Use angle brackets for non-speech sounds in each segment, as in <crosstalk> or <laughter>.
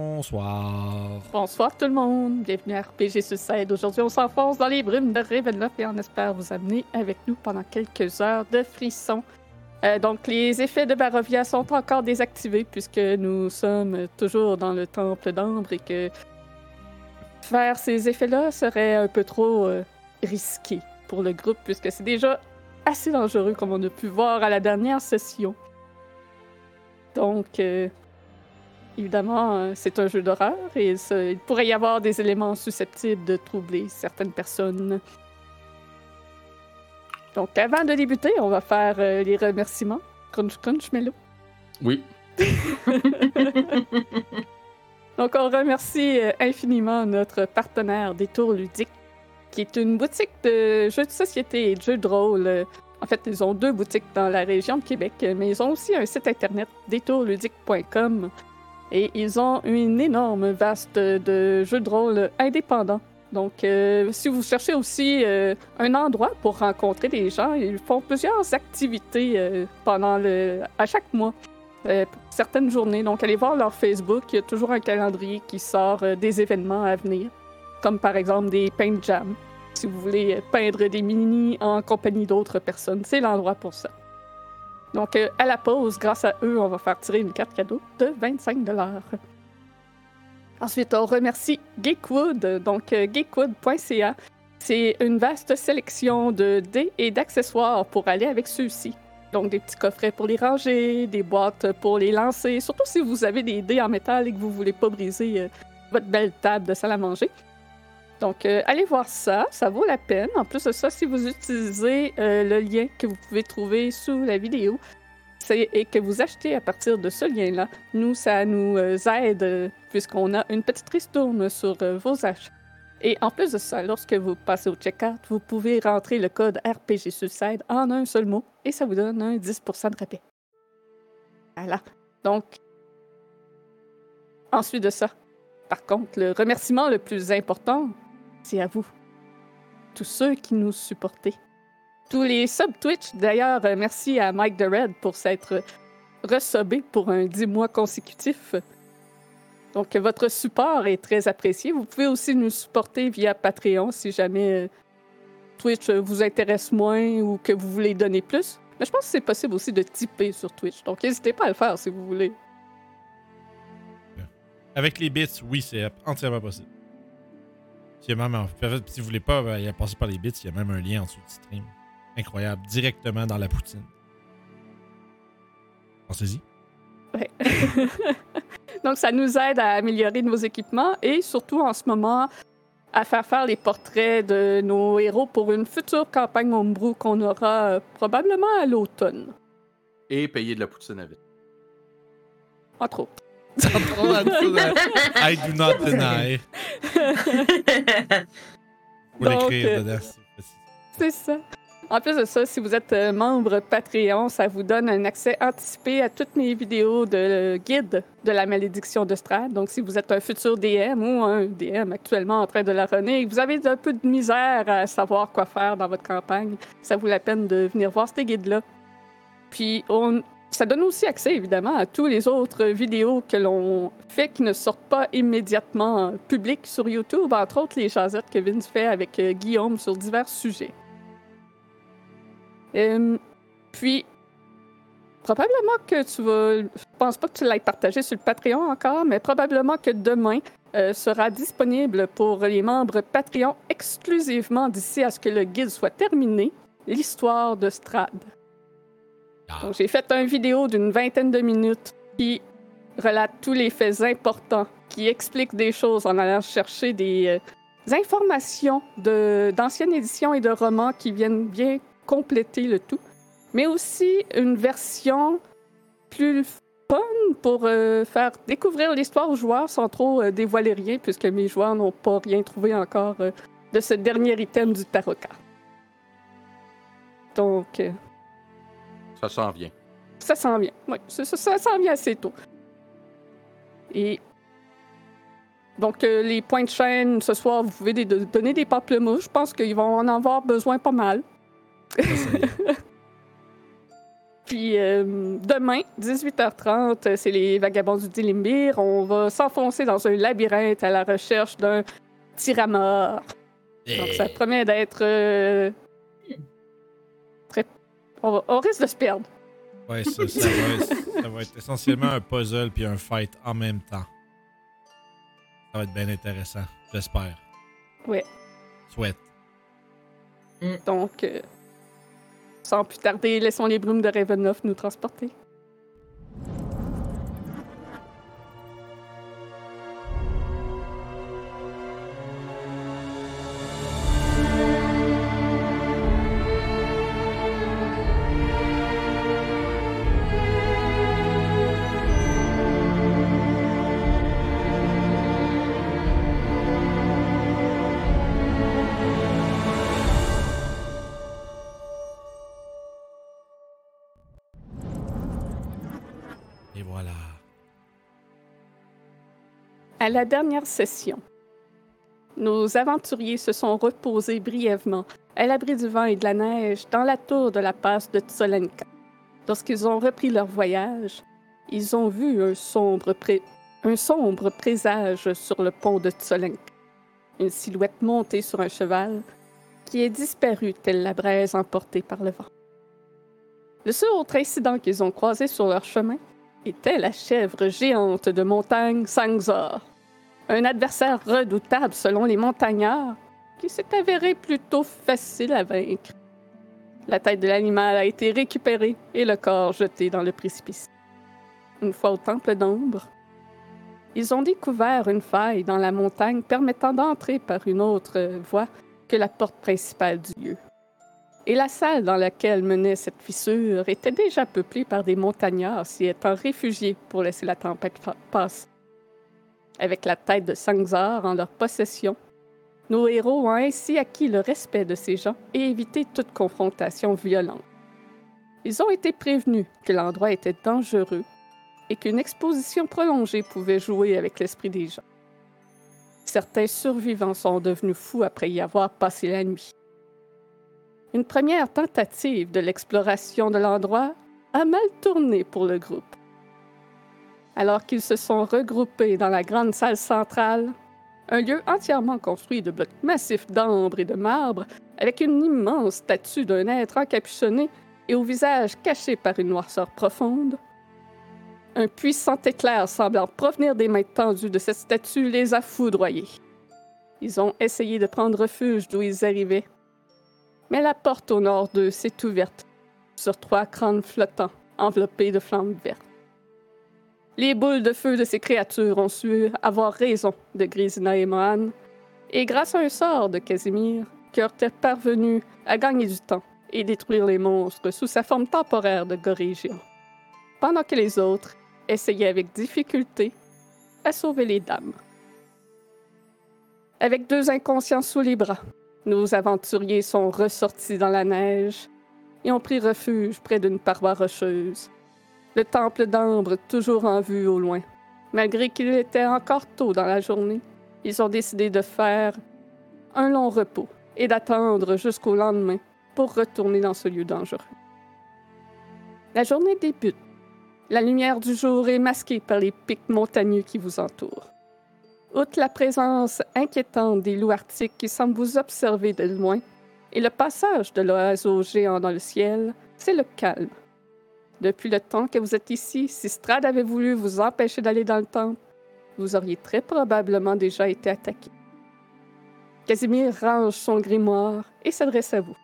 Bonsoir. Bonsoir tout le monde, bienvenue à RPG Suicide. Aujourd'hui, on s'enfonce dans les brumes de Ravenloft et on espère vous amener avec nous pendant quelques heures de frissons. Euh, donc, les effets de Barovia sont encore désactivés puisque nous sommes toujours dans le temple d'Ambre et que faire ces effets-là serait un peu trop euh, risqué pour le groupe puisque c'est déjà assez dangereux comme on a pu voir à la dernière session. Donc, euh, évidemment, euh, c'est un jeu d'horreur et ça- il pourrait y avoir des éléments susceptibles de troubler certaines personnes. Donc, avant de débuter, on va faire euh, les remerciements. Crunch, crunch, Mello. Oui. <laughs> Donc, on remercie euh, infiniment notre partenaire Détour Ludique, qui est une boutique de jeux de société et de jeux de rôle. Euh, En fait, ils ont deux boutiques dans la région de Québec, euh, mais ils ont aussi un site internet, détourludique.com. Et ils ont une énorme vaste de jeux de rôle indépendants. Donc, euh, si vous cherchez aussi euh, un endroit pour rencontrer des gens, ils font plusieurs activités euh, pendant le, à chaque mois euh, certaines journées. Donc, allez voir leur Facebook. Il y a toujours un calendrier qui sort euh, des événements à venir, comme par exemple des paint jams. Si vous voulez euh, peindre des mini en compagnie d'autres personnes, c'est l'endroit pour ça. Donc, euh, à la pause, grâce à eux, on va faire tirer une carte cadeau de 25 Ensuite, on remercie Geekwood, donc euh, geekwood.ca. C'est une vaste sélection de dés et d'accessoires pour aller avec ceux-ci. Donc, des petits coffrets pour les ranger, des boîtes pour les lancer, surtout si vous avez des dés en métal et que vous voulez pas briser euh, votre belle table de salle à manger. Donc, euh, allez voir ça, ça vaut la peine. En plus de ça, si vous utilisez euh, le lien que vous pouvez trouver sous la vidéo c'est- et que vous achetez à partir de ce lien-là, nous, ça nous euh, aide euh, puisqu'on a une petite ristourne sur euh, vos achats. Et en plus de ça, lorsque vous passez au checkout, vous pouvez rentrer le code RPG Suicide en un seul mot et ça vous donne un 10 de rabais. Voilà. Donc, ensuite de ça, par contre, le remerciement le plus important, c'est à vous. Tous ceux qui nous supportez. Tous les sub-Twitch, d'ailleurs, euh, merci à Mike the Red pour s'être euh, resubé pour un 10 mois consécutif. Donc, euh, votre support est très apprécié. Vous pouvez aussi nous supporter via Patreon si jamais euh, Twitch euh, vous intéresse moins ou que vous voulez donner plus. Mais je pense que c'est possible aussi de typer sur Twitch. Donc, n'hésitez pas à le faire si vous voulez. Avec les bits, oui, c'est entièrement possible. Si, même en- si vous voulez pas ben, y passer par les bits, il y a même un lien en dessous du stream. Incroyable. Directement dans la poutine. <laughs> Pensez-y. Donc, ça nous aide à améliorer nos équipements et surtout en ce moment à faire faire les portraits de nos héros pour une future campagne Homebrew qu'on aura euh, probablement à l'automne, Et payer de la poutine avec. entre autres. I do not deny. Vous Donc, l'écrire euh, dedans. c'est facile. C'est ça. En plus de ça, si vous êtes euh, membre Patreon, ça vous donne un accès anticipé à toutes mes vidéos de euh, guide de la malédiction de Strahd. Donc, si vous êtes un futur DM ou un DM actuellement en train de la runner et que vous avez un peu de misère à savoir quoi faire dans votre campagne, ça vaut la peine de venir voir ces guides-là. Puis, on- ça donne aussi accès, évidemment, à tous les autres vidéos que l'on fait qui ne sortent pas immédiatement euh, publiques sur YouTube, entre autres les chasettes que Vince fait avec euh, Guillaume sur divers sujets. Euh, puis, probablement que tu vas. Je pense pas que tu l'aies partagé sur le Patreon encore, mais probablement que demain euh, sera disponible pour les membres Patreon exclusivement d'ici à ce que le guide soit terminé l'histoire de Strad. Ah. Donc, j'ai fait une vidéo d'une vingtaine de minutes qui relate tous les faits importants, qui explique des choses en allant chercher des. euh, des informations de- d'anciennes éditions et de romans qui viennent bien compléter le tout, mais aussi une version plus fun pour euh, faire découvrir l'histoire aux joueurs sans trop euh, dévoiler rien, puisque mes joueurs n'ont pas rien trouvé encore euh, de ce dernier item du tarot. card. Donc, euh, Ça s'en vient. ça sent bien. Oui, ça, ça, ça sent bien assez tôt. Et donc, euh, les points de chaîne, ce soir, vous pouvez des- de- donner des pamplemousses. Je pense qu'ils vont en avoir besoin pas mal. <laughs> Puis euh, demain, 18h30, c'est les Vagabonds du Dilimbir. On va s'enfoncer dans un labyrinthe à la recherche d'un tiramort. Eh. Donc, ça promet d'être. euh, très... on, va- on risque de se perdre. Ouais, ça, ça va être, ça va être essentiellement un puzzle puis un fight en même temps. Ça va être bien intéressant, j'espère. Ouais. Souhaite. Donc, euh, sans plus tarder, laissons les brumes de Ravenloft nous transporter. Et voilà. À la dernière session, nos aventuriers se sont reposés brièvement, à l'abri du vent et de la neige, dans la tour de la passe de Tsolenka. Lorsqu'ils ont repris leur voyage, ils ont vu un sombre, pré- un sombre présage sur le pont de Tsolenka. Une silhouette montée sur un cheval qui est disparue telle la braise emportée par le vent. Le seul autre incident qu'ils ont croisé sur leur chemin était la chèvre géante de montagne Sangzor, un adversaire redoutable selon les montagnards, qui s'est avéré plutôt facile à vaincre. La tête de l'animal a été récupérée et le corps jeté dans le précipice. Une fois au temple d'ombre, ils ont découvert une faille dans la montagne permettant d'entrer par une autre euh, voie que la porte principale du lieu. Et la salle dans laquelle menait cette fissure était déjà peuplée par des montagnards s'y étant réfugiés pour laisser la tempête fa- passer. Avec la tête de Sangzar en leur possession, nos héros ont ainsi acquis le respect de ces gens et évité toute confrontation violente. Ils ont été prévenus que l'endroit était dangereux et qu'une exposition prolongée pouvait jouer avec l'esprit des gens. Certains survivants sont devenus fous après y avoir passé la nuit. Une première tentative de l'exploration de l'endroit a mal tourné pour le groupe. Alors qu'ils se sont regroupés dans la grande salle centrale, un lieu entièrement construit de blocs massifs d'ambre et de marbre, avec une immense statue d'un être encapuchonné et au visage caché par une noirceur profonde, un puissant éclair semblant provenir des mains tendues de cette statue les a foudroyés. Ils ont essayé de prendre refuge d'où ils arrivaient, mais la porte au nord d'eux s'est ouverte sur trois crânes flottants enveloppés de flammes vertes. Les boules de feu de ces créatures ont su avoir raison de Grisina et Mohan, et grâce à un sort de Casimir, Kurt est parvenu à gagner du temps et détruire les monstres sous sa forme temporaire de gorille géant, pendant que les autres essayaient avec difficulté à sauver les dames. Avec deux inconscients sous les bras, nos aventuriers sont ressortis dans la neige et ont pris refuge près d'une paroi rocheuse. Le temple d'ambre toujours en vue au loin. Malgré qu'il était encore tôt dans la journée, ils ont décidé de faire un long repos et d'attendre jusqu'au lendemain pour retourner dans ce lieu dangereux. La journée débute. La lumière du jour est masquée par les pics montagneux qui vous entourent. Outre la présence inquiétante des loups arctiques qui semblent vous observer de loin et le passage de l'oiseau géant dans le ciel, c'est le calme. Depuis le temps que vous êtes ici, si Strad avait voulu vous empêcher d'aller dans le temple, vous auriez très probablement déjà été attaqué. Casimir range son grimoire et s'adresse à vous.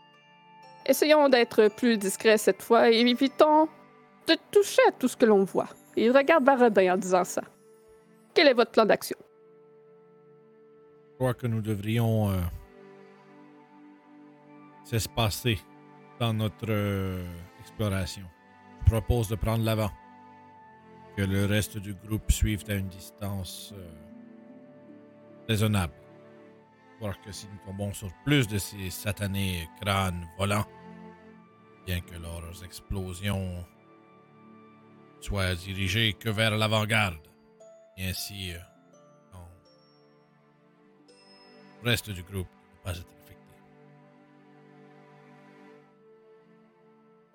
Essayons d'être plus discrets cette fois et évitons de toucher à tout ce que l'on voit. Il regarde Baradin en disant ça. Quel est votre plan d'action? Je crois que nous devrions euh, s'espacer dans notre euh, exploration. Je propose de prendre l'avant. Que le reste du groupe suive à une distance euh, raisonnable. Voir que si nous tombons sur plus de ces satanés crânes volants, bien que leurs explosions soient dirigées que vers l'avant-garde, et ainsi euh, on reste du groupe ne pas être affecté.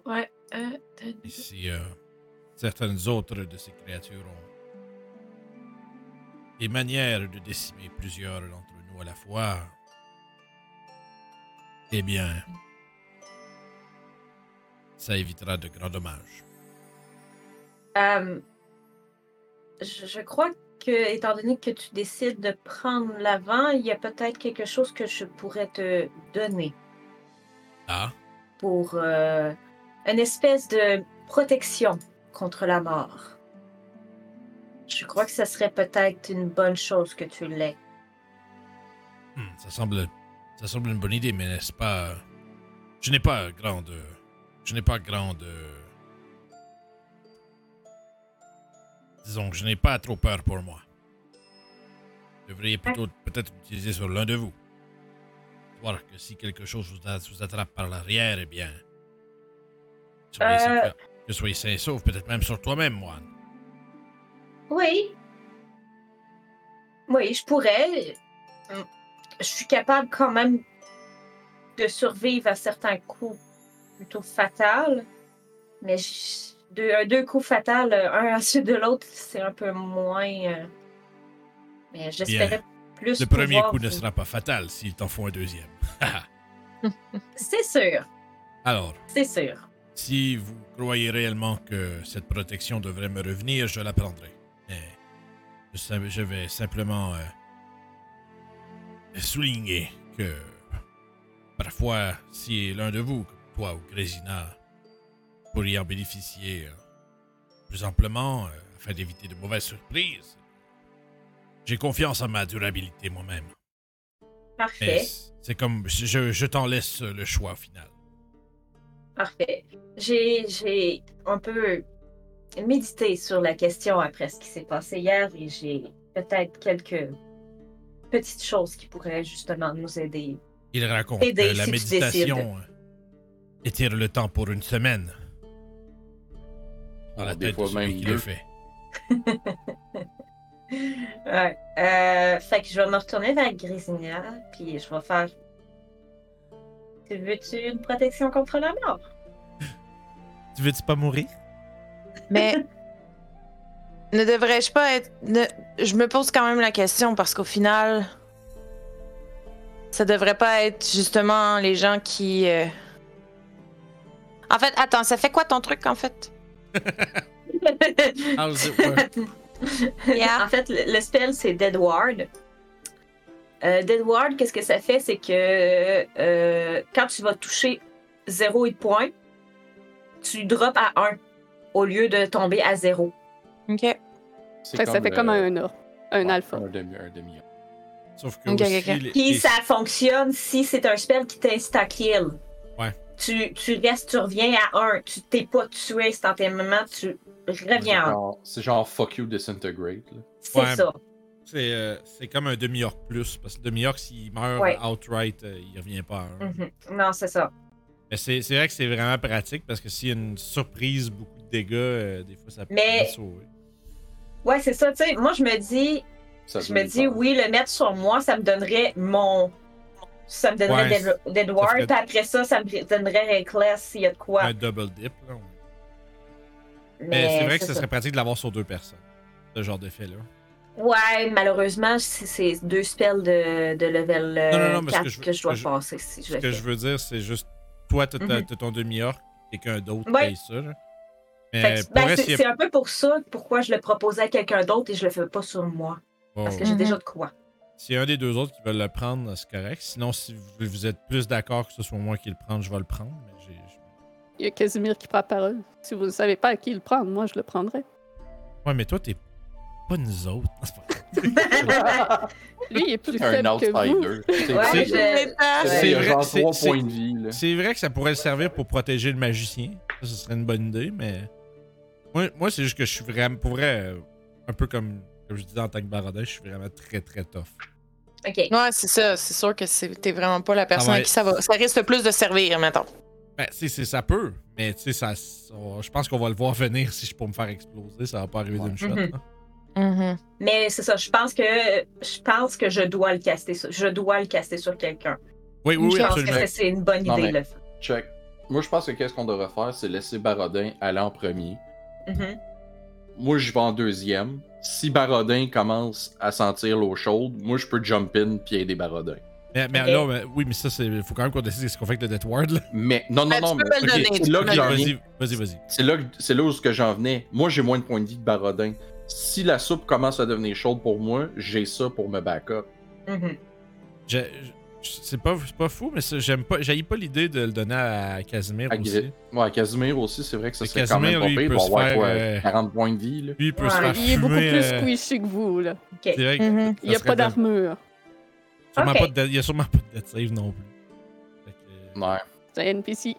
Ouais. euh, euh, Et si euh, certaines autres de ces créatures ont des manières E de décimer plusieurs d'entre nous à la fois, eh bien, ça évitera de grands dommages. Euh, je, je crois que, étant donné que tu décides de prendre l'avant, il y a peut-être quelque chose que je pourrais te donner Ah, pour euh, une espèce de protection contre la mort. Je crois que ce serait peut-être une bonne chose que tu l'aies. hmm, ça semble, ça semble une bonne idée, mais n'est-ce pas euh, Je n'ai pas grande, je n'ai pas grande. euh, Disons que je n'ai pas trop peur pour moi. Vous devriez plutôt peut-être utiliser sur l'un de vous. Voir que si quelque chose vous, a- vous attrape par l'arrière, eh bien. soyez Euh. sain- Que soyez sain et sauf, peut-être même sur toi-même, moi. Oui. Oui, je pourrais. Mm. Je suis capable quand même de survivre à certains coups plutôt fatals. Mais je- deux, un- deux coups fatals, euh, un <laughs> à la suite de l'autre, c'est un peu moins. euh, Mais j'espérais plus. Le premier pouvoir coup ne vous- sera pas fatal s'il t'en faut un deuxième. C'est sûr, Alors, c'est sûr. si vous croyez réellement que cette protection devrait me revenir, je la prendrai. Mais je, sais- je vais simplement euh, souligner que parfois, si l'un de vous, comme toi ou Grésina, pourriez en bénéficier euh, plus amplement euh, afin d'éviter de mauvaises surprises, j'ai confiance en ma durabilité moi-même. Mais Parfait. c- c'est comme je, je t'en laisse le choix au final. Parfait. J'ai, j'ai un peu médité sur la question après ce qui s'est passé hier et j'ai peut-être quelques petites choses qui pourraient justement nous aider. <laughs> Il raconte Aider que la si tu méditation euh, étire le temps pour une semaine. Dans Ou la Ah, des tête de fois celui même qui le deux. fait. Ouais. Euh, fait que je vais me retourner vers Grisina puis je vais faire. Tu Veux-tu une protection contre la mort? <laughs> Tu veux-tu pas mourir? Mais ne devrais-je pas être. ne- Je me pose quand même la question parce qu'au final, ça devrait pas être justement les gens qui. euh, En fait, attends, ça fait quoi ton truc en fait? <laughs> Yeah. En fait, le, le spell, c'est Dead Ward. Euh, Dead Ward, qu'est-ce que ça fait? C'est que euh, quand tu vas toucher 0 et point, tu drops à 1 au lieu de tomber à 0. Ok. C'est Fait que ça fait le- comme un, or- un ouais, alpha. Un demi, un demi. <laughs> Sauf que Ok, aussi, ok, ok. les- Puis les- ça fonctionne si c'est un spell qui t'insta-kill. Ouais. Tu, tu restes, tu reviens à 1. Tu t'es pas tué instantanément, tu reviens à C'est 1. genre- C'est genre fuck you disintegrate. là. C'est Ouais. ça. c'est euh, c'est comme un demi-orc plus. Parce que le demi-orc, s'il meurt Ouais. outright, euh, il revient pas. hein. Mhm. Non, c'est ça. Mais c'est c'est vrai que c'est vraiment pratique parce que s'il y a une surprise, beaucoup de dégâts, euh, des fois ça peut Mais- le sauver. Ouais, c'est ça. Tu sais, moi, je me dis, Ça Je devient me dis, une peur. oui, le mettre sur moi, ça me donnerait mon. Ça me donnerait Ouais, d'Ed- d'Edward, ça ferait- puis après ça, ça me donnerait Reckless s'il y a de quoi. Un double dip. Là, on- mais Mais c'est vrai que c'est ce ça. serait pratique de l'avoir sur deux personnes. Ce genre d'effet-là. Ouais, malheureusement, c'est c'est deux spells de, de Non, level non, euh, non, mais ce 4 que que je veux- je, dois je- passer si je Ce le que fais. je veux dire, c'est juste toi, t'as ta- Mhm. t'as ton demi-orc, quelqu'un d'autre Ouais. paye ça. là. Fait Mais que- pour ben, vrai, c'est s'il y a- c'est un peu pour ça pourquoi je le proposais à quelqu'un d'autre et je le fais pas sur moi. Oh, Parce que ouais. j'ai Mhm. déjà <laughs> de quoi. S'il y a un des deux autres qui veulent le prendre, c'est correct. Sinon, si vous, vous êtes plus d'accord que ce soit moi qui le prenne, je vais le prendre. Mais j'ai- je- Il y a Casimir qui prend la parole. Si vous ne savez pas à qui le prendre, moi, je le prendrais. Ouais, mais toi, t'es pas nous autres. <laughs> Non, c'est pas vrai. Lui, il est plus <laughs> Un faible que vous. outsider. C'est- Ouais, C'est- je- C'est C'est vrai, genre c'est- trois c'est- points de vie. là. C'est vrai que ça pourrait servir pour protéger le magicien. Ça, ce serait une bonne idée, mais. Moi, moi, c'est juste que je suis vraiment. Pour vrai, euh, un peu comme, comme je disais en tant que baradin, je suis vraiment très très tough. Ok. Ouais, c'est ça. C'est sûr que c'est- t'es vraiment pas la personne va à qui ça va. Ça risque le plus de servir, mettons. Ben, tu sais, c'est- ça peut, mais tu sais, ça, on- je pense qu'on va le voir venir si je peux me faire exploser. Ça va pas arriver d'une shot. Mhm. hein. Mhm. Mais c'est ça, je pense que je pense que je dois le caster sur, je dois le caster sur quelqu'un. Oui, oui, oui, je pense que absolument. c'est- c'est une bonne Non, mais- idée. là. Check. Moi, je pense que qu'est-ce qu'on devrait faire, c'est laisser Barodin aller en premier. Mhm. Moi, je vais en deuxième. Si Barodin commence à sentir l'eau chaude, moi, je peux jump in puis aider Barodin. Mais, mais Ok. là, mais- oui, mais ça, il faut quand même qu'on décide ce qu'on fait avec le Death Ward. Là. Mais non, non, Ben, non, tu peux mais me le ok, donner, c'est là tu peux que me j'en le viens. Vas-y, vas-y, vas-y. C'est là, que- c'est là où ce que j'en venais. Moi, j'ai moins de points de vie que Barodin. Si la soupe commence à devenir chaude pour moi, j'ai ça pour me back up. Mm-hmm. Mhm. Je- je- C'est pas, c'est pas fou, mais ça, j'aime pas, j'aille pas l'idée de le donner à Casimir À aussi. Grit. Ouais, Casimir aussi, c'est vrai que ça Mais serait Casimir, quand même lui, pas il pire. peut Il va se avoir faire, quoi, euh, 40 points de vie. Là. Lui, il peut Ouais, se faire Il est fumer, beaucoup plus euh, squishy que vous, là. direct. Mhm. Il n'y a Ça pas serait d'armure. Sûrement Ok. pas de death- Il y a sûrement pas de death save non plus. Fait que- Ouais. C'est un NPC.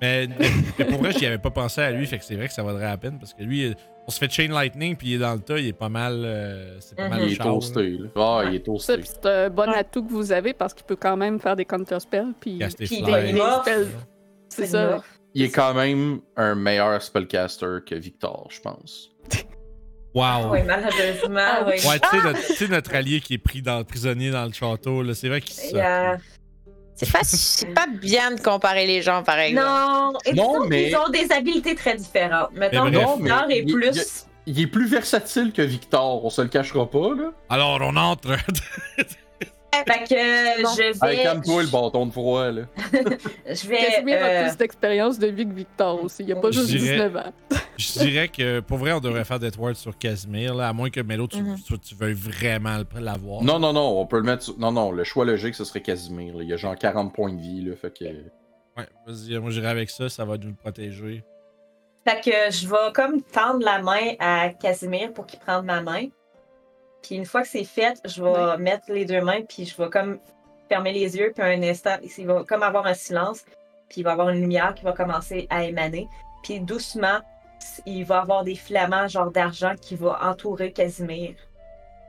Mais, mais- mais pour vrai, j'y avais pas pensé à lui, fait que c'est vrai que ça vaudrait la peine parce que lui, on se fait chain lightning puis il est dans le tas, il est pas mal. euh, c'est pas Mhm. mal Mm-hmm. Il est char, là. toasté. Là. Ah, il est Ça, toasté. puis C'est un bon atout que vous avez parce qu'il peut quand même faire des counter spells. Puis Caster Puis fly. il est mort. spells, c'est ça. Il est quand même un meilleur spellcaster que Victor, je pense. Wow. Ah Oui, Ah Ah! malheureusement, oui. Ouais, tu sais, notre, tu sais, notre allié qui est pris dans, prisonnier dans le château, là, c'est vrai qu'il suck, Yeah. là. C'est pas, c'est pas bien de comparer les gens, par exemple. Non, et Non, disons mais- qu'ils ont des habiletés très différentes. Maintenant, Mais bref. Victor Mais est il- plus. Il est plus versatile que Victor, on se le cachera pas, là. Alors, on entre. <laughs> Fait que Non. je Hey, vais. calme-toi, le bâton de froid, là. Je vais. Casimir a euh, plus d'expérience de vie que Victor aussi. Il n'y a pas Je juste dirais- 19 ans. Je dirais que pour vrai, on devrait faire Death Ward sur Casimir, là, à moins que Melo, tu, Mm-hmm. Mhm. tu- tu veuilles vraiment le- l'avoir. Non, non, non, on peut le mettre. sur- Non, non, le choix logique, ce serait Casimir. là. Il y a genre 40 points de vie, là. Fait que. Ouais, vas-y, moi j'irai avec ça, ça va nous le protéger. Fait que je vais comme tendre la main à Casimir pour qu'il prenne ma main. Puis une fois que c'est fait, je vais Ouais. mettre les deux mains, puis je vais comme fermer les yeux, puis un instant, il va comme avoir un silence, puis il va avoir une lumière qui va commencer à émaner. Puis doucement, il va avoir des filaments genre d'argent qui va entourer Casimir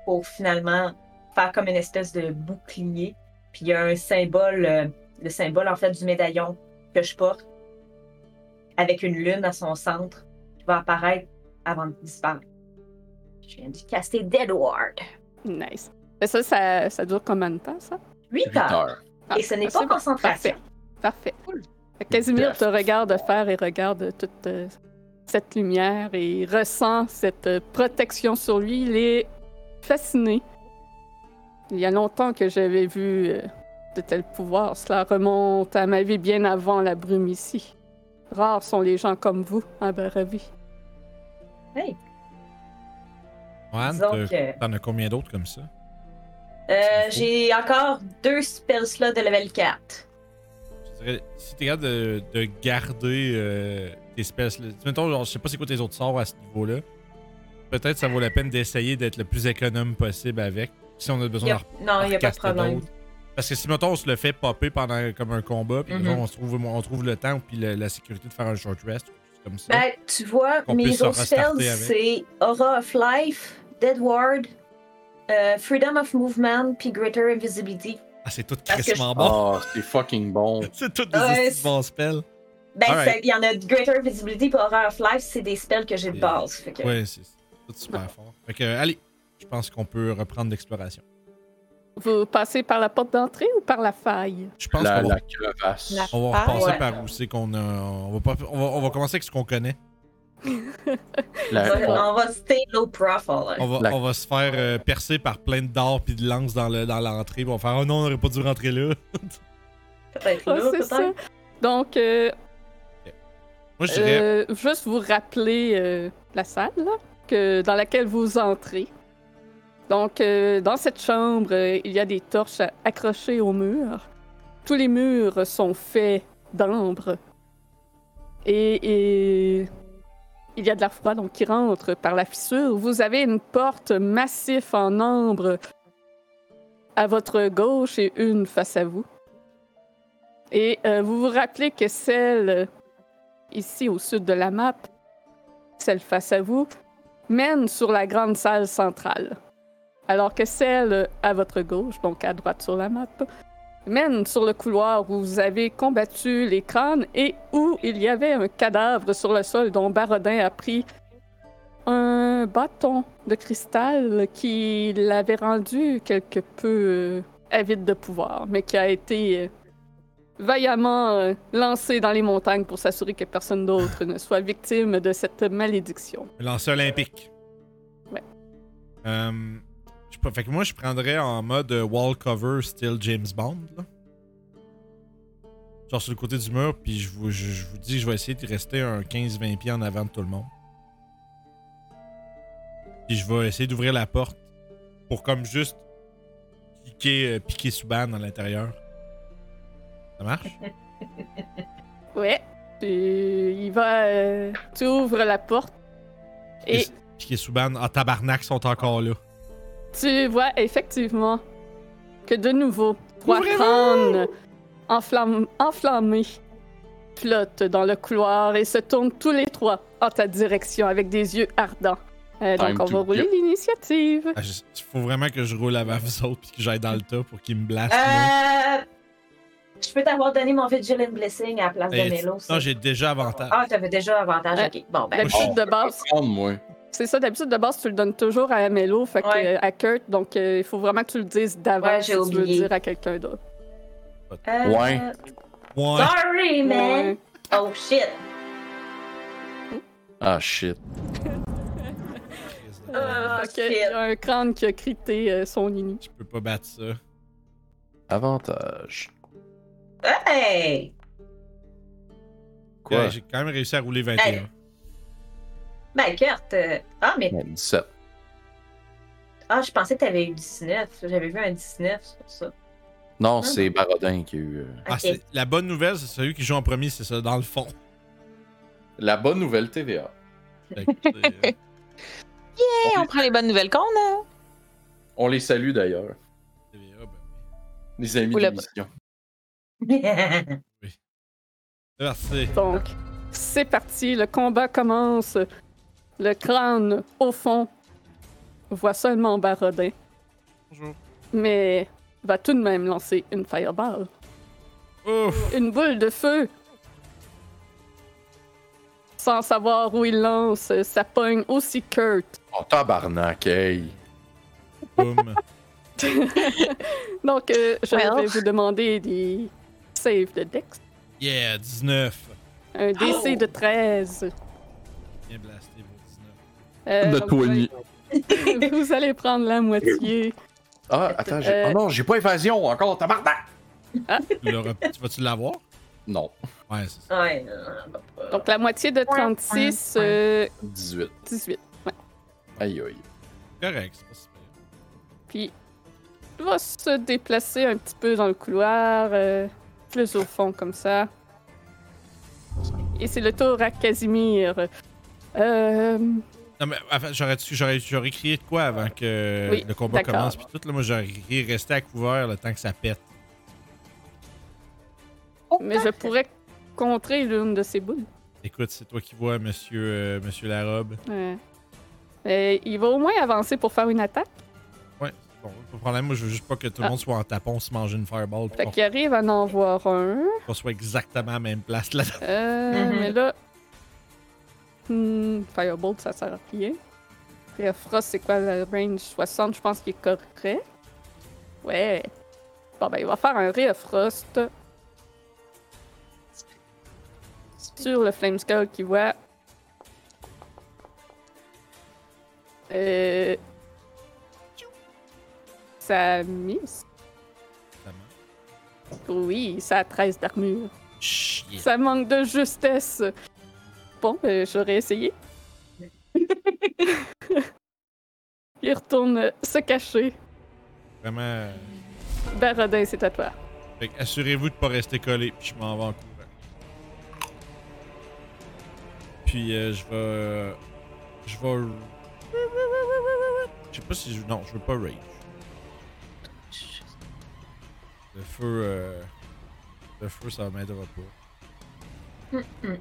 pour finalement faire comme une espèce de bouclier. Puis il y a un symbole, euh, le symbole en fait du médaillon que je porte avec une lune à son centre qui va apparaître avant de disparaître. Je viens de caster Dead Ward. Nice. Mais ça, ça, ça dure combien de temps, ça? 8 heures. Victor. Ah, Et ce n'est ah, pas c'est bon. concentration. Parfait. Parfait. Fait que Casimir Death. te regarde faire et regarde toute euh, cette lumière et ressent cette euh, protection sur lui. Il est fasciné. Il y a longtemps que j'avais vu euh, de tels pouvoirs. Cela remonte à ma vie bien avant la brume ici. Rares sont les gens comme vous, à Baravie. Juan, Disons t'as- que- t'en as combien d'autres comme ça? Euh, C'est faux. J'ai encore deux spells slots de level 4. Je dirais, si t'es capable de, de garder euh, tes espèces. Mettons, genre, je sais pas c'est quoi tes autres sorts à ce niveau-là. Peut-être ça vaut la peine d'essayer d'être le plus économe possible avec. Si on a besoin Y a- d'en Non, il n'y a pas de recaster problème. d'autres. Parce que si, mettons, on se le fait popper pendant comme un combat, puis Mhm. disons, on, se trouve, on trouve le temps puis le- la sécurité de faire un short rest, ou quelque chose comme ça. Ben, tu vois, Qu'on puisse mes en autres restarter spells, avec. c'est Aura of Life, Dead Ward, euh, Freedom of Movement, puis Greater Invisibility. ah, c'est tout parce que je- crissement bon. Ah, c'est fucking bon. <laughs> C'est tout des Ouais, estis de bons spells. Ben, Alright. c'est- il y en a de Greater Invisibility pour Aura of Life, c'est des spells que j'ai de Et- base. Fait que- Ouais, c'est c'est tout super fort. Fait que, euh, allez, je pense qu'on peut reprendre l'exploration. Vous passez par la porte d'entrée ou par la faille? Je pense La, qu'on va la crevasse. La- On va Ah, repasser ouais. par où c'est qu'on a. On va, pas, on, va, on va commencer avec ce qu'on connaît. La- On va- on va stay low profile. On va, La- on va se faire euh, percer par plein de dards puis de lances dans le- dans l'entrée. Puis on va faire Oh non, on n'aurait pas dû rentrer là. Peut-être Ah, là, c'est ça. peut-être. Donc, euh, Moi, je dirais Euh, juste vous rappeler euh, la salle là, que, dans laquelle vous entrez. Donc, euh, dans cette chambre, euh, il y a des torches à- accrochées au mur. Tous les murs sont faits d'ambre. Et, et il y a de l'air froid donc, qui rentre par la fissure. Vous avez une porte massive en ambre à votre gauche et une face à vous. Et euh, vous vous rappelez que celle ici au sud de la map, celle face à vous, mène sur la grande salle centrale, alors que celle à votre gauche, donc à droite sur la map, mène sur le couloir où vous avez combattu les crânes et où il y avait un cadavre sur le sol dont Barodin a pris un bâton de cristal qui l'avait rendu quelque peu euh, avide de pouvoir, mais qui a été euh, vaillamment euh, lancé dans les montagnes pour s'assurer que personne d'autre ne soit victime de cette malédiction. Lancer olympique. Ouais. Euh, je peux- fait que moi, je prendrais en mode euh, wall cover style James Bond. là. Genre sur le côté du mur, puis je vous, je, je vous dis que je vais essayer de rester un 15-20 pieds en avant de tout le monde. Puis je vais essayer d'ouvrir la porte pour comme juste piquer, euh, piquer Subban à l'intérieur. Ça marche? Ouais. Puis il va. euh, tu ouvres la porte. Et Piquer- Piquer Subban, ah tabarnak, sont encore là. tu vois effectivement que de nouveau, trois Ouvrez-vous! crânes enflamm- enflammés flottent dans le couloir et se tournent tous les trois en ta direction avec des yeux ardents. Euh, Time donc on to va rouler get- l'initiative. Ah, je- faut vraiment que je roule avant vous autres puis que j'aille dans le tas pour qu'ils me blastent. moi. Euh, je peux t'avoir donné mon Vigilant Blessing à la place Eh, de Melo. ça. non, j'ai déjà avantage. Ah, t'avais déjà avantage. Ouais. Ok, bon, ben. Oh. D'habitude de base, Prendre, moi. c'est ça. D'habitude de base, tu le donnes toujours à Mello, fait que, Ouais. euh, à Kurt. Donc euh, il faut vraiment que tu le dises d'avant Ouais, si j'ai tu veux le oublié. dire à quelqu'un d'autre. euh, Ouais. Ouais. Sorry, man. Ouais. Oh shit. Ah, shit. Ah, Ok, il y a un crâne qui a crité euh, son nini. Je peux pas battre ça. Avantage. Hey! Ouais, j'ai quand même réussi à rouler 21. Hey. Ben, Kurt. euh, Ah, mais. Ouais, 17. Ah, je pensais que t'avais eu 19. J'avais vu un 19 sur ça. Non, c'est Barodin qui a eu. euh, Ah, Ok. <laughs> c'est- la bonne nouvelle, c'est celui qui joue en premier, c'est ça, dans le fond. La bonne nouvelle TVA. Fait que, c'est, euh, Hey, on prend les bonnes nouvelles qu'on a. On les salue d'ailleurs, TVA, ben oui. les amis de Oula. l'émission. C'est parti. Donc, c'est parti, le combat commence. Le crâne au fond voit seulement Barodin, Bonjour. mais va tout de même lancer une fireball. Ouf. Une boule de feu! Sans savoir où il lance, ça pogne aussi Kurt. Oh, tabarnak, hey! Boum. Donc, euh, je Well. vais vous demander des saves de Dex. Yeah, 19. Un DC de 13. Bien blasté pour 19. Euh, De donc, vous allez- vous allez <laughs> prendre la moitié. Ah, attends, j'ai. Euh. Oh non, j'ai pas évasion encore, tabarnak! Tu l'auras- tu vas-tu l'avoir? Non, Ouais, c'est ça. ouais. euh, Donc, la moitié de 36, ouais. euh, 18. 18. Aïe, aïe. Correct, c'est pas super. Puis, il va se déplacer un petit peu dans le couloir, euh, plus au fond comme ça. Et c'est le tour à Casimir. Euh, Non, mais enfin, j'aurais, j'aurais, j'aurais crié de quoi avant que Oui, le combat d'accord. commence? Puis tout, là, moi, j'aurais crié rester à couvert le temps que ça pète. mais je pourrais contrer l'une de ses boules. Écoute, c'est toi qui vois, monsieur, euh, monsieur Larobe. Euh, mais il va au moins avancer pour faire une attaque. Ouais, c'est bon, pas de problème. Moi, je veux juste pas que tout le monde soit en tapon, se manger une fireball, Ah. Fait puis qu'il arrive à en voir un. qu'on- qu'on soit exactement à la même place. Là. <laughs> Euh, Mhm. Mais là. Hmm, Firebolt, ça sert à rien. Puis euh, Frost, c'est quoi le range 60 Je pense qu'il est correct. Ouais. Bon, ben, il va faire un Ray of Frost sur le Flame Skull qu'il voit. Euh. Ça miss. Oui, ça a 13 d'armure. Shit. Ça manque de justesse. Bon, ben, j'aurais <laughs> essayé. Il retourne se cacher. Vraiment. euh, Baradin, c'est à toi. Fait que assurez-vous de pas rester collé, puis je m'en vais en courant. Puis euh, je vais. Je vais. Je sais pas si je. Non, je veux pas rage. Le feu. euh, Le feu, ça m'aidera pas. Mm,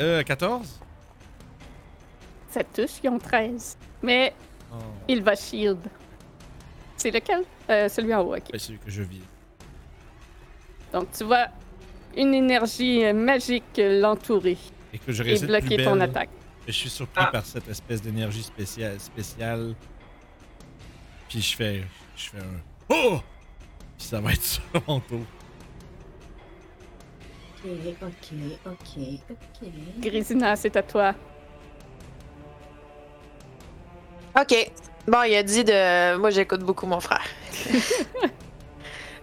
Euh, 14? Ça touche, ils ont 13. Mais Oh. il va shield. C'est lequel? Euh, celui en haut, ok. Ouais, Ben, c'est celui que je vis. Donc tu vois une énergie euh, magique euh, l'entourer Et que je et réussis de plus bloquer ton belle. attaque. Je suis surpris Ah. par cette espèce d'énergie spéciale, spéciale. Puis je fais, <laughs> je fais un oh, puis ça va être ça mon tour. ok, ok, ok. Grésina, c'est à toi. OK. Bon, il a dit de. Moi, j'écoute beaucoup mon <laughs> frère.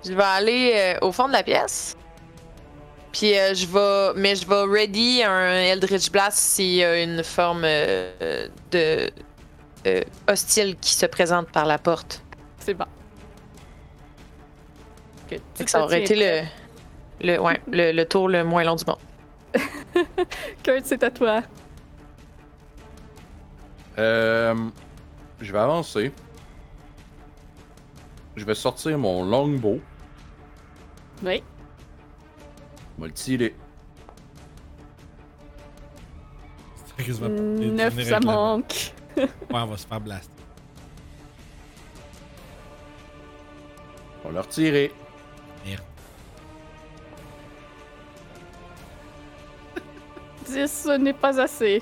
je vais aller euh, au fond de la pièce. Puis euh, je vais. Mais je vais ready un Eldritch Blast s'il y a une forme euh, de. euh, hostile qui se présente par la porte. C'est bon. Que tu Fait que ça te aurait été tiens le. Le, ouais, le, le tour le moins long du monde. prêt. Kurt, c'est à toi. Euh, je vais avancer. Je vais sortir mon longbow. Oui. Je vais le tirer. C'est quasiment- les Neuf, derniers ça réclamations. manque. Ouais, on va se faire blaster. On va le retirer. Merde. 10, ce n'est pas assez.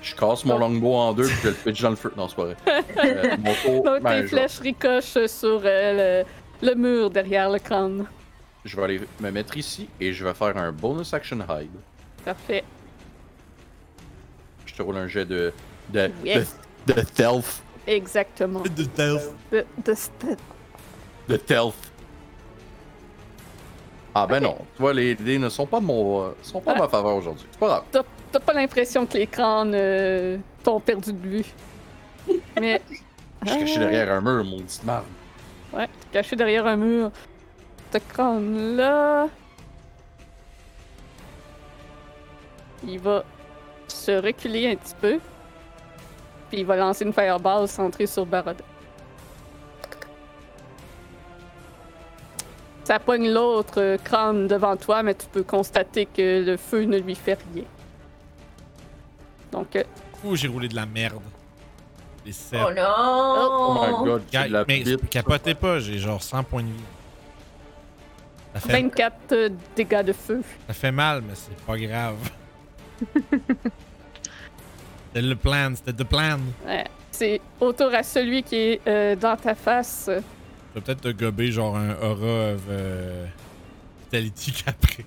Je casse mon Oh. longbow en deux puis je le pitch dans le feu. Non, c'est <laughs> pas vrai. Euh, mon tour, Donc, ben, tes je, vais, flèches ricochent sur euh, le, le mur derrière le crâne. je vais aller me mettre ici et je vais faire un bonus action hide. Parfait. Je te roule un jet de. de. Yes. de, de stealth. Exactement. De stealth. De, de st- De stealth. Ah ben non, tu vois, les dés ne sont pas de mon. sont pas de Ah. ma faveur aujourd'hui. C'est pas grave. T'as t'as pas l'impression que les crânes euh, t'ont perdu de vue. Mais. Je suis caché derrière un mur, mon petit marde. Ouais, t'es caché derrière un mur. Ce crâne-là. Il va se reculer un petit peu. Puis il va lancer une fireball centrée sur Barodin. Ça pogne l'autre euh, crâne devant toi, mais tu peux constater que le feu ne lui fait rien. Donc, euh, Ouh, j'ai roulé de la merde. Des cerfs. Oh Oh non! my god, c'est Ga- de la mais bite. capotez pas, j'ai genre 100 points de vie. Ça fait, 24 euh, dégâts de feu. ça fait mal, mais c'est pas grave. <laughs> c'était le plan, c'était le plan. Ouais. C'est autour à celui qui est euh, dans ta face. Je vais peut-être te gober genre un aura of euh, vitality <laughs> qu'après.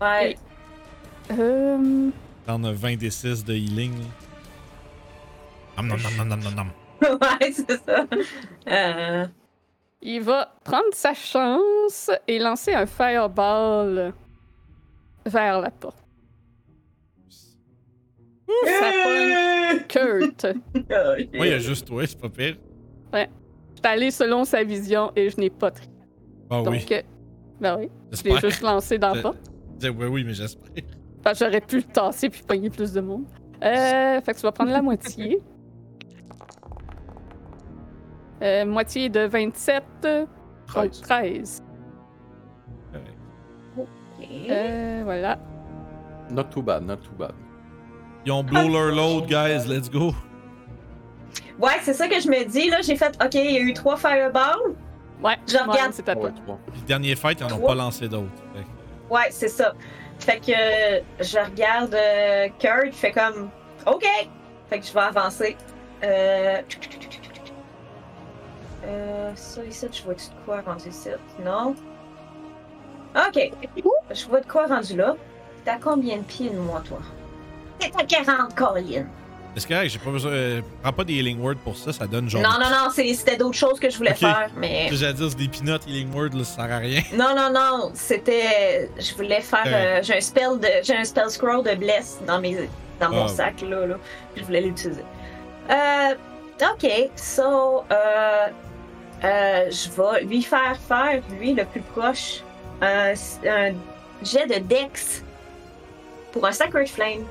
Ouais. <laughs> Euh, T'en as 20 des 6 de healing. là. Nom, nom, nom, nom, nom, nom, nom. ouais, c'est ça. Euh, il va prendre sa chance et lancer un fireball vers la porte. Ça pogne Kurt. Moi, euh, il y a juste toi, c'est pas pire. Je suis allée selon sa vision et je n'ai pas triché. Ah Donc, oui, euh, ben oui, je l'ai j'espère. <laughs> juste lancé dans la Euh, porte. Oui, oui, mais j'espère. Parce que j'aurais pu le tasser puis pogner plus de monde. Euh, fait que tu vas prendre la moitié. <laughs> Euh, moitié de 27, donc 13. 13. Euh, voilà. Not too bad, not too bad. Ils ont blow leur load, guys, let's go. Ouais, c'est ça que je me dis, là. J'ai fait, OK, il y a eu trois fireballs. Ouais, Je regarde. ouais, C'est à toi. Ouais, tu vois. Puis le dernier fight, ils en ont pas lancé d'autres. Fait que- Ouais, c'est ça. Fait que euh, je regarde euh, Kurt, je fais comme, OK. Fait que je vais avancer. Euh... Euh, ça ici, je vois-tu de quoi rendu ici? Non? OK. Je vois de quoi rendu là. T'es à combien de pieds de moi, toi? T'es à 40, Colin. C'est correct, j'ai pas besoin. euh, prends pas des healing words pour ça, ça donne genre. Non, non, non, c'est- c'était d'autres choses que je voulais Ok. faire, mais... J'ai à dire, c'est des peanuts healing words, là, ça sert à rien. <laughs> Non, non, non, c'était. Je voulais faire. Euh. euh, j'ai un spell de, j'ai un spell scroll de bless dans mes, dans mon Ah. sac là, là. Je voulais l'utiliser. Euh, ok, so, euh, euh, je vais lui faire faire lui le plus proche un, un jet de Dex pour un Sacred Flame.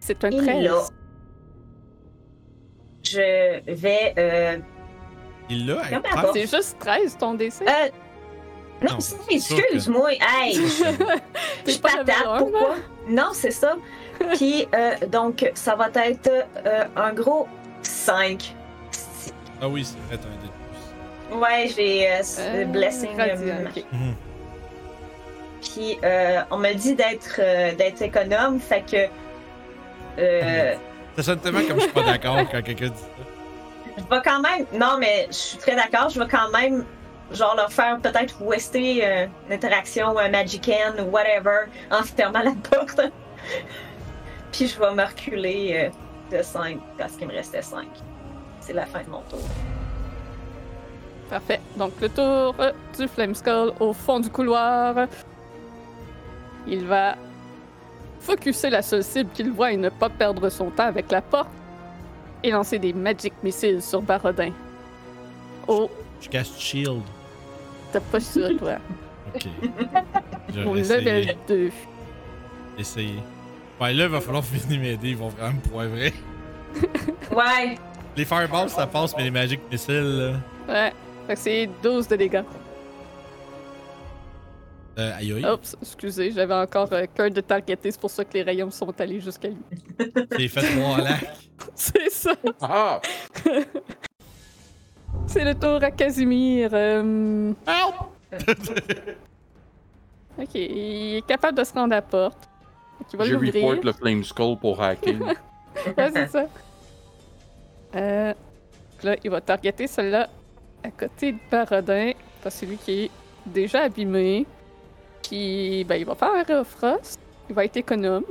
C'est un Et là, 13. je vais. Euh, Il l'a, hein, Non, avec mais classe. attends. C'est juste 13 ton décès. <laughs> euh, non, Non, c'est- c'est sûr que- excuse-moi. Hey, T'es Je pas hein? level patate, un, pourquoi? Non, <laughs> c'est ça. Puis, euh, donc, ça va être euh, un gros 5. Ah oui, c'est fait un dé de plus. Ouais, j'ai euh, ce Euh, Blessing. radiant, euh, ok. Mhm. Puis, euh, on me dit d'être euh, d'être économe, fait que. euh, Ça sonne tellement comme je suis pas d'accord quand quelqu'un dit ça. Je vais quand même. Non, mais je suis très d'accord. Je vais quand même, genre, leur faire peut-être wester euh, une interaction euh, Magicane ou whatever en fermant la porte. <laughs> Puis je vais me reculer euh, de 5 parce qu'il me restait 5. C'est la fin de mon tour. Parfait. Donc, le tour euh, du Flame Skull au fond du couloir. Il va focuser la seule cible qu'il voit et ne pas perdre son temps avec la porte et lancer des Magic Missiles sur Barodin. Oh, Je casse Shield. t'as pas sûr, toi. <laughs> Ok. <laughs> Je Au vais level essayer. 2. essayer. Ouais, là, il va falloir <laughs> venir m'aider. Ils vont vraiment me poivrer. Ouais, <laughs> Les Fireballs, ça passe, mais les Magic Missiles, là. Ouais. Fait que c'est 12 de dégâts. Euh, aïe Oh. aïe. Oups, excusez, j'avais encore euh, cœur de targeté, c'est pour ça que les rayons sont allés jusqu'à lui. <laughs> C'est fait mon lac. <laughs> c'est ça. Ah! C'est le tour à Casimir. euh, <laughs> Ok, il est capable de se rendre à la porte. Donc, il va Je l'ouvrir. report le Flame Skull pour hacking. <laughs> Ouais, c'est ça. Euh, là, il va targeter celle-là à côté de Paradin. Pas celui qui est déjà abîmé. Puis, ben, il va faire un Frost. Il va être économe.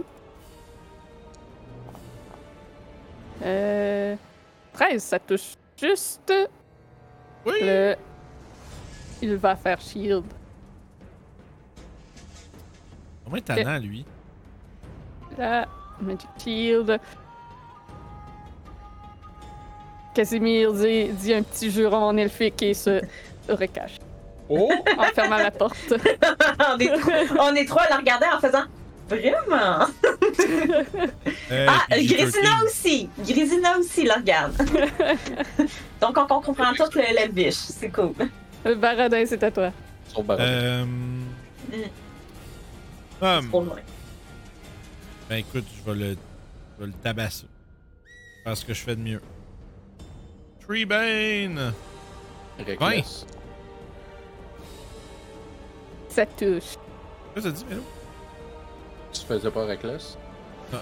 Euh, 13, ça touche juste. Oui! Le... Il va faire shield. Comment est talent, lui? La Magic Shield. Casimir dit, dit un petit juron en elfique et se recache Oh! en fermant la porte. on, est, on est trois à la regarder en faisant vraiment. Eh, Euh, Ah, PG-13. Grisina aussi! Grisina aussi la regarde. Donc, on, on comprend tout le, la biche. C'est cool. Ah, Baradin, c'est à toi. Sur Barodin. Euh. Hum. Pour moi. Ben écoute, je vais le, je vais le tabasser. Parce que je fais de mieux. Treebane! Reckless. Ça touche. Qu'est-ce que ça dit, Melo? Tu faisais pas Reckless?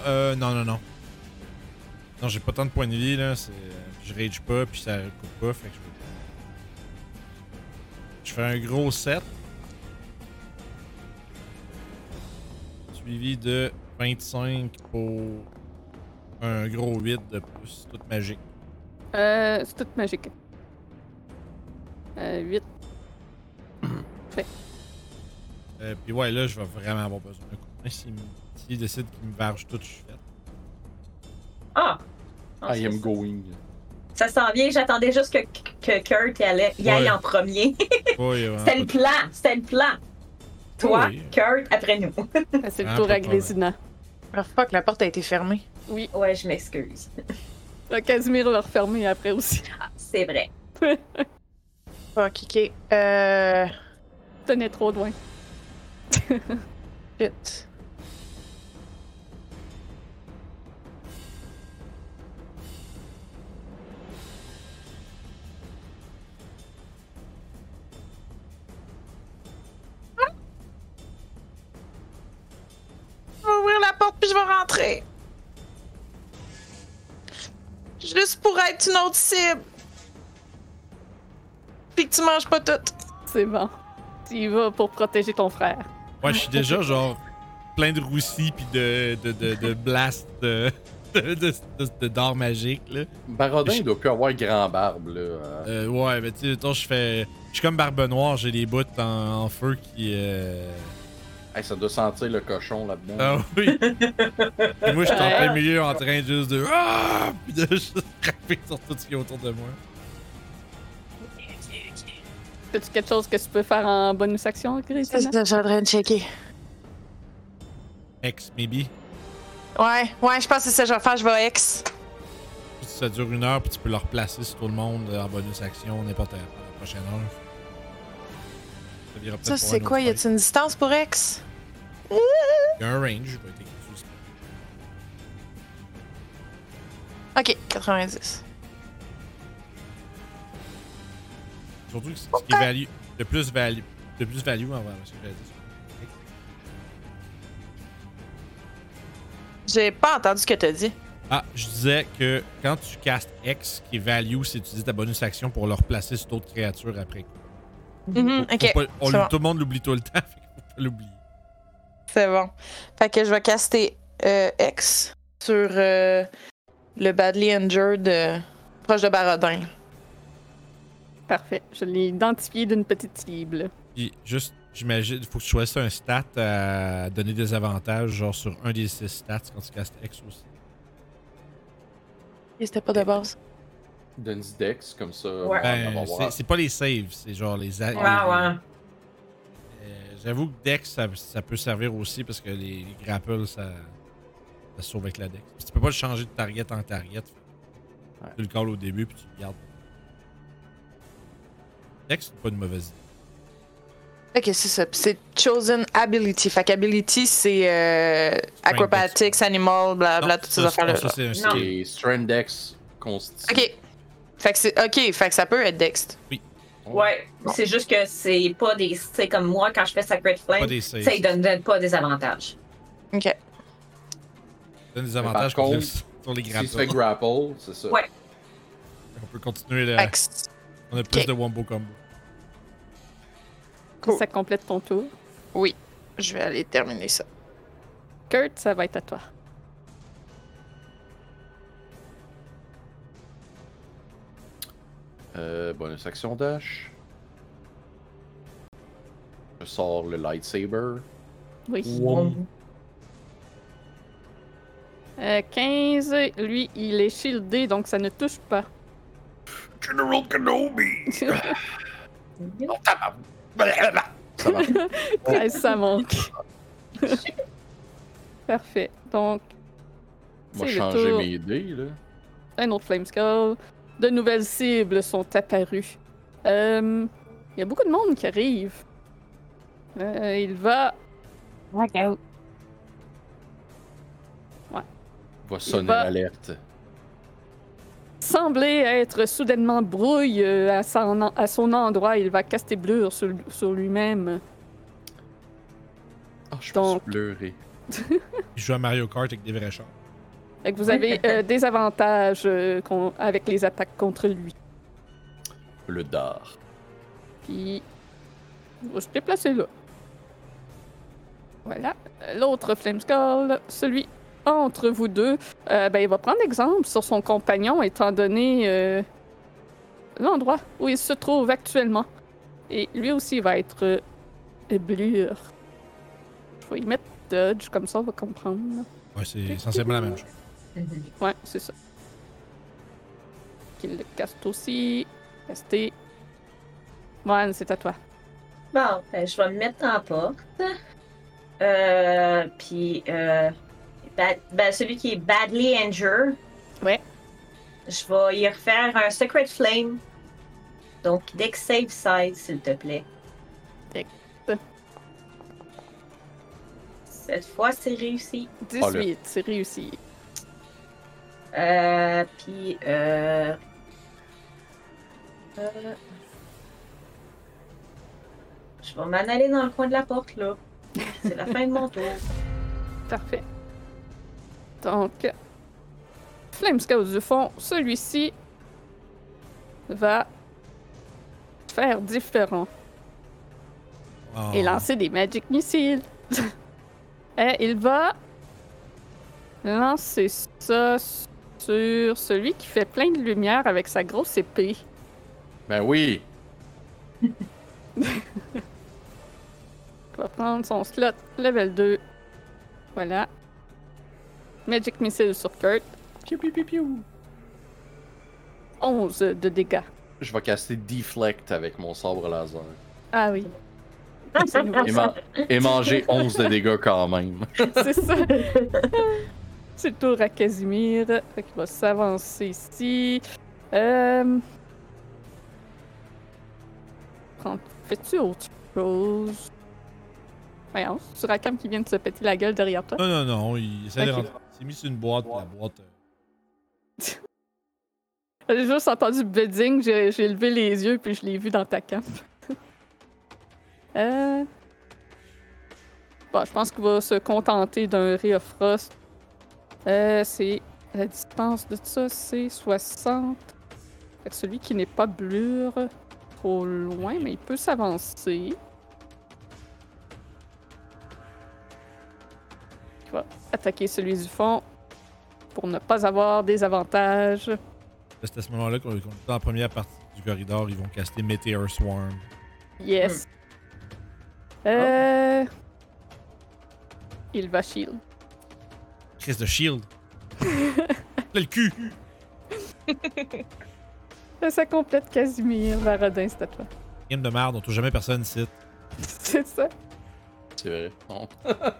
Euh, non, non, non. Non, j'ai pas tant de points de vie, là. c'est- Je rage pas, puis ça coupe pas, fait que je peux- Je fais un gros 7. Suivi de 25 pour un gros 8 de plus, toute magique. Euh, c'est tout magique. Euh, 8. Euh, puis ouais, là, je vais vraiment avoir besoin d'un coup de main. S'il me- s'il décide qu'il me varge tout, je suis fait. Ah! I am going. Ça s'en vient, j'attendais juste que, que Kurt y allait- y aille Ouais. Ah, en premier. Ouais, il y a vraiment C'était pas le de- plan, c'était le plan. Toi, Oui. Kurt, après nous. Ah, C'est le Ah, tour pas à de Grésina. Alors, Ah, fuck, la porte a été fermée. Oui, Ouais, je m'excuse. là, Casimir va refermer après aussi. Ah, c'est vrai. Fuck, ok. Euh. Tenez trop loin. Shit. Je vais ouvrir la porte puis je vais rentrer. Juste pour être une autre cible. Puis que tu manges pas tout. C'est bon. Tu y vas pour protéger ton frère. Ouais, je suis déjà genre plein de roussis puis de, de, de, de blast de, <laughs> de, de, de- de- d'art magique, là. Barodin, Je- il doit plus avoir grand barbe, là. Euh, Euh, ouais, mais tu sais, mettons, je fais. Je suis comme Barbe Noire, j'ai des bouts en, en feu qui. Euh... hey, ça doit sentir le cochon là-dedans. Ah oui! Et moi, je suis en plein milieu en train juste de. Ah! Puis de juste frapper sur tout ce qui est autour de moi. As-tu quelque chose que tu peux faire en bonus action, Grésina? Je suis en train de checker. Ex, maybe. Ouais, ouais, je pense que c'est ça que je vais faire. Je vais ex. Puis ça dure une heure, puis tu peux le replacer sur tout le monde euh, en bonus action, n'importe quand, à la prochaine heure. Ça, viendra Ça, peut-être pour c'est un quoi? autre Y a-t-il une distance pour ex? fight. Y a un range, je vais être écrit dessus. Ok, 90. Surtout que ce qui est value, de plus value, de plus value ah en vrai, ce que j'allais dire. J'ai pas entendu ce que t'as dit. Ah, je disais que quand tu castes X, qui est value, c'est utiliser ta bonus action pour le replacer sur d'autres créatures après. Mhm, Faut- faut ok, pas- on- c'est bon. Tout le monde l'oublie tout le <laughs> temps, fait qu'il faut pas l'oublier. c'est bon. Fait que je vais caster euh, X sur euh, le Badly Injured euh, proche de Barodin. Parfait. Je l'ai identifié d'une petite cible. Puis juste, j'imagine, faut que tu choisisses un stat à donner des avantages, genre sur un des six stats quand tu castes X aussi. Et C'était pas de base. Dennis Dex, comme ça. Ouais. Ah, on va Ben, voir. c'est- c'est pas les saves, c'est genre les. a- Ouais, les- ouais. Euh, J'avoue que Dex, ça, ça peut servir aussi parce que les, les grapples, ça, ça se sauve avec la Dex. Puis tu peux pas le changer de target en target. Tu le calls au début puis tu le gardes. Dex, c'est pas une mauvaise idée. Ok, c'est ça. Puis C'est Chosen Ability. Fait qu'Ability, c'est euh, Acrobatics, Animal, blablabla, Non, Ah, toutes ces ça, affaires-là. non, ça, c'est un Non. skill. Et Strand Dex constitue. Ok. Fait que c'est. Ok, fait que ça peut être Dext. Ouais, c'est juste que c'est pas des. C'est comme moi, quand je fais Sacred Pas Flame, des saves. ça ne donne donne pas des avantages. Ok. donne des avantages Par contre, contre- sur les S'il se fait grapples. grapple, c'est ça. Ouais. On peut continuer. là. Fait que c'est- On a plus ok. de Wombo Combo. Cool. Ça complète ton tour. Je vais aller terminer ça. Kurt, ça va être à toi. Euh, bonus action dash. Je sors le lightsaber. Oui. Wom. Euh, 15, lui, il est shieldé, donc ça ne touche pas. General Kenobi! Oh, Non, tabarou- Blablabla. Ça marche. 13, ça manque. Parfait. Donc, c'est Moi, le changer tour. mes dés, là. un autre Flame Skull. De nouvelles cibles sont apparues. Euh, Il y a beaucoup de monde qui arrive. Euh, il va. Va sonner va- l'alerte. semblait être soudainement brouille euh, à son, en- à son endroit. Il va caster blur sur, sur lui-même. Ah, je Donc- peux pleurer. Je joue à Mario Kart avec des vrais chars. Fait que vous avez euh, des avantages euh, con- avec les attaques contre lui. Le dard. Puis, il va se déplacer là. Voilà. L'autre Flame Skull, celui entre vous deux, euh, ben, il va prendre exemple sur son compagnon étant donné euh, l'endroit où il se trouve actuellement. Et lui aussi va être euh, blur. Je vais y mettre dodge, comme ça on va comprendre. Ouais, c'est essentiellement la même chose. Ouais, c'est ça. Qu'il le caste aussi. Casté. Mohan, c'est à toi. Bon, ben, je vais me mettre en porte. Euh, puis, euh, bad- ben, celui qui est badly injured. Ouais. Je vais y refaire un Secret Flame. Donc, deck save side, s'il te plaît. Dex. Cette fois, c'est réussi. 18, Oh, le- c'est réussi. Euh, puis, euh... euh, Je vais m'en aller dans le coin de la porte, là. C'est la fin de mon tour. Parfait. Donc, Flame Scout du fond, celui-ci va faire différent Oh. et lancer des Magic Missiles. <laughs> et il va lancer ça sur celui qui fait plein de lumière avec sa grosse épée. Ben oui! Il va prendre son slot level 2. Voilà. Magic Missile sur Kurt. Piou, piou, piou, piou. 11 de dégâts. Je vais caster Deflect avec mon sabre laser. Ah oui. <laughs> C'est nouveau, Et, ça. man- et manger 11 de dégâts quand même. <laughs> C'est ça. C'est le tour à Casimir. Fait qu'il va s'avancer ici. Euh... prends- Fais-tu autre chose? Voyons, c'est Rakam qui vient de se péter la gueule derrière toi. Non, non, non, il essaie de Ok. rentrer. Il s'est mis sur une boîte, puis la boîte. euh, J'ai juste entendu buzzing, j'ai j'ai levé les yeux puis je l'ai vu dans ta cam. <laughs> euh... Bon, je pense qu'il va se contenter d'un Ray of Frost. Euh, c'est La distance de ça, c'est 60. Fait que celui qui n'est pas blur, trop loin, mais il peut s'avancer. Il va attaquer celui du fond pour ne pas avoir des avantages. C'est à ce moment-là qu'on qu'on est en première partie du corridor. Ils vont caster Meteor Swarm. Yes. Euh... Il va shield. Crise de <laughs> shield. Là, le cul. Ça, Ça complète Casimir, Varadin, cette fois. Game de merde, on touche jamais personne ici. <laughs> <laughs> C'est ça. C'est vrai. Non.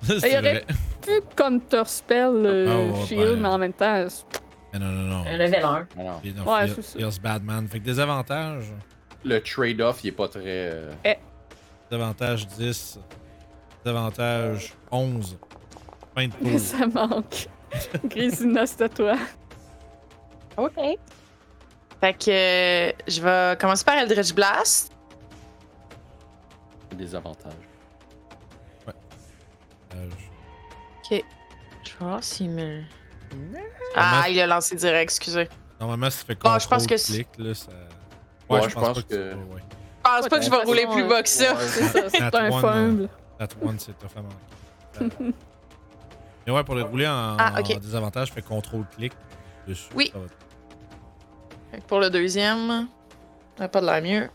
C'est Il y aurait- vrai. Plus counterspell le Ah, ouais, shield, ben. mais en même temps, c'est- Mais non, non, non. Un level 1. Alors, Il- non, Ouais, il- c'est ça. il y a ce Badman. Fait que des avantages. le trade-off, il est pas très. euh, Des avantages 10. Des avantages 11. <laughs> Fin de tour. ça <laughs> manque. Grisina, c'est à toi. OK. Fait que euh, je vais commencer par Eldritch Blast. des avantages. Euh, je- Je vais voir s'il me. Ah, il a lancé direct, excusez. Normalement, si tu fais Bon, contrôle je pense que c'est- clic, là, ça... Ouais, je pense pas que- tu- ouais, ouais. Je pense pas que je vais rouler plus bas que hein. ça. <laughs> C'est ça, c'est Nat un one, fumble. That one, c'est tough à manquer. Euh, <laughs> Mais ouais, pour le rouler en, Ah, ok. en désavantage, fais contrôle clic dessus. Oui. ça va- Fait que pour le deuxième, ça va pas de la mieux.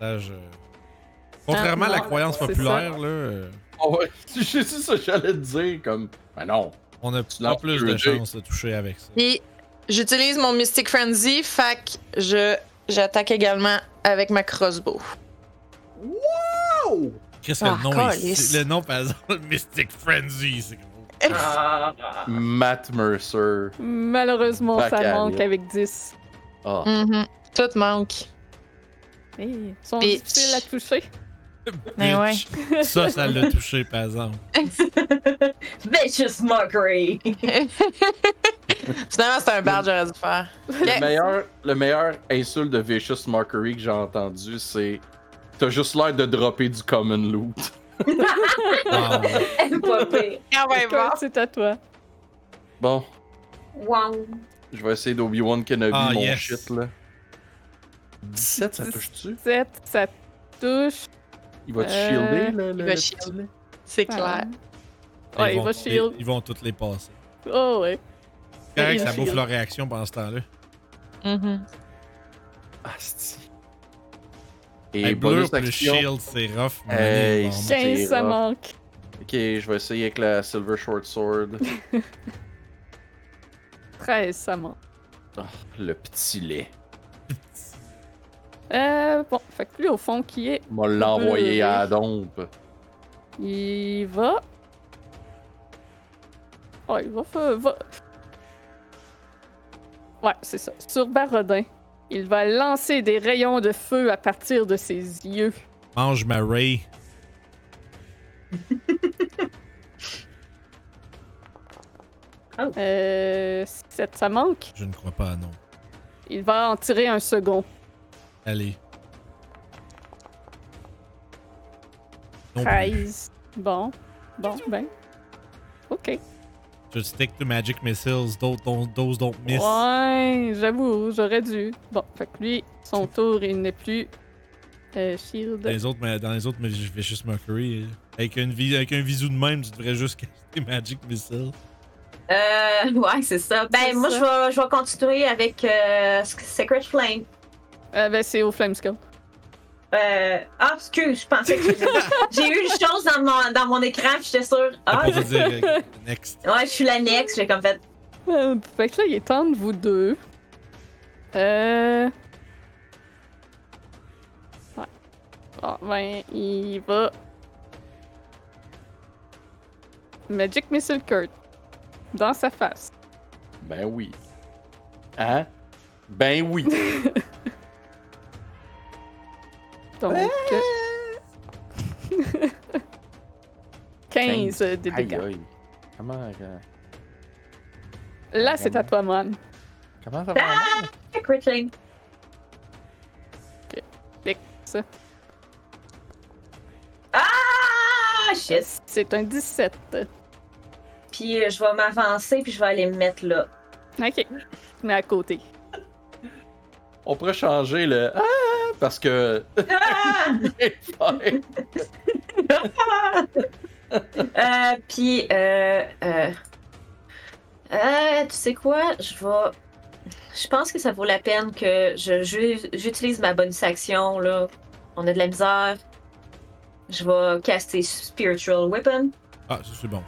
avantage, euh, Contrairement à la Ah, non, croyance c'est ça. populaire, là, euh, Ah ouais, <laughs> c'est juste ça que j'allais te dire. Comme. Mais non. on a Tu pas lances plus le de jet. chances de toucher avec ça. Puis j'utilise mon Mystic Frenzy, fait que je j'attaque également avec ma crossbow. Oh! Qu'est-ce que Ah, le nom est- calisse. Le nom, par exemple, <laughs> Mystic Frenzy. c'est comme- Ah, Matt Mercer. Malheureusement, Bac ça à manque lire. avec 10. Ah. Mhm. Tout manque. <laughs> Hey, ils sont Bitch. difficiles à toucher. Mais Bitch. <laughs> Ça, ça l'a touché, par <laughs> exemple. <laughs> Vicious mockery! Finalement, c'est un bar, j'aurais dû faire. Le meilleur, le meilleur insulte de Vicious Mockery que j'ai entendu, c'est T'as juste l'air de dropper du common loot. <laughs> Ah, Wow. Popé. Ah ouais, D'accord, c'est à toi. Bon, Wow. je vais essayer d'Obi-Wan Kenobi, Ah, mon yes. shit, là. 17, ça touche-tu 7, ça touche. Il va te Euh, shielder, le, il le, va le shield. petit, là? C'est Ah. clair. Ouais, ils, il vont va toutes les- shield. ils vont toutes les passer. Oh, ouais. C'est correct, Il ça va bouffe shield. leur réaction pendant ce temps-là. Mhm. Asti. Et Hey, bleu bonus pour le action. shield, c'est rough. mais Hey, bon, shit. 15, ça rough. manque. Ok, je vais essayer avec la Silver Short Sword. 13, ça manque. <laughs> Ah, le petit lait. Euh, bon, fait que lui, au fond, qui est, M'a l'envoyé à la dompe. il va. Ouais, il va. fa- va- Ouais, c'est ça. Sur Barodin, il va lancer des rayons de feu à partir de ses yeux. mange ma Ray. Euh, sept, ça manque. Je ne crois pas, non. Il va en tirer un second. Allez. Non plus. 13. Bon. Bon, ben. Ok. Just stick to magic missiles. Those don't, those don't miss. Ouais, j'avoue, j'aurais dû. Bon, fait que lui, son tour, il n'est plus euh, shield. Dans les autres, mais dans les autres, mais je fais juste Mercury. euh, Avec, une vi- avec un visu de même, tu devrais juste caster Magic Missile. Euh, ouais, c'est ça. C'est Ben, moi, ça. je vais, je vais continuer avec euh, S- Sacred Flame. Ah ben, c'est au Flamescope. Euh, ah, excuse, je pensais que j'ai eu une chose dans mon, dans mon écran, puis j'étais sûre. Ah, pour te dire euh, <laughs> next. ouais, je suis l'annexe, j'ai comme fait. Euh, fait que là, il est temps de vous deux. Euh. Ouais. Bon, ben, il va. Magic Missile Kurt. Dans sa face. Ben oui. Hein? Ben oui. Donc. euh, <laughs> 15 des Aïe, dégâts. aïe. Comment, euh, Là, c'est à toi, Mon. comment ça va? mal? Sacred Flame. Ah, shit. Ah, C'est un 17. Puis euh, je vais m'avancer, puis je vais aller me mettre là. Ok. Mais à côté. On pourrait changer le Ah! parce que. <laughs> Euh, puis, euh, euh, euh, tu sais quoi, je vais. Je pense que ça vaut la peine que je, je- j'utilise ma bonne action, là. On a de la misère. Je vais caster Spiritual Weapon. Ah, ça, c'est bon.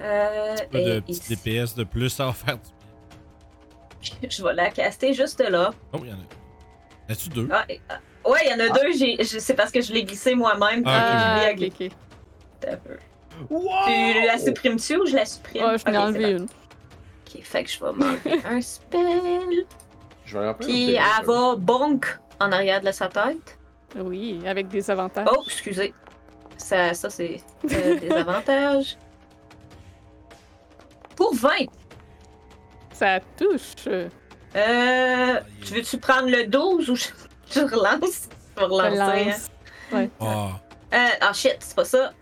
Euh, Pas de et petit ici, DPS de plus à en faire. du- <laughs> je vais la caster juste là. Oh, il y en a. Y en a-tu deux? Ah, et- ah, ouais, il y en a deux, j'ai, je- c'est parce que je l'ai glissé moi-même. Ah, ok. puis je l'ai Ah, glissé ok, ok. un peu. Tu la supprimes-tu ou je la supprime? Ah, je Ok, t'en ai c'est enlevé une. bon. Ok, fait que je <laughs> vais m'enlever un spell. Je vais rappeler Puis le téléphone. elle va bonk en arrière de sa tête. Oui, avec des avantages. Oh, excusez. Ça, ça c'est euh, des avantages. Pour 20, Ça touche. euh, euh, tu veux-tu prendre le 12 ou je, je relance? Je vais je relancer. hein. lance. Ah, Euh, ah shit, c'est pas ça.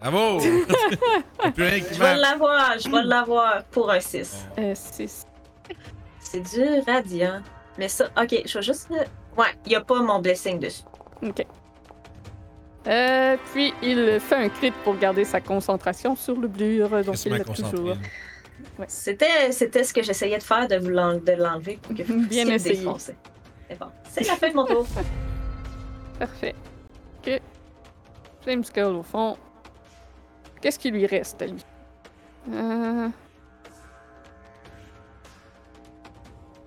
bravo! Y'a plus rien qui Je vais marche. l'avoir, je vais l'avoir pour un 6. Ah. Euh, six. C'est du radiant. Mais ça, ok, je vais juste. euh, Ouais, il n'y a pas mon blessing dessus. Ok. Euh, puis il fait un crit pour garder sa concentration sur le blur, donc Qu'est-ce il que l'a ma toujours. concentrine? C'était, c'était ce que j'essayais de faire, de vous l'en- de l'enlever pour que vous Bien puissiez le essayé. défoncer. C'est bon. C'est la fin de mon tour. <laughs> Parfait. Ok. James Curl au fond. Qu'est-ce qui lui reste à lui? Euh...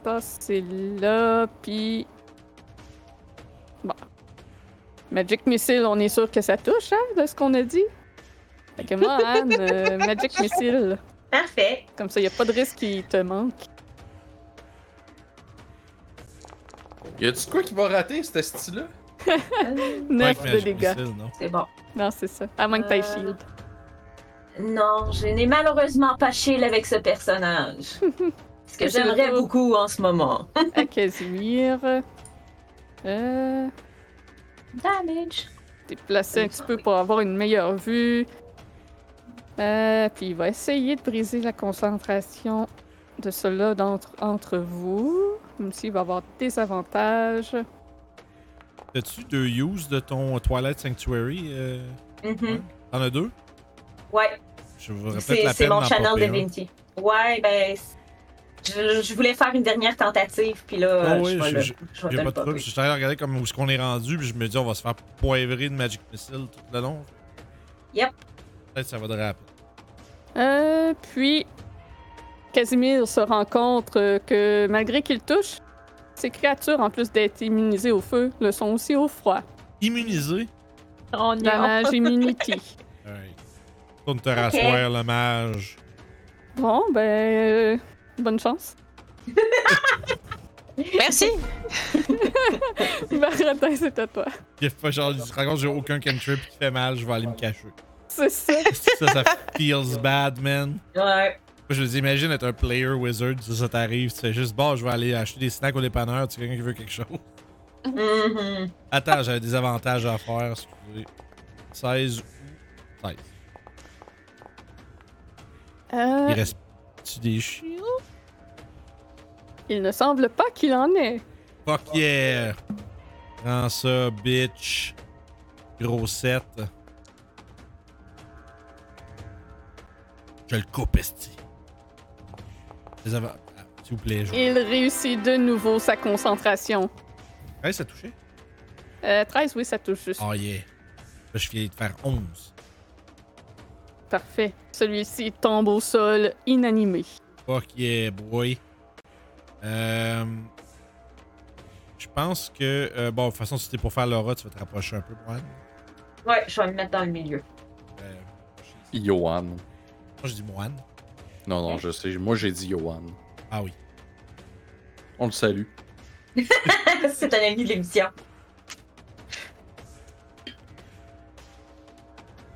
Passer là, puis... Bon. Magic Missile, on est sûr que ça touche, hein, de ce qu'on a dit? Fait que moi, Anne, euh, Magic Missile, Parfait. comme ça, il a pas de risque qu'il te manque. Y a-tu de quoi qui va rater, ce style-là? Cinq 9 de magic dégâts. missiles, non? C'est bon. Non, c'est ça. À moins que t'aies Euh, shield. Non, je n'ai malheureusement pas chill avec ce personnage. Ce C'est que le j'aimerais tour. beaucoup en ce moment. À Casimir. Euh... Damage. déplacer un petit peu pour avoir une meilleure vue. Euh, puis il va essayer de briser la concentration de ceux-là d'entre- entre vous, même s'il va avoir des avantages. T'as-tu deux use de ton Twilight Sanctuary? euh? Mhm. T'en as deux? Ouais, Je vous répète c'est la c'est peine mon d'en channel popper de un. Vinti. Ouais, ben. c'est- Je, je voulais faire une dernière tentative, puis là, Ah oui, je vais je- le- je- je vais J'ai te pas le de trouble. popper. Je suis allé regarder comme où ce qu'on est rendu, puis je me dis on va se faire poivrer de Magic Missile tout le long. Yep. Peut-être que ça va de rapide. Euh, puis Casimir se rend compte euh, que malgré qu'il touche, ces créatures, en plus d'être immunisées au feu, le sont aussi au froid. Immunisé. On y La mage immunity. Alright. Tourne te rasseoir le mage. <laughs> Bon, ben, euh, bonne chance. <laughs> Merci. Baradin, c'est à toi. Il fait genre, il se rend compte j'ai aucun cantrip qui fait mal, je vais aller me cacher. C'est ça. ça, <laughs> ça feels bad, man. Ouais. Moi, je me dis, imagine être un player wizard, ça, ça t'arrive, tu fais juste, bon, je vais aller acheter des snacks au dépanneur, tu sais, quelqu'un qui veut quelque chose. Mhm. Attends, j'avais des avantages à faire, excusez. 16 ou 16. <laughs> Euh, Il reste. Tu des chiens? Il ne semble pas qu'il en ait. Fuck yeah! Prends ça, bitch. Grossette. Je le coupe, esti. Les avant- ah, S'il vous plaît, je... Il réussit de nouveau sa concentration. Hey, ça a touché? Euh, 13, oui, ça touche juste. Oh yeah. Là, je viens de faire 11. Ah. Parfait. Celui-ci tombe au sol, inanimé. Fuck yeah, boy. Euh... Je pense que... euh, bon, de toute façon, si c'était pour faire l'aura, tu vas te rapprocher un peu, Brian. Ouais, je vais me mettre dans le milieu. <laughs> Euh, Yohan. moi, je dis moine. Non, non, je sais. Moi, j'ai dit Yohan. Ah oui. On le salue. c'est un ami de l'émission.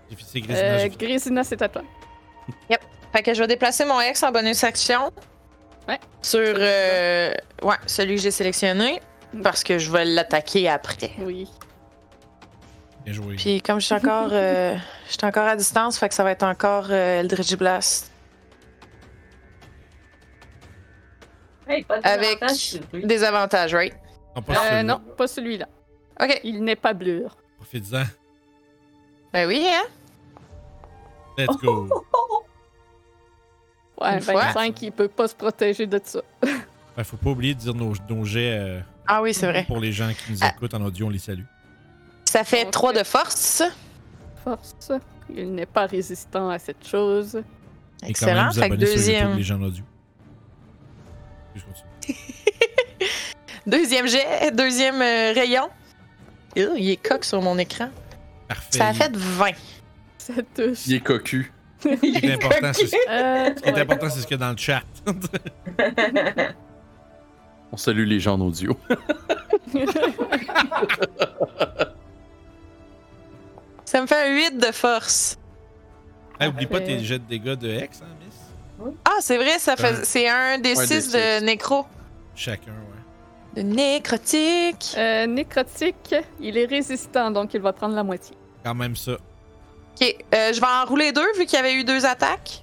J'ai fait ses Euh, grisinages. j'ai fait- Grisina, c'est à toi. Fait que je vais déplacer mon ex en bonus action. Ouais. Sur euh, ouais, celui que j'ai sélectionné. Parce que je vais l'attaquer après. Oui. Bien joué. Puis comme je suis encore, euh, je suis encore à distance, fait que ça va être encore euh, Eldritch Blast. Hey, pas de Avec- avantage sur lui. Des avantages, right? Non, pas Euh, celui-là. non, pas celui-là. Ok. Il n'est pas blur. Profites-en. Ben oui, hein? Let's go. <laughs> Ouais, Une fois. 25, il peut pas se protéger de ça. Ben, faut pas oublier de dire nos, nos jets euh, Ah oui, c'est vrai. pour les gens qui nous Ah. écoutent en audio, on les salue. Mhm. Ça fait Ok. 3 de force. Force. Il n'est pas résistant à cette chose. Et quand même, Excellent. vous Fait que abonnez sur YouTube, deuxième, les gens en audio. Puis je continue. deuxième jet, deuxième euh, rayon. Oh, il est coq sur mon écran. Parfait. Ça a fait 20. Ça touche. Il est cocu. Ce qui est important, c'est ce Euh, <laughs> ce qui est ouais. important, c'est ce qu'il y a dans le chat. <laughs> On salue les gens en audio. <laughs> Ça me fait un 8 de force. Hey, oublie pas Parfait. tes jets de dégâts de Hex, hein, Miss? Ah, c'est vrai, ça fait, Un- c'est un des un des 6 six. de nécro. Chacun, ouais. De nécrotique. Euh, nécrotique, il est résistant, donc il va prendre la moitié. Quand même ça. Ok, euh, je vais en rouler deux vu qu'il y avait eu deux attaques.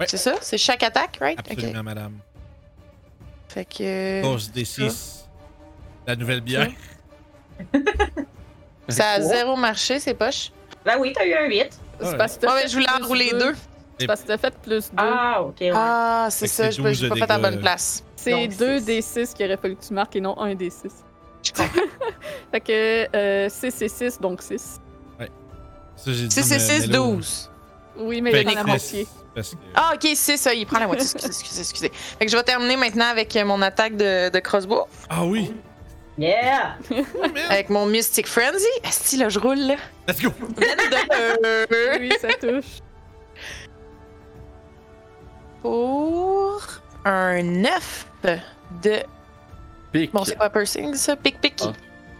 Ouais. C'est ça? C'est chaque attaque, right? Absolument, madame. Ok. Fait que. euh, Force des 6. La nouvelle bière. Ça a zéro marché, c'est poche. Ben oui, t'as eu un 8. Ouais. C'est parce que t'as Ah Ouais, mais fait je voulais plus en rouler deux. C'est parce que t'as fait plus 2. Ah, ok, ouais. Ah, c'est Fait que ça, c'est je peux- 12 je suis pas de fait à la dégâts. bonne place. C'est donc 2 six. des 6 qu'il aurait fallu que tu marques et non 1 des 6. Fait que euh, 6 et 6, donc 6. <laughs> Ça, j'ai dit, 6 et mais- 6, mais là, 12. Oui, mais fait il prend la que moitié. c'est- Parce que. Ah, ok, c'est ça, il prend la moitié. Excusez, excusez, excusez. Fait que je vais terminer maintenant avec euh, mon attaque de, de crossbow, Ah oui! Yeah! Oh, merde. avec mon Mystic Frenzy. Asti, là, je roule, <laughs> là. Let's go! De- Oui, ça <laughs> touche. Pour un 9 de. Pic. Bon, c'est pas piercing, ça? Pic, pic. Ah.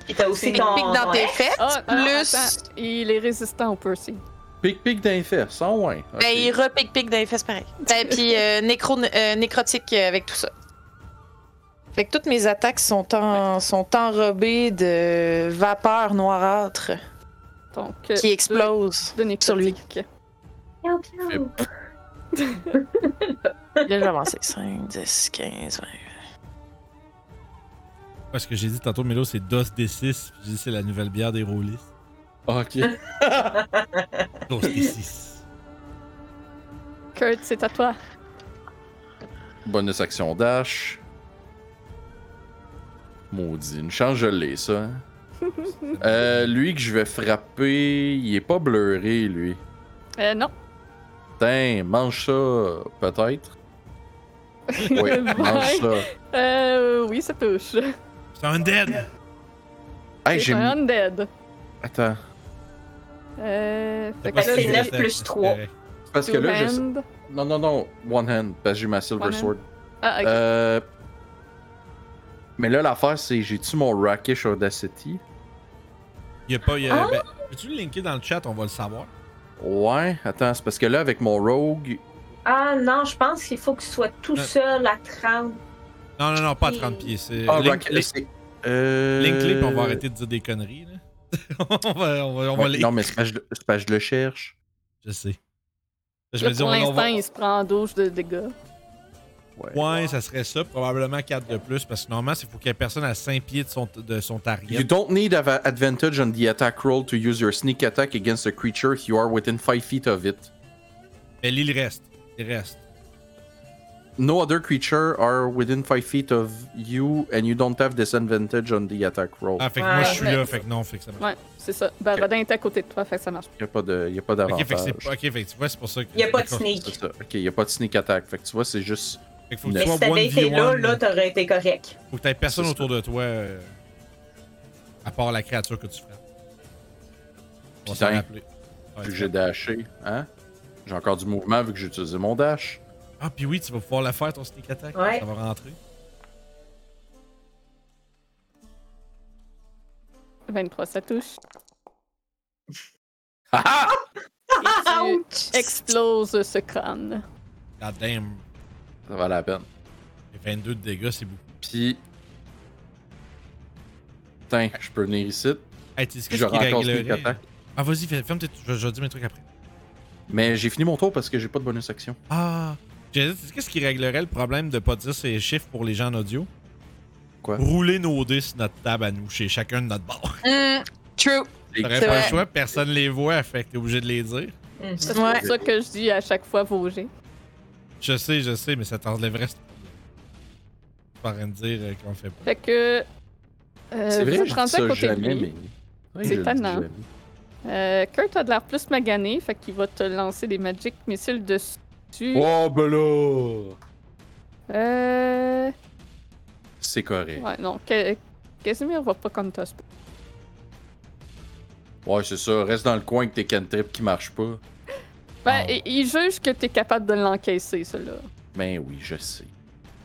Et t'as aussi Pic, pic ton. dans tes fesses, Ah, non, plus. attends, il est résistant au Percy. Pic pic d'un fer, sans ouais. Ok. Ben, il repique-pique dans les fesses pareil. Ben, <laughs> puis euh, nécro- euh, nécrotique euh, avec tout ça. Fait que toutes mes attaques sont, en, sont enrobées de vapeur noirâtre Donc, euh, qui explose. deux- deux sur lui. nécrotiques. Piou, piou. Fait- Là, euh, je vais avancer. 5, 10, 15, 20. Parce que j'ai dit tantôt, Mélo, c'est DOS D6. puis J'ai dit, c'est la nouvelle bière des Rollis. Ok. DOS D6. Kurt, c'est à toi. Bonus action dash. Maudit. Une chance, je l'ai, ça. <laughs> hein. Euh, lui que je vais frapper, il est pas bleuré, lui. Euh, non. Putain, mange ça, peut-être. Oui, <laughs> <laughs> mange ça. euh, oui, ça touche. C'est un dead! Hey, C'est j'ai un mis... undead. Attends. Euh, fait pas que là, si il neuf reste plus trois. C'est Parce que two là, je sais... hand. Non, non, non. One hand, parce que j'ai ma silver One hand. sword. Ah, ok. Euh... Mais là, l'affaire, c'est j'ai-tu mon Rakish Audacity? Il y a pas. il Y a, Ah! ben, Peux-tu le linker dans le chat? On va le savoir. Ouais, attends, c'est parce que là, avec mon Rogue, Ah non, je pense qu'il faut que tu sois tout Euh. seul à 30. Non, non, non, pas à Et- 30 pieds. C'est. Ah, link, Rocket, link- c'est- Euh... link clip, on va arrêter de dire des conneries, là. <laughs> on va, on va, on va Ouais, les- non, mais c'est parce que je le- c'est parce que je le cherche. Je sais. Je Là, me dis, on, pour on l'instant, va. il se prend en douche de dégâts. Ben, Ouais. Ouais, ça serait ça. Probablement 4 de plus. Parce que normalement, il faut qu'il y ait personne à 5 pieds de son, de son You target. don't need av- advantage on the attack roll to use your sneak attack against a creature if you are within 5 feet of it. Mais l'île reste. Ben, Il reste. No other creature are within 5 feet of you and you don't have disadvantage on the attack roll. Ah, fait que Ouais, moi, je suis mais- là. Fait que non, fait que ça marche. Ouais, c'est ça. Ben, Rodin est à côté de toi, fait que ça marche. Il n'y a pas Ok, d'avantage. fait que c'est ok, fait que tu vois, c'est pour ça que. Il n'y a pas de D'accord. sneak. C'est ça. Ok, il n'y a pas de sneak attack. Fait que tu vois, c'est juste. Fait que faut que Mais tu si sois one t'avais été v là, one. là, t'aurais été correct. Faut que t'aies personne C'est ça. autour de toi. euh, à part la créature que tu frappes. On va s'en Putain. rappeler. Ouais, Vu que tu- j'ai dashé, hein? J'ai encore du mouvement vu que j'ai utilisé mon dash. <laughs> Ah, puis oui, tu vas pouvoir la faire ton sneak attack. Ouais. Ça va rentrer. 23, ça touche. Ah Et tu exploses ce crâne. God damn. Ça valait la peine. Les 22 de dégâts, c'est beaucoup. Puis. Putain, je peux venir ici. Hey, tu sais Je qu'est-ce qui rencontre réglerait- Nicotin. Ah, vas-y, fais- ferme tes. Je, je dis mes trucs après. Mais j'ai fini mon tour parce que j'ai pas de bonus action. Ah. J'ai dit, tu sais qu'est-ce qui réglerait le problème de pas dire ces chiffres pour les gens en audio? Quoi? Rouler nos dés sur notre table à nous, chez chacun de notre bord. Hmm, true. T'aurais C'est pas le vrai. choix, personne les voit, fait que t'es obligé de les dire. Mhm. C'est Ouais. pour ça que je dis à chaque fois vos jets. Je sais, je sais, mais ça t'enlèverait ce problème. Je suis en train de dire euh, qu'on le fait pas. Fait que. euh, C'est vous vrai, êtes je dis rendu à ça côté de jamais, lui. mais. C'est Ouais, je le dis étonnant. jamais. Euh, Kurt a de l'air plus magané, fait qu'il va te lancer des Magic Missiles dessus. Oh, ben là! Euh. C'est correct. Ouais, non. Ca- Casimir va pas comme toi. c'est pas- Ouais, c'est ça. Reste dans le coin avec tes cantrips qui marchent pas. Ah. Ben, il- il juge que t'es capable de l'encaisser, celui-là. Ben oui, je sais.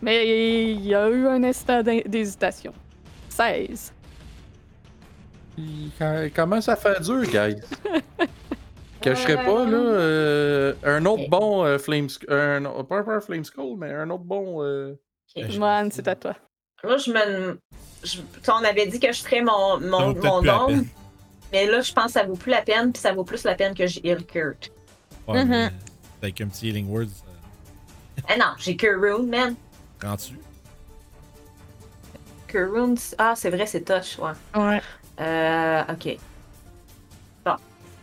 Mais il y a eu un instant d'hé- d'hésitation. 16. Il il commence à faire dur, guys. Cacherai Ouais. pas, là. euh, un autre bon euh, Flame Sc- un o- Pas un Flame Skull, mais un autre bon. euh, Ben, je- Mohan, c'est à toi. Moi, je me. je- tu sais, on avait dit que je ferais mon, Ça mon, vaut peut-être mon plus la don, peine. mais là, je pense que ça vaut plus la peine, puis ça vaut plus la peine que j'ai heal Kurt. Ouais, Mhm. mais Avec un petit healing word, ça Ah non, j'ai Kurun, man. rend-tu? Kurun, c'est- ah, c'est vrai, c'est touch, ouais. Ouais. Euh, ok.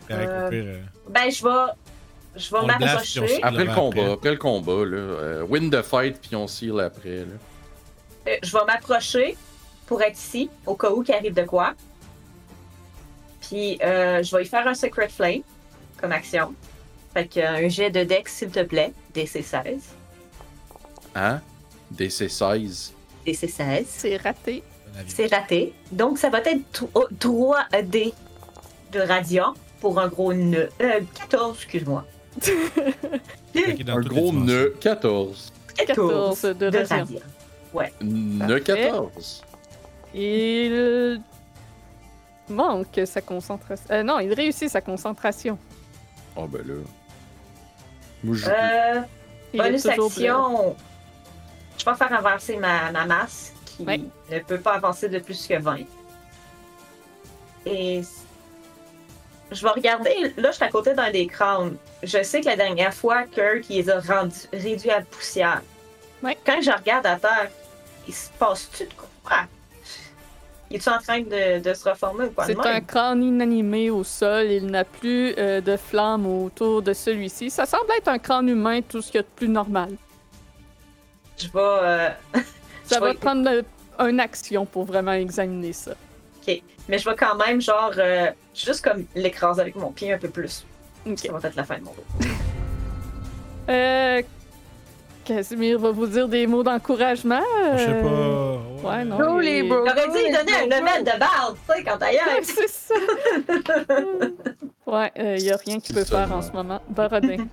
Correct, Euh, au pire, euh, Ben, je vais. Je On vais le blast, puis on m'approcher. se- Après le l'avais combat, après. après. le combat, là. euh, win the fight, puis on seal après, là. Euh, Je vais m'approcher pour être ici, au cas où qu'il arrive de quoi. Puis, euh, je vais y faire un Secret Flame comme action. Fait que, euh, un jet de deck, s'il te plaît, DC16. Hein? DC16. DC16. C'est raté. la vie. C'est raté. Donc, ça va être 3D de radiant pour un gros nœud. Euh, 14, excuse-moi. Fait que dans un toutes les gros dimensions. nœud 14. 14 de de radiant. radiant. Nœud Parfait. 14. Il manque sa concentration. Euh, non, il réussit sa concentration. Oh, ben là. Moi, je- Euh, Il bonus est toujours action. Je vais faire avancer ma, ma masse qui Ouais. ne peut pas avancer de plus que 20. Et s- je vais regarder. Là, je suis à côté d'un des crânes. Je sais que la dernière fois, Kirk, il les a rendu- réduits à poussière. Ouais. Quand je regarde à terre, il se passe-tu de quoi? Il est en train de, de se reformer ou quoi? C'est de même? un crâne inanimé au sol, il n'a plus euh, de flamme autour de celui-ci. Ça semble être un crâne humain, tout ce qu'il y a de plus normal. Je vais. euh, Ça <laughs> je va vais- prendre euh, une action pour vraiment examiner ça. Mais je vais quand même, genre, euh, juste comme l'écraser avec mon pied un peu plus. Ok. Ça va être la fin de mon tour. Euh, Casimir va vous dire des mots d'encouragement. Je sais euh, pas. ouais, non. Go il- les bros. J'aurais dû lui donner un domaine de barbe, tu sais, quand ailleurs. Ouais, c'est ça. <laughs> ouais, il n'y a rien qu'il peut faire en ce moment. <laughs> Barodin.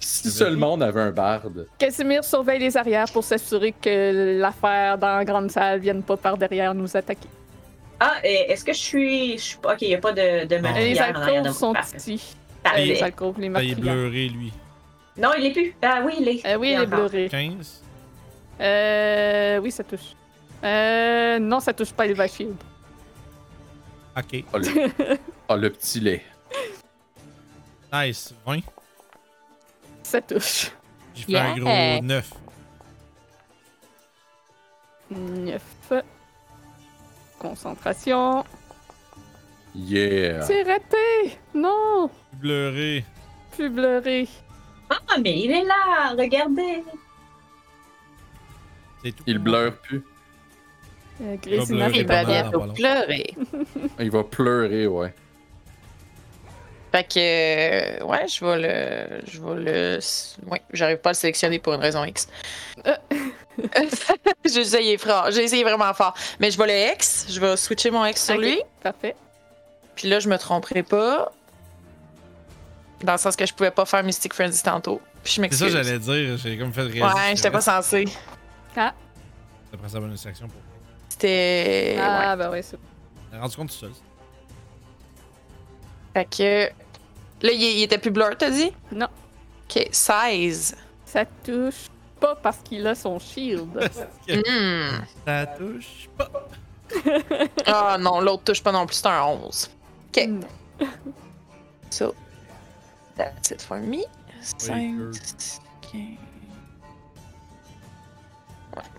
Si seulement on avait un barde. Casimir surveille les arrières pour s'assurer que l'affaire dans la grande salle vienne pas par derrière nous attaquer. Ah, et est-ce que je suis. je suis pas- Ok, il n'y a pas de, de Non. les meurtrière Ah, en arrière de alcôves vous. sont Parfait. petits. Euh, Parfait. Les alcôves, les Ah, il est meurtrières. bleuré, lui. Non, il est plus. Ah oui, il est. Euh, oui, il est il est encore. bleuré. 15. Euh, oui, ça touche. Euh, non, ça touche pas Elva Shield. Ok. Ah, le, Ah, le petit lait. Nice. 20. Ça touche. J'ai fait un Yeah. gros 9. 9. Concentration. Yeah. Ah. C'est raté! Non! Bleuré. Plus bleuré. Ah, mais il est là, regardez. C'est tout. Il bleure plus. Euh, Il va Grésina, pleurer c'est Il pas va pendant- dans bien. pas long. bientôt pleurer. Il va pleurer, ouais. Fait que, euh, ouais, je vais le. Je vais le. Ouais, j'arrive pas à le sélectionner pour une raison X. Euh. <laughs> j'ai essayé fort, j'ai essayé vraiment fort. Mais je vais le X, je vais switcher mon X sur Ok, lui, Parfait. puis là, je me tromperai pas. Dans le sens que je pouvais pas faire Mystic Frenzy tantôt. Puis je C'est ça, m'excuse. j'allais dire. J'ai comme fait réagir. ouais, j'étais pas censée. Ça prend sa bonne section pour. C'était. ah, bah ouais, c'est T'as rendu compte tout seul. Ouais. Fait que. Là, il, il était plus blur, t'as dit? Non. Ok, 16. Ça touche pas parce qu'il a son shield. Ok. Hmm. Ça touche pas. Ah non, l'autre touche pas non plus, c'est un 11. Ok. Non. So, that's it for me. 5, Waker. 15. Ouais,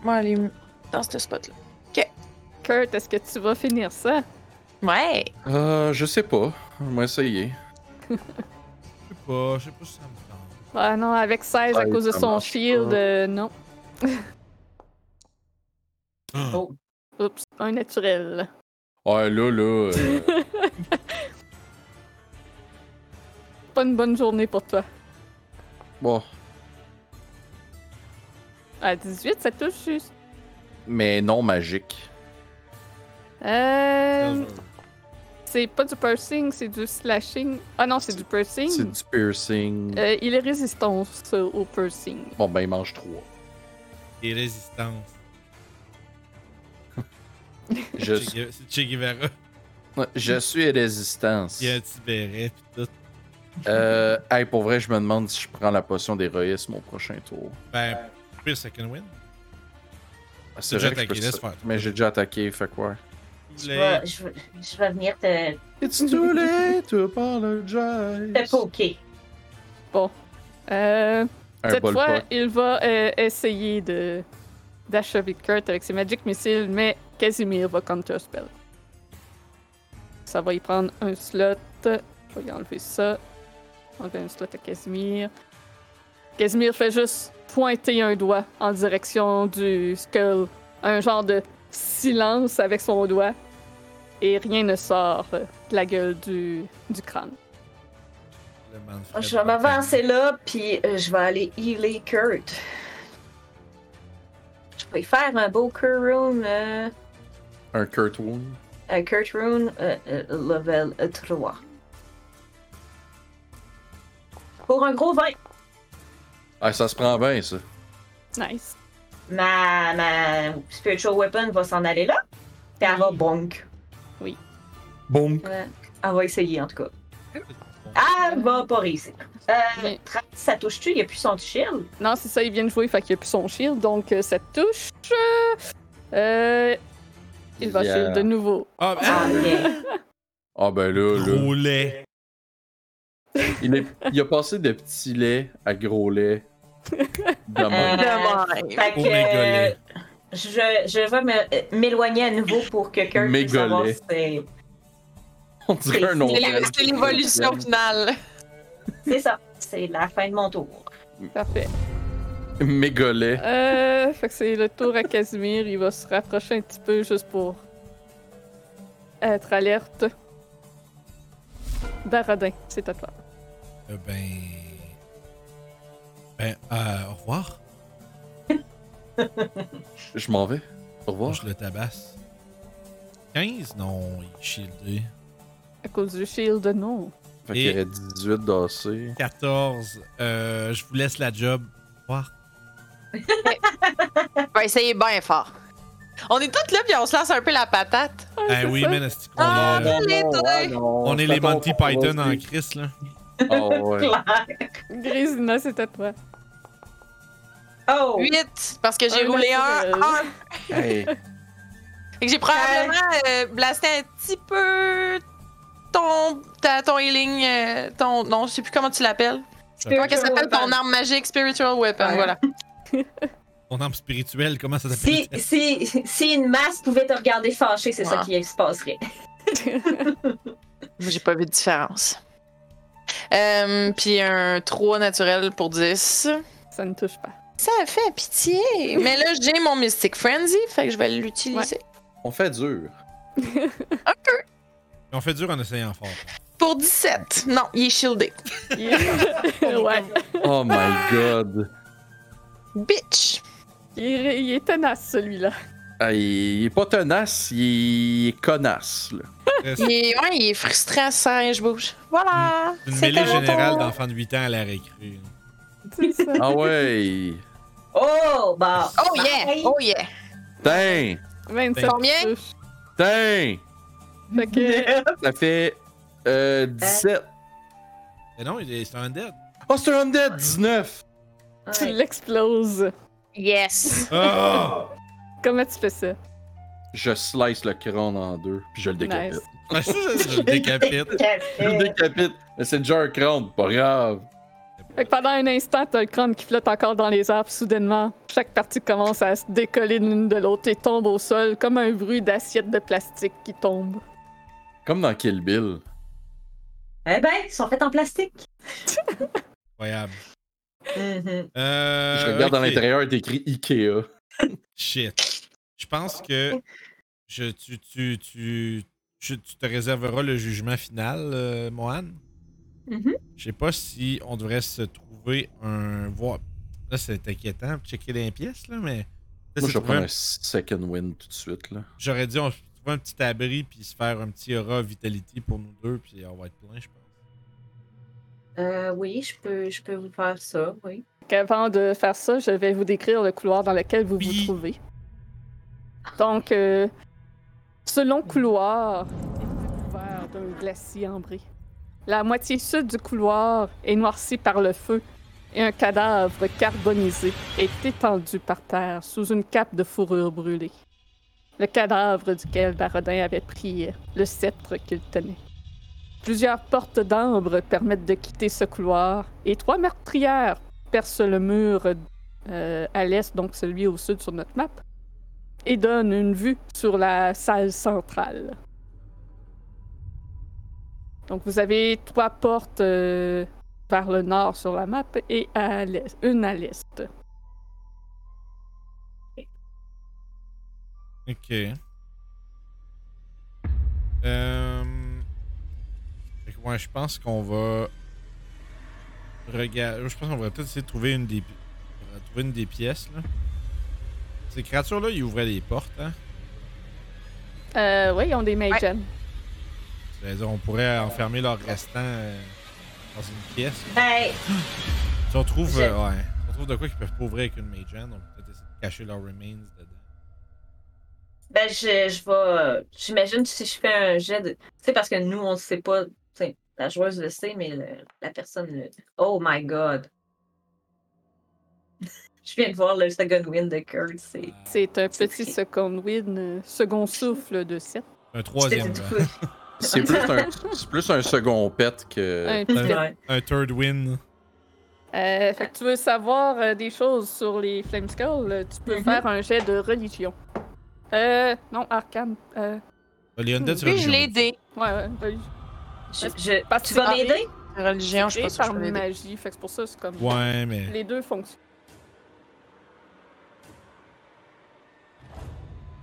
moi, aller dans ce spot-là. Kurt, est-ce que tu vas finir ça? Ouais! Euh, je sais pas. On va essayer. Je sais pas, je sais pas si ça me tente. Ah non, avec 16 à Ouais, cause de ça son marche shield, pas. euh, non. Ah, Oh. <gasps> Oups, un naturel. Ouais, là, là. euh, <laughs> Pas une bonne journée pour toi. bon. À 18, ça touche juste. Mais non magique. Euh, c'est pas du piercing, c'est du slashing. Ah non, c'est du C'est piercing. du piercing. Euh, il est résistance euh, au piercing. Bon, ben, il mange trois. Et résistance. Je, Che Guevara- C'est Che Guevara. je suis résistance. Il y a un petit béret pis tout. Euh, hey, pour vrai, je me demande si je prends la potion d'héroïsme au prochain tour. Ben, pire second win. C'est Ah, déjà vrai que je peux attaqué, laisse ça- faire. Mais j'ai déjà attaqué, fait quoi? Je vais, je vais- je vais venir te, It's <laughs> too late to te apologize. poker. Euh, Un cette bol fois, pas. il va euh, essayer de d'achever Kurt avec ses magic missiles, mais Casimir va counterspell. Ça va y prendre un slot. Je vais y enlever ça. Enlever un slot à Casimir. Casimir fait juste pointer un doigt en direction du skull. Un genre de silence avec son doigt. Et rien ne sort euh, de la gueule du, du crâne. Le Manfred Je vais m'avancer là, puis euh, je vais aller healer Kurt. Je vais lui faire un beau Kurt Rune, euh, Un Kurt Wound. un Kurt Rune euh, euh, level euh, 3. Pour un gros 20. Ah, ça se prend bien, ça. Nice. Ma, ma Spiritual Weapon va s'en aller là, puis elle va bonk. Bon. Ouais. Elle va essayer en tout cas. Bon. Elle va pas réussir. Euh, Mais- 30, ça touche-tu? Il n'y a plus son shield. Non, c'est ça, il vient de jouer, fait qu'il a plus son shield, donc euh, ça touche. Euh, il va Yeah. shield de nouveau. Ah, ben, Ah, yeah. Ah, ben là, là. gros lait. Il, est- il a passé de petit lait à gros lait. Demain. Euh, De même. Fait que, Au mégolet. je, je vais me- euh, m'éloigner à nouveau pour que Kurt puisse Mégolet. savoir si c'est- On dirait un nom. C'est la- c'est l'évolution finale. C'est ça. C'est la fin de mon tour. Parfait. Mégolet. Euh, fait que c'est le tour à Casimir, il va se rapprocher un petit peu juste pour être alerte. Baradin, c'est à toi. Euh, ben. Ben, euh, au revoir. Je m'en vais. Au Moi, revoir. je le tabasse. 15? Non, il est shieldé. À cause du shield, non. Fait Et- qu'il y aurait 18 d'AC. 14. Euh, je vous laisse la job. Au revoir. On va essayer bien fort. On est toutes là, puis on se lance un peu la patate. Ah, Ah c'est oui, ça. mais est-ce qu'on Ah, est, euh, non, non, ah, on est les Monty Python en crise, là. Ah <laughs> ouais. Grisina, c'est à <laughs> toi. Oh! 8, parce que j'ai Un roulé un. euh, naturel. un. Hey, Fait que j'ai probablement euh, blasté un petit peu ton, ta- ton healing. euh, ton, non, je sais plus comment tu l'appelles. Comment qu'elle s'appelle ton arme magique, Spiritual Weapon, Ouais. voilà. Ton âme spirituelle, comment ça s'appelle? Si, si, si une masse pouvait te regarder fâchée, c'est ça Ouais. qui se <laughs> passerait. <laughs> Moi, j'ai pas vu de différence. Euh, puis un 3 naturel pour 10. Ça ne touche pas. Ça fait pitié. Mais là, j'ai mon Mystic Frenzy, fait que je vais l'utiliser. on fait dur. On fait dur en essayant fort. Pour 17. Non, il est shieldé. Il- <laughs> ouais. Oh my god. Bitch. Il est- il est tenace, celui-là. Ah, il est pas tenace, il est connasse. là. Reste- Il est, ouais, il est frustrant, ça, je bouge. Voilà. C'est une C'était mêlée mon générale tour. d'enfants de 8 ans à la récré. C'est ça. Ah ouais. Oh, bah! Oh yeah! Bye. Oh yeah! Tain, Ah, 27 ben, Combien? touche. tain. Fait <laughs> que- Ça fait euh, 17. Mais non, il est c'est un dead. Oh, c'est un undead, 19. tu Ouais. l'exploses. Oh, Yes! Oh! Comment tu fais ça? je slice le crâne en deux, puis je le décapite. Nice. Ah, je le décapite. <laughs> Je le décapite. Mais c'est déjà un crâne, pas grave. Fait que pendant un instant, t'as le crâne qui flotte encore dans les arbres. Soudainement, chaque partie commence à se décoller l'une de l'autre et tombe au sol comme un bruit d'assiette de plastique qui tombe. Comme dans Kill Bill. Eh ben, ils sont faits en plastique. Incroyable. Mhm. Euh, je regarde ok. à l'intérieur, il est écrit Ikea. Shit. Je pense que je, tu, tu, tu, je- tu te réserveras le jugement final, euh, Mohan. Mhm. Je sais pas si on devrait se trouver un. voir- Là, c'est inquiétant, checker les pièces, là, mais. Là, Moi, c'est je vais trouver prendre un- un second win tout de <laughs> suite. Là. J'aurais dit, on se trouve un petit abri, puis se faire un petit aura vitality pour nous deux, puis on va être plein, je pense. Euh, oui, je peux, je peux vous faire ça, oui. Donc, Avant de faire ça, je vais vous décrire le couloir dans lequel vous Oui. vous trouvez. Donc, euh, ce long couloir est couvert d'un glacier ambré. La moitié sud du couloir est noircie par le feu et un cadavre carbonisé est étendu par terre sous une cape de fourrure brûlée. Le cadavre duquel Barodin avait pris le sceptre qu'il tenait. Plusieurs portes d'ambre permettent de quitter ce couloir et trois meurtrières perce le mur euh, à l'est, donc celui au sud sur notre map, et donne une vue sur la salle centrale. Donc vous avez trois portes euh, vers le nord sur la map et à l'est, une à l'est. Ok. Euh... fait que, ouais, je pense qu'on va. Regarde. Je pense qu'on va peut-être essayer de trouver une des, euh, trouver une des pièces, là. Ces créatures-là, ils ouvraient les portes, hein. Euh, oui, ils ont des Mayhem. C'est-à-dire, on pourrait enfermer leurs restants euh, dans une pièce. là. Ben, Si on trouve. Je- euh, ouais. Si on trouve de quoi qu'ils peuvent pas ouvrir avec une Majan, on peut peut-être essayer de cacher leurs remains dedans. ben je, je vais. J'imagine si je fais un jet de. Tu sais, parce que nous, on ne sait pas. tu sais, La joueuse le sait, mais le- la personne. le- Oh my god. <laughs> je viens de voir le second win de Kurt. C'est. C'est un C'est petit vrai. second wind, euh, second souffle de 7. Un troisième. euh, c'est- là. C'est plus, un- c'est plus un second pet que. Un petit Euh, fait. Ouais. Un third win. Euh, fait que tu veux savoir euh, des choses sur les Flame Skulls, euh, tu peux Mhm. faire un jet de religion. Euh, non, arcane. Euh, Les Undead, c'est Puis je religion. l'ai aidé. ouais, ouais, religion. Je- je- Parce tu que- vas m'aider? Religion, je Et pense que je par peux l'aider. magie. Fait que c'est pour ça, c'est comme. Ouais, mais. Les deux fonctionnent.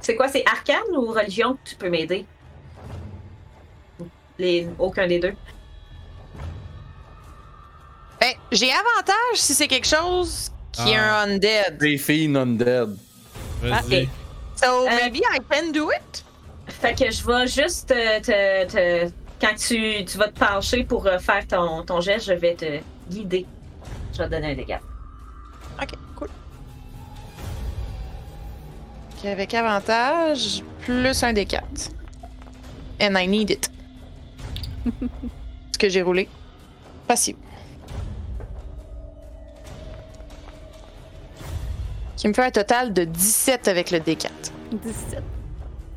C'est quoi, c'est arcane ou religion que tu peux m'aider? Les... Aucun des deux. Ben, j'ai avantage si c'est quelque chose qui est Ah. un undead. Des filles non-dead. Vas-y. ok. So Euh, maybe I can do it. Fait que je vais juste te. te- te- Quand tu, tu vas te pencher pour euh, faire ton, ton geste, je vais te guider. Je vais te donner un dégât. Ok, cool. Ok, avec avantage, plus un des quatre. And I need it. <laughs> Ce que j'ai roulé. Facile. Qui me fait un total de 17 avec le D4. 17.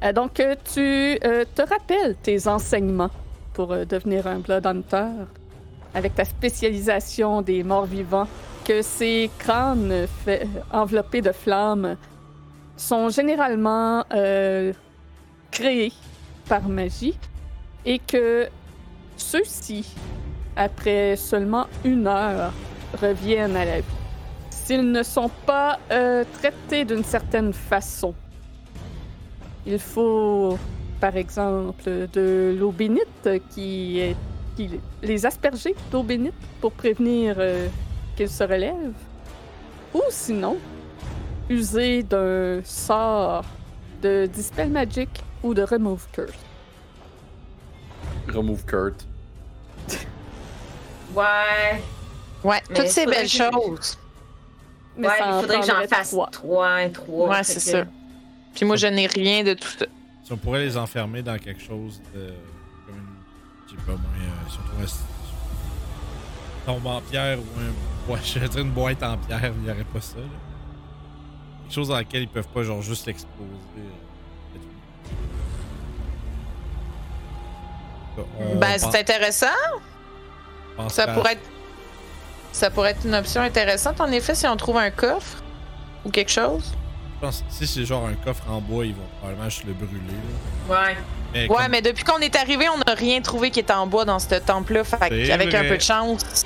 Euh, donc, euh, tu euh, te rappelles tes enseignements pour euh, devenir un Blood Hunter avec ta spécialisation des morts vivants, que ces crânes euh, fait- enveloppés de flammes sont généralement euh, créés par magie et que ceux-ci, après seulement une heure, reviennent à la vie. S'ils ne sont pas euh, traités d'une certaine façon, il faut, par exemple, de l'eau bénite qui est. qui- les asperger d'eau bénite pour prévenir euh, qu'ils se relèvent. Ou sinon, user d'un sort de Dispel Magic ou de Remove Curse. Remove Kurt. Ouais. Ouais, Mais toutes ces faudrait belles que- choses. Mais ouais, ça en il faudrait que j'en prendrait fasse trois. 3, 3. Ouais, c'est ça. Puis moi, je n'ai rien de tout ça. Si on pourrait les enfermer dans quelque chose de. comme une. Je sais pas, moi, euh, si on trouvait s- tombe en pierre ou un bois- <laughs> je dirais une boîte en pierre, il n'y aurait pas ça. Là. Quelque chose dans laquelle ils peuvent pas, genre, juste l'exposer. euh, être- Euh, On ben, pen- c'est intéressant. pense Ça à- pourrait être. Ça pourrait être une option intéressante, en effet, si on trouve un coffre ou quelque chose. je pense- si c'est genre un coffre en bois, ils vont probablement juste le brûler. là. Ouais. Mais Ouais, comme- mais depuis qu'on est arrivé, on n'a rien trouvé qui est en bois dans ce temple-là. Fait C'est avec un vrai. peu de chance,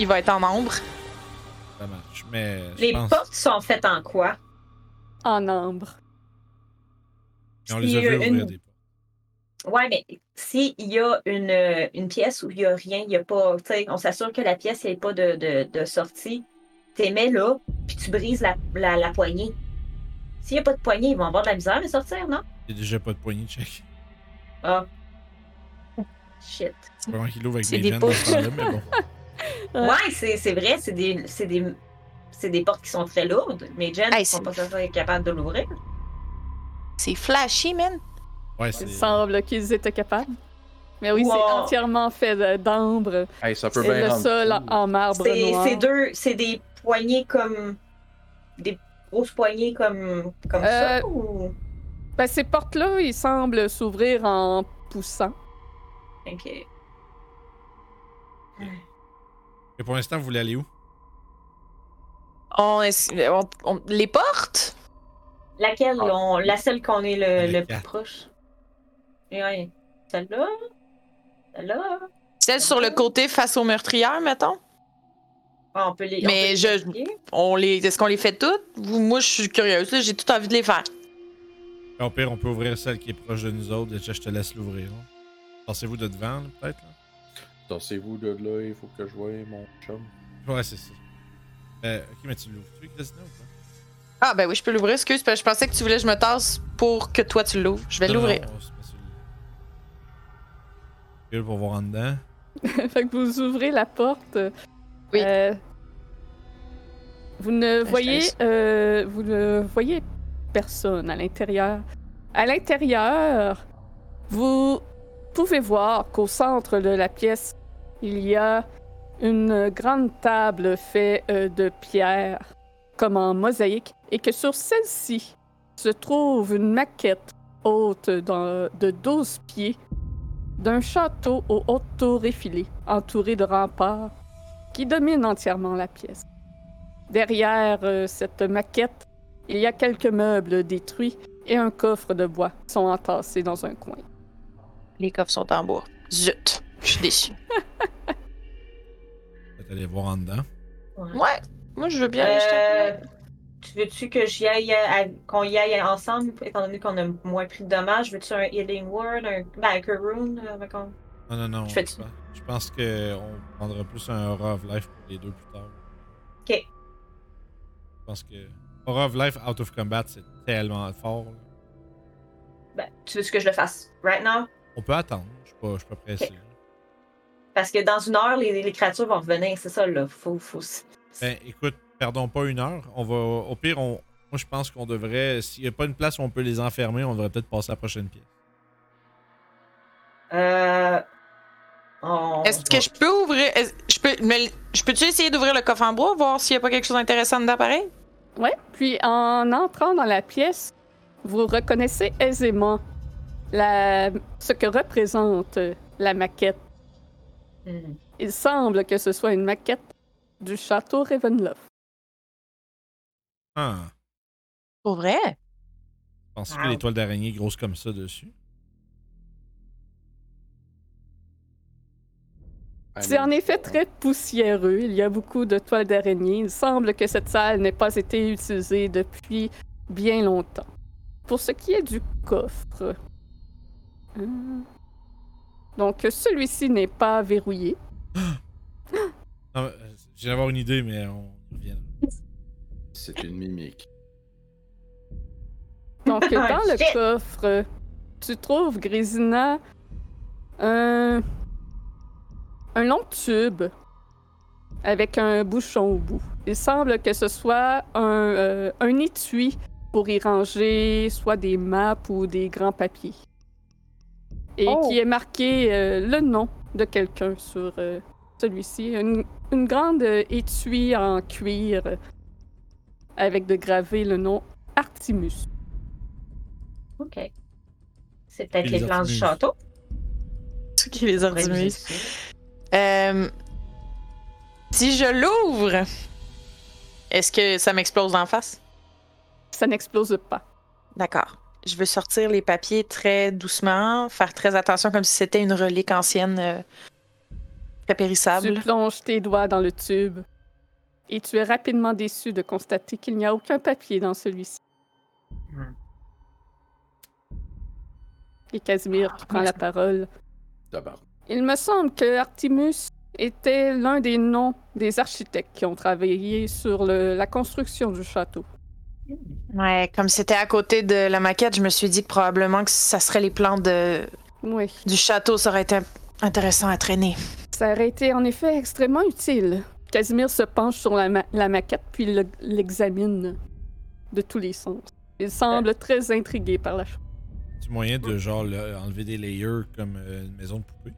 il va être en ombre. ça marche. Mais je Les pense- portes sont faites en quoi? en ambre. mais on les a S'il y vus a ouvrir une- des portes. Ouais, mais s'il y a une, euh, une pièce où il n'y a rien, il y a pas. tu sais, on s'assure que la pièce n'est pas de, de, de sortie. Tu les mets là, puis tu brises la, la, la poignée. S'il n'y a pas de poignée, ils vont avoir de la misère à sortir, non? Il y a déjà pas de poignée, check. Ah. Shit. <laughs> C'est vraiment qu'il ouvre avec C'est des des gènes pauvres. dans ce temps-là, mais bon. Ouais. Ouais, c'est c'est vrai, c'est des, c'est des, c'est des portes qui sont très lourdes, mais Jen, Hey, ils sont c'est- pas certains capables de l'ouvrir. C'est flashy, man. Ouais, Il c'est. semble qu'ils étaient capables. Mais oui, Wow. c'est entièrement fait de- d'ambre. Hey, ça peut Et bien le Ah. rendre sol fou. en marbre C'est noir. c'est deux, c'est des poignées comme. des grosses poignées comme, comme ça Euh, ou. Ben, ces portes-là, ils semblent s'ouvrir en poussant. Ok. Et pour l'instant, vous voulez aller où On, est- on- on- les portes? Laquelle Ah. on, La celle qu'on est le, Les le plus quatre. proche. Et ouais, celle-là. Celle-là. Celle sur le côté face aux meurtrières, mettons? Ah, on peut les. on Mais peut les je- appuyer. On les, est-ce qu'on les fait toutes? Vous- moi, je suis curieuse, là, j'ai tout envie de les faire. Ben, Au pire, on peut ouvrir celle qui est proche de nous autres. Déjà, je te laisse l'ouvrir. hein. Pensez-vous de devant, là, peut-être là? Sortez-vous de là, il faut que je voie mon chum. Ouais, c'est ça. Euh, ok, mais tu l'ouvres-tu, Christina, ou pas Ah, ben oui, je peux l'ouvrir, excuse, parce que je pensais que tu voulais que je me tasse pour que toi tu l'ouvres. Je vais Non, non, l'ouvrir. on se met sur le- Curieux pour voir en dedans. <laughs> fait que vous ouvrez la porte. Oui. Euh, vous ne te voyez, laisse. euh, vous ne voyez personne à l'intérieur. À l'intérieur, vous pouvez voir qu'au centre de la pièce, il y a une grande table faite euh, de pierre, comme en mosaïque, et que sur celle-ci se trouve une maquette haute d'un- de 12 pieds d'un château aux hautes tours effilées, entouré de remparts, qui domine entièrement la pièce. Derrière euh, cette maquette, il y a quelques meubles détruits et un coffre de bois qui sont entassés dans un coin. Les coffres sont en bois. Zut, je suis déçue. Peut-être aller voir en dedans. Ouais, moi je veux bien. Euh, je tu veux-tu que j'y aille, euh, à- qu'on y aille ensemble, étant donné qu'on a moins pris de dommages? Veux-tu un Healing Word, un, ben, un Rune? euh, avec un- Non, non, non. Je fais-tu- on- Je pense que on prendra plus un Aura of Life pour les deux plus tard. Ok. Je pense que Aura of Life out of combat, c'est tellement fort. là. Ben, tu veux que je le fasse right now? On peut attendre. Je suis pas, je suis pas pressé. Ok. Parce que dans une heure, les, les créatures vont revenir, c'est ça, là. Faut, faut... Ben, écoute, perdons pas une heure. On va, au pire, on, moi, je pense qu'on devrait, s'il n'y a pas une place où on peut les enfermer, on devrait peut-être passer à la prochaine pièce. Euh... On... peux- Est-ce que je peux ouvrir. est-ce- Je peux, me- je peux-tu essayer d'ouvrir le coffre en bois, voir s'il n'y a pas quelque chose d'intéressant dedans pareil? Ouais, puis en entrant dans la pièce, vous reconnaissez aisément la- ce que représente euh, la maquette. Hmm. Il semble que ce soit une maquette du château Ravenloft. Ah, Pour vrai? pensez que Wow. l'étoile d'araignée est grosse comme ça dessus. C'est en effet très poussiéreux. Il y a beaucoup de toiles d'araignée. Il semble que cette salle n'ait pas été utilisée depuis bien longtemps. Pour ce qui est du coffre. Hum. Donc, celui-ci n'est pas verrouillé. Non, euh, J'ai d'avoir une idée, mais on y reviendra. C'est une mimique. Donc, dans le Shit. coffre, tu trouves, Grésina, un, un long tube avec un bouchon au bout. Il semble que ce soit un, euh, un étui pour y ranger soit des maps ou des grands papiers. Et Oh. qui est marqué euh, le nom de quelqu'un sur euh, celui-ci. Une, une grande euh, étui en cuir euh, avec de gravé le nom Artimus. OK. C'est peut-être Ils les ont plans du tenu. château. surtout qui les Ouais, mais enduise. c'est ça. Euh, si je l'ouvre, est-ce que ça m'explose en face? Ça n'explose pas. D'accord. Je veux sortir les papiers très doucement, faire très attention comme si c'était une relique ancienne euh, très Tu périssable. plonges tes doigts dans le tube et tu es rapidement déçu de constater qu'il n'y a aucun papier dans celui-ci. Hmm. Et Casimir qui prend la parole. Tabarnak. Il me semble que Artemus était l'un des noms des architectes qui ont travaillé sur le- la construction du château. Ouais, comme c'était à côté de la maquette, je me suis dit que probablement que ça serait les plans de, Oui, du château, ça aurait été in- intéressant à traîner. ça aurait été en effet extrêmement utile. Casimir se penche sur la, ma- la maquette puis le- l'examine de tous les sens. Il semble très intrigué par la chose. Petit moyen de genre le- enlever des layers comme euh, une maison de poupée.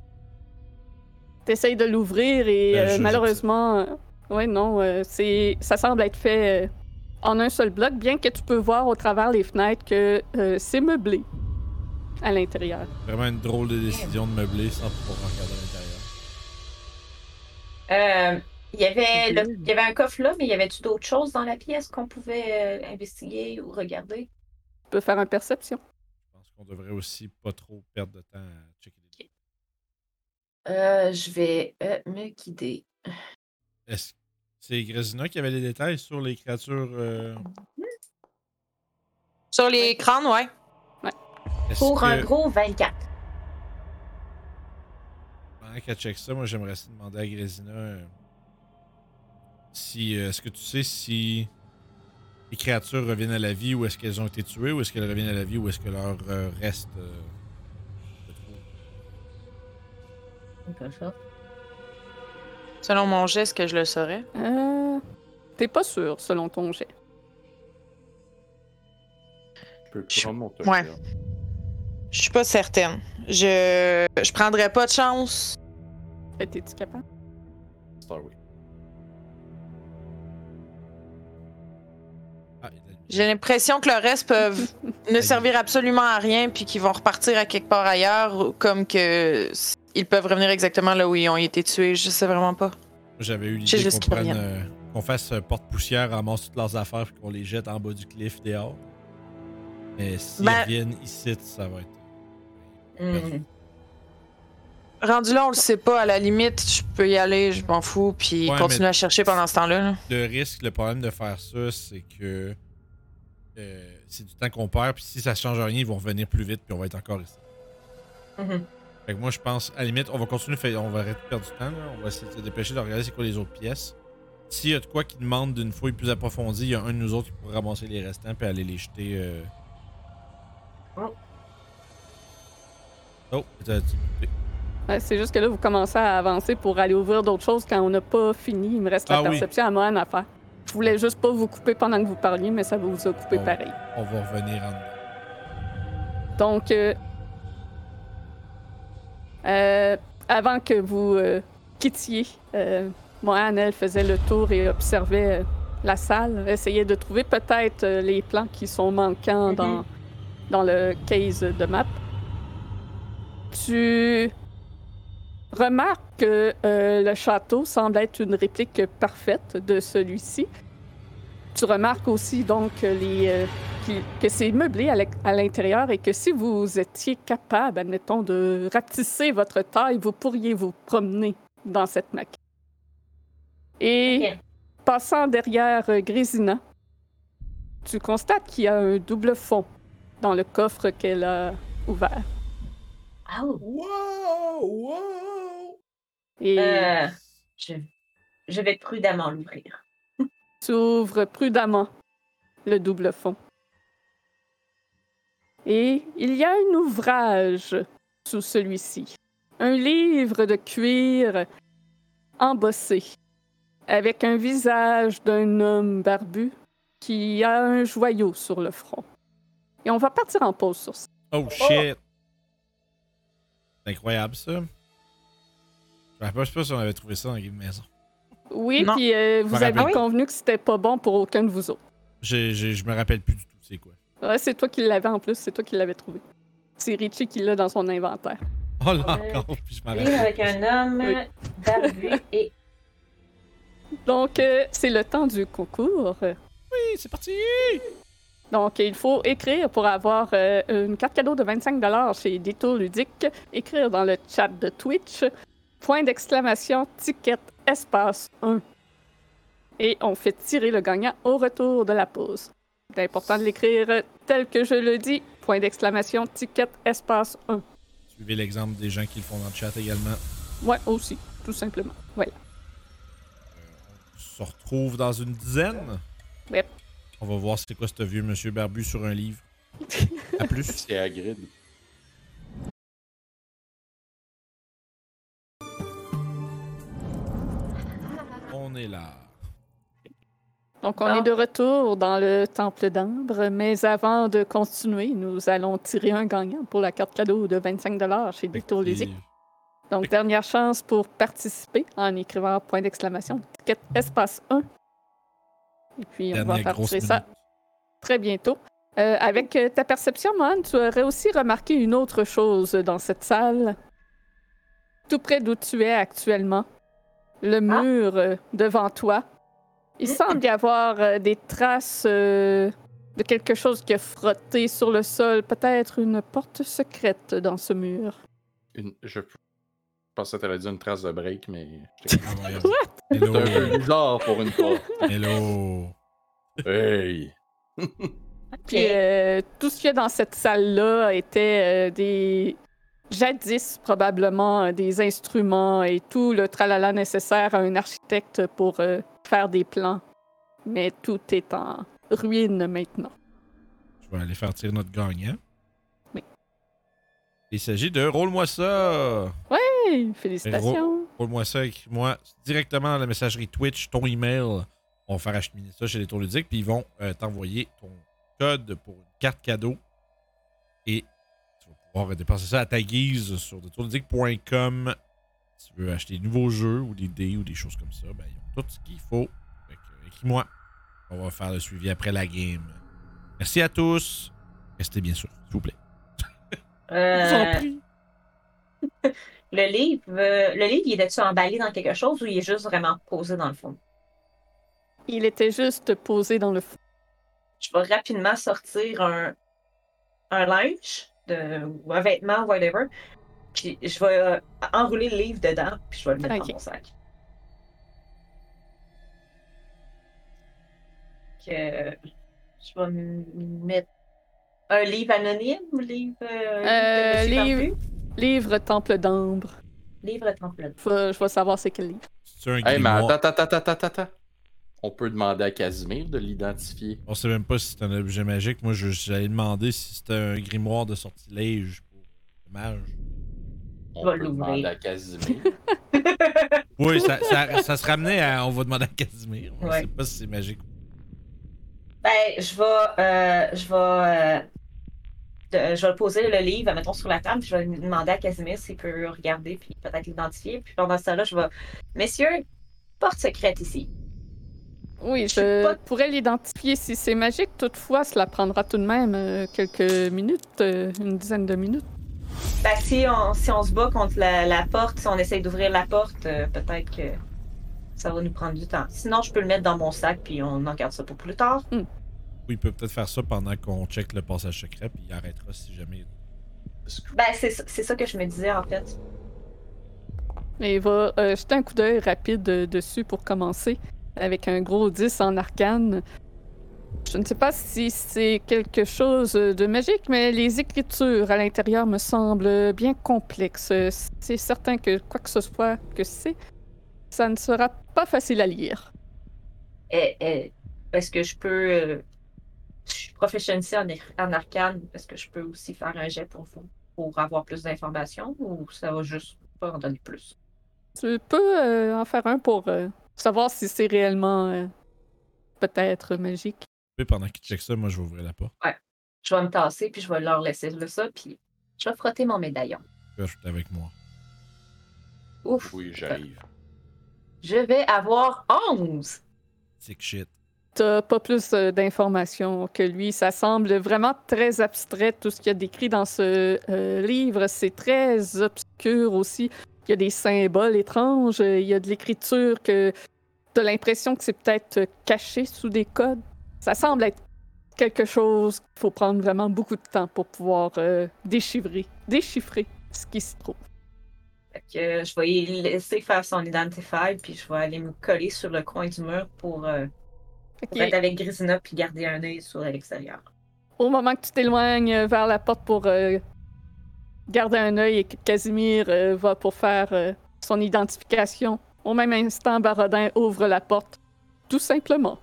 T'essayes de l'ouvrir et Ben, euh, je sais malheureusement, euh, ouais non, euh, c'est ça semble être fait euh, en un seul bloc, bien que tu peux voir au travers les fenêtres que euh, c'est meublé à l'intérieur. Vraiment une drôle de décision de meubler sans pouvoir regarder à l'intérieur. Euh, Il y, avait le- il y avait un coffre là, mais il y avait-tu d'autres choses dans la pièce qu'on pouvait euh, investiguer ou regarder? Tu peux faire un perception. Je pense qu'on devrait aussi pas trop perdre de temps à checker les Euh, je vais euh, me guider. Est-ce que c'est Grésina qui avait les détails sur les créatures? euh, Sur les crânes, ouais. est-ce Pour euh, que- un gros 24. Pendant qu'elle check ça, moi j'aimerais aussi demander à Grésina euh, si euh, est-ce que tu sais si les créatures reviennent à la vie ou est-ce qu'elles ont été tuées ou est-ce qu'elles reviennent à la vie ou est-ce que leur euh, reste euh, se trouve? Selon mon geste, que je le saurais. Euh, T'es pas sûr selon ton jet. Je peux Je- prendre mon token. Ouais. Je suis pas certaine. Je, je prendrais pas de chance. Fait, T'es-tu capable? Star Wars. Ah, il a- J'ai l'impression que le reste <laughs> peuvent ne servir absolument à rien puis qu'ils vont repartir à quelque part ailleurs ou comme que s- ils peuvent revenir exactement là où ils ont été tués. Je sais vraiment pas. J'avais eu J'ai l'idée juste qu'on qu'il prenne, revienne. euh, qu'on fasse euh, porte-poussière, ramasse toutes leurs affaires puis qu'on les jette en bas du cliff dehors. Mais s'ils Ben- hmm. reviennent ici, ça va être. Rendu là, on le sait pas. À la limite, je peux y aller, je m'en fous, puis Ouais, continuer mais- à chercher pendant ce temps-là. là. le risque, le problème de faire ça, c'est que euh, c'est du temps qu'on perd, puis si ça change rien, ils vont revenir plus vite, puis on va être encore ici. Mhm. Fait que moi, je pense, à la limite, on va continuer, fait- on va arrêter de perdre du temps, là. on va essayer de se dépêcher de regarder c'est quoi les autres pièces. S'il y a de quoi qui demande d'une fouille plus approfondie, il y a un de nous autres qui pourra ramasser les restants, puis aller les jeter. euh. Oh. Oh, t'as- tu- Ouais, C'est juste que là, vous commencez à avancer pour aller ouvrir d'autres choses quand on n'a pas fini. Il me reste la Ah oui. perception à moi à faire. Je voulais juste pas vous couper pendant que vous parliez, mais ça vous a coupé Oh. pareil. on va revenir en dedans. Donc, euh, euh, avant que vous euh, quittiez, euh, Mohan, elle faisait le tour et observait euh, la salle, essayait de trouver peut-être euh, les plans qui sont manquants Mhm. dans, dans le case de map. Tu remarques que euh, le château semble être une réplique parfaite de celui-ci. Tu remarques aussi donc les, euh, qui- que c'est meublé à l'ex- à l'intérieur et que si vous étiez capable, admettons, de rapetisser votre taille, vous pourriez vous promener dans cette maquette. Et Ok. passant derrière euh, Grésina, tu constates qu'il y a un double fond dans le coffre qu'elle a ouvert. Au. Wow! Wow! Et Euh, je, je vais prudemment l'ouvrir. tu ouvres prudemment le double fond. Et il y a un ouvrage sous celui-ci. Un livre de cuir embossé, avec un visage d'un homme barbu qui a un joyau sur le front. Et on va partir en pause sur ça. Oh shit! C'est incroyable ça. Je me rappelle pas si on avait trouvé ça dans Game Maison. Oui, Non. puis euh, vous rappelle. avez Ah oui? convenu que c'était pas bon pour aucun de vous autres. J'ai- j'ai- je me rappelle plus du tout c'est quoi. Ouais, c'est toi qui l'avais en plus, c'est toi qui l'avais trouvé. C'est Richie qui l'a dans son inventaire. Oh là encore, puis je m'arrête. Vivre avec un homme Oui. barbu <laughs> et Donc, euh, c'est le temps du concours. Oui, c'est parti! Donc, il faut écrire pour avoir euh, une carte cadeau de 25 chez Détour Ludique. Écrire dans le chat de Twitch. Point d'exclamation, ticket, espace 1. Et on fait tirer le gagnant au retour de la pause. C'est important de l'écrire tel que je le dis. Point d'exclamation, ticket, espace 1. Suivez l'exemple des gens qui le font dans le chat également. Ouais, aussi, tout simplement. Voilà. On se retrouve dans une dizaine. Yep. On va voir c'est quoi ce vieux monsieur barbu sur un livre. À <laughs> plus. C'est Hagrid. On est là. Donc, on Bon. est de retour dans le temple d'Ambre, mais avant de continuer, nous allons tirer un gagnant pour la carte cadeau de 25 chez Détour Ludique. Donc, dernière chance pour participer en écrivant point d'exclamation, ticket espace 1. Et puis, on va Dernière faire grosse tirer ça minute. très bientôt. Euh, avec euh, ta perception, Mohan, tu aurais aussi remarqué une autre chose dans cette salle. Tout près d'où tu es actuellement, le mur euh, devant toi, il semble y avoir euh, des traces euh, de quelque chose qui a frotté sur le sol, peut-être une porte secrète dans ce mur. Une- Je pense que t'allais dire une trace de break, mais. <laughs> Ah, voyons. <laughs> What? C'est un peu Hello. bizarre pour une <laughs> fois. Hello. Hey! Puis euh, tout ce qu'il y a dans cette salle-là était euh, des. Jadis, probablement, euh, des instruments et tout le tralala nécessaire à un architecte pour euh, faire des plans. Mais tout est en ruine maintenant. Je vais aller faire tirer notre gagnant. Oui. Il s'agit de Roule-moi ça. Hey, félicitations! Roule-moi ça, écris-moi directement à la messagerie Twitch, ton email. On va faire acheminer ça chez les Tours Ludiques, puis ils vont euh, t'envoyer ton code pour une carte cadeau. Et tu vas pouvoir dépenser ça à ta guise sur detourludique.com. Si tu veux acheter des nouveaux jeux ou des dés ou des choses comme ça, ben, ils ont tout ce qu'il faut. Fait que, euh, écris-moi. On va faire le suivi après la game. Merci à tous. Restez bien sûr, s'il vous plaît. Euh, Je vous en prie. le livre, euh, le livre, il est-tu emballé dans quelque chose ou il est juste vraiment posé dans le fond? Il était juste posé dans le fond. Je vais rapidement sortir un, un linge de, ou un vêtement, whatever. Puis je vais euh, enrouler le livre dedans, puis je vais le mettre Ok. dans mon sac. Que, je vais m- mettre un livre anonyme, ou livre. euh, Euh, livre de Monsieur livre- Barbu? Livre Temple d'Ambre. Livre temple. Faut- Je vais savoir c'est quel livre. C'est un Hey, mais grimoire. attends, attends, attends, attends, attends. On peut demander à Casimir de l'identifier. On sait même pas si c'est un objet magique. Moi, je- j'allais demander si c'était un grimoire de sortilège pour le mage. On Je vais peut l'ouvrir. demander à Casimir. Oui, ça, ça- ça se ramenait à. On va demander à Casimir. On Ouais. sait pas si c'est magique. Ben, je vais, euh, je vais, euh, de- je vais poser le livre, mettons, sur la table, puis je vais lui demander à Casimir s'il peut le regarder, puis peut-être l'identifier. Puis pendant ce temps-là, je vais. Messieurs, porte secrète ici. Oui, Je sais je pas. pourrais l'identifier si c'est magique. Toutefois, cela prendra tout de même euh, quelques minutes, euh, une dizaine de minutes. Ben, si on, si on se bat contre la, la porte, si on essaye d'ouvrir la porte, euh, peut-être que ça va nous prendre du temps. Sinon, je peux le mettre dans mon sac, puis on en garde ça pour plus tard. Oui, il peut peut-être faire ça pendant qu'on check le passage secret, puis il arrêtera si jamais. Ben, c'est ça- c'est ça que je me disais, en fait. Et il va euh, jeter un coup d'œil rapide euh, dessus pour commencer, avec un gros 10 en arcane. Je ne sais pas si c'est quelque chose euh, de magique, mais les écritures à l'intérieur me semblent bien complexes. Euh, C'est certain que quoi que ce soit que c'est, ça ne sera pas facile à lire. Eh, eh, Est-ce que je peux. euh, je suis professionniste en, ar- en arcane. Est-ce que je peux aussi faire un jet pour, vous- pour avoir plus d'informations ou ça va juste pas en donner plus? Tu peux euh, en faire un pour euh, savoir si c'est réellement euh, peut-être magique. Et pendant qu'il check ça, moi, je vais ouvrir la porte. Je vais me tasser puis je vais leur laisser le ça puis je vais frotter mon médaillon. Je vais ajouter avec moi. Ouf! Oui, j'arrive. Je vais avoir 11! Sick shit. T'as pas plus euh, d'informations que lui. Ça semble vraiment très abstrait, tout ce qu'il y a décrit dans ce euh, livre. C'est très obscur aussi. Il y a des symboles étranges, euh, il y a de l'écriture que t'as l'impression que c'est peut-être euh, caché sous des codes. Ça semble être quelque chose qu'il faut prendre vraiment beaucoup de temps pour pouvoir euh, déchiffrer, déchiffrer ce qui s'y trouve. Fait que je vais y laisser faire son identify, puis je vais aller me coller sur le coin du mur pour, euh, Fait pour qu'il- être avec Grisina, puis garder un œil sur l'extérieur. Au moment que tu t'éloignes vers la porte pour euh, garder un œil et que Casimir euh, va pour faire euh, son identification, au même instant, Barodin ouvre la porte, tout simplement.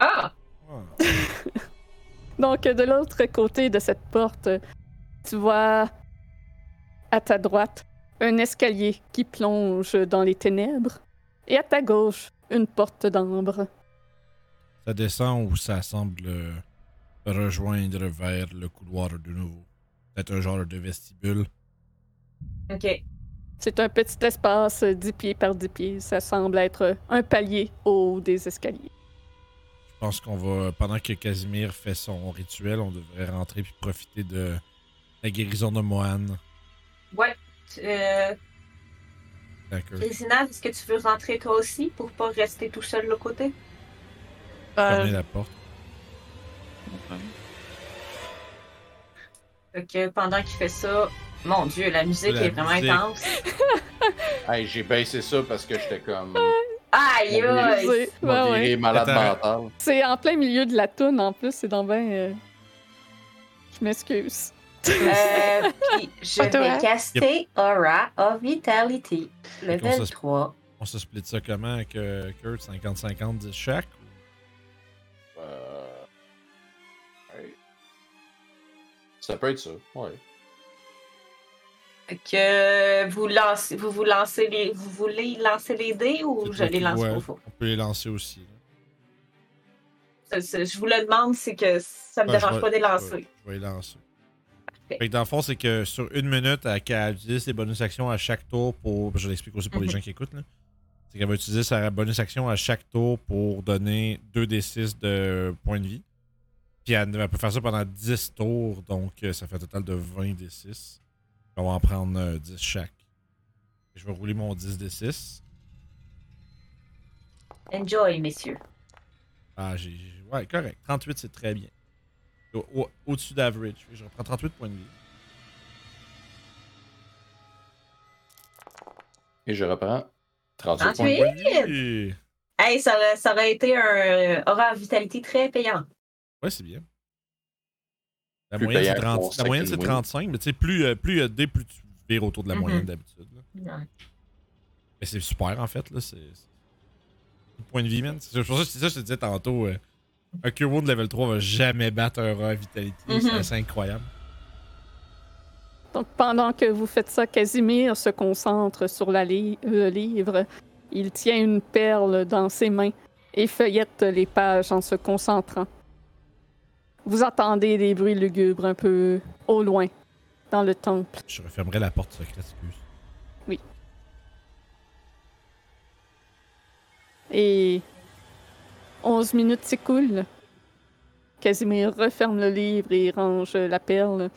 Ah! Ah, Donc, de l'autre côté de cette porte, tu vois à ta droite un escalier qui plonge dans les ténèbres et à ta gauche une porte d'ambre. ça descend ou ça semble euh, rejoindre vers le couloir de nouveau. Peut-être un genre de vestibule. Ok. C'est un petit espace euh, 10 pieds par 10 pieds. Ça semble être euh, un palier au haut des escaliers. Je pense qu'on va, pendant que Casimir fait son rituel, on devrait rentrer puis profiter de la guérison de Mohan. Ouais. Tu- euh, D'accord. Grisina, est-ce que tu veux rentrer toi aussi pour pas rester tout seul de l'autre côté? Fermez Euh, la porte. Fait que pendant qu'il fait ça, mon dieu, la musique La est vraiment musique. intense. Hey, j'ai baissé ça parce que j'étais comme. Aïe, Mon aïe! C'est- Je ouais, m'en ouais. virais malade Attends. mental. C'est en plein milieu de la toune, en plus. C'est dans ben... euh, Je m'excuse. Euh, puis je Pas toi, hein? vais caster Aura of Vitality, qu'on se- level 3. On se split ça comment que Kurt 50-50 10 chaque Euh, ouais. Ça peut être ça, ouais. Fait que vous lancez, vous vous lancez les, vous voulez lancer les dés ou C'est je toi les qui lance vois. pour vous? On peut les lancer aussi. là. Ça- ça- Je vous le demande, c'est que ça me Ouais, Ben, je dérange vais- pas de les Je vais, lancer. je vais les lancer. Parfait. Fait que dans le fond, c'est que sur une minute, elle, qu'elle utilise ses bonus actions à chaque tour pour. Je l'explique aussi pour les Mhm. gens qui écoutent. là. C'est qu'elle va utiliser sa bonus action à chaque tour pour donner 2d6 de points de vie. Puis elle, elle peut faire ça pendant 10 tours, donc euh, ça fait un total de 20d6. On va en prendre euh, 10 chaque. Je vais rouler mon 10d6. Enjoy, messieurs. Ah, j'ai. j'ai- Ouais, correct. 38, c'est très bien. Au- au- Au-dessus d'average. Je reprends 38 points de vie. Et je reprends. 38 Ah, points. oui? Points de vie. Hey, ça, aurait- ça aurait été un euh, Aura of Vitality très payant. Ouais, c'est bien. La Plus moyenne, c'est payant 30 pour la moyenne, c'est cinq wins. 35, mais tu sais, plus, euh, plus il y a de dés, plus tu vires autour de la Mhm. moyenne d'habitude. là. Ouais. Mais c'est super, en fait. là, C'est c'est- c'est le point de vie, man. C'est pour ça que c'est ça que je te disais tantôt. euh, un Cure de level 3 va jamais battre un Raw Vitality. Mhm. C'est assez incroyable. Donc, pendant que vous faites ça, Casimir se concentre sur la li- le livre. Il tient une perle dans ses mains et feuillette les pages en se concentrant. Vous entendez des bruits lugubres un peu au loin, dans le temple. Je refermerai la porte secrète, excuse. Et 11 minutes s'écoulent. Casimir referme le livre et range la perle.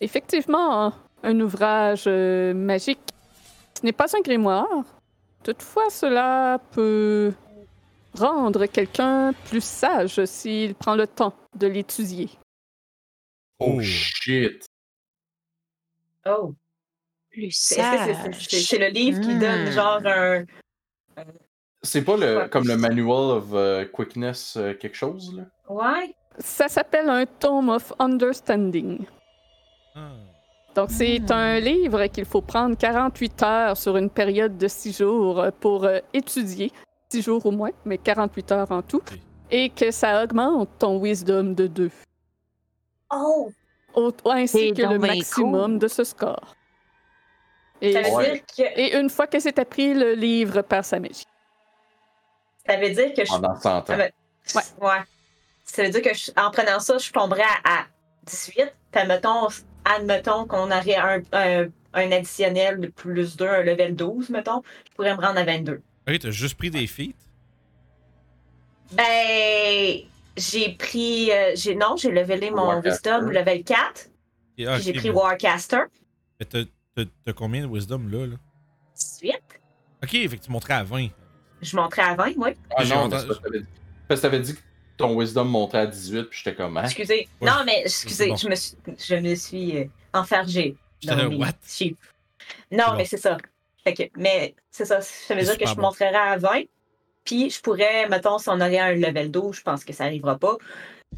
Effectivement, un ouvrage euh, magique. Ce n'est pas un grimoire. Toutefois, cela peut rendre quelqu'un plus sage s'il prend le temps de l'étudier. Oh Oh. shit! Oh. plus C'est- est-ce que c'est- c'est- c'est- C'est sage. le livre qui Mm. donne genre un. C'est pas le, Ouais. comme le manual of euh, quickness euh, quelque chose, là? Ouais. Ça s'appelle un Tome of Understanding. Ah. Donc, c'est Hmm. un livre qu'il faut prendre 48 heures sur une période de 6 jours euh, pour euh, étudier, 6 jours au moins, mais 48 heures en tout, Oui. et que ça augmente ton wisdom de 2, Oh! ainsi Et que le donc, ben, maximum cool. de ce score. Et, Ça veut Ouais. dire que, et une fois que c'est appris, le livre perd sa magie. ça veut dire que je. Pendant 100 ans. Ah ben, Ouais. Ça veut dire que je- en prenant ça, je tomberais à, à 18. Puis admettons, admettons qu'on aurait un, un, un additionnel de plus 2, un level 12, mettons. Je pourrais me rendre à 22. Ok, t'as juste pris des feats? Ben, j'ai pris. euh, j'ai, non, j'ai levelé mon Warcaster. Wisdom level 4. Et, ah, j'ai ok, pris mais- Warcaster. mais t'as- t'as- T'as combien de wisdom là, là? Ensuite, Ok, fait que tu montrais à 20. je montais à 20, oui. Ah J'ai non, mais c'est entendu- parce que t'avais dit- parce que t'avais dit que ton wisdom montait à 18, puis j'étais comme, hein? Excusez. Ouais. Non, mais excusez, Bon. je me suis, je me suis euh, enfargée. J'étais dans là, mes what? chiffres. Non, bon. mais c'est ça. Fait que- mais c'est ça. Ça veut C'est dire que super je bon. montrerai à 20. Puis je pourrais, mettons, si on aurait un level 12, je pense que ça n'arrivera pas.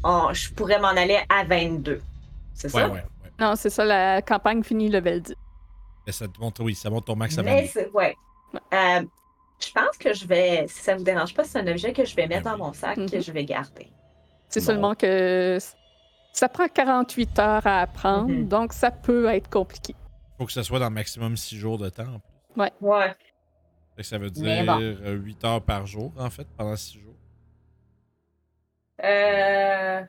on- je pourrais m'en aller à 22. C'est Ouais, ça? ouais, ouais. Non, c'est ça, la campagne finit level 10. Mais ça te montre, oui, ça montre ton max à 20. Mais c'est- ouais. Euh, je pense que je vais, si ça vous dérange pas, c'est un objet que je vais mettre Ben dans oui. mon sac Mhm. que je vais garder. C'est Bon. seulement que ça prend 48 heures à apprendre, Mhm. donc ça peut être compliqué. Faut que ça soit dans maximum 6 jours de temps. Ouais. Fait que ça veut Mais dire bon. 8 heures par jour, en fait, pendant 6 jours. Euh,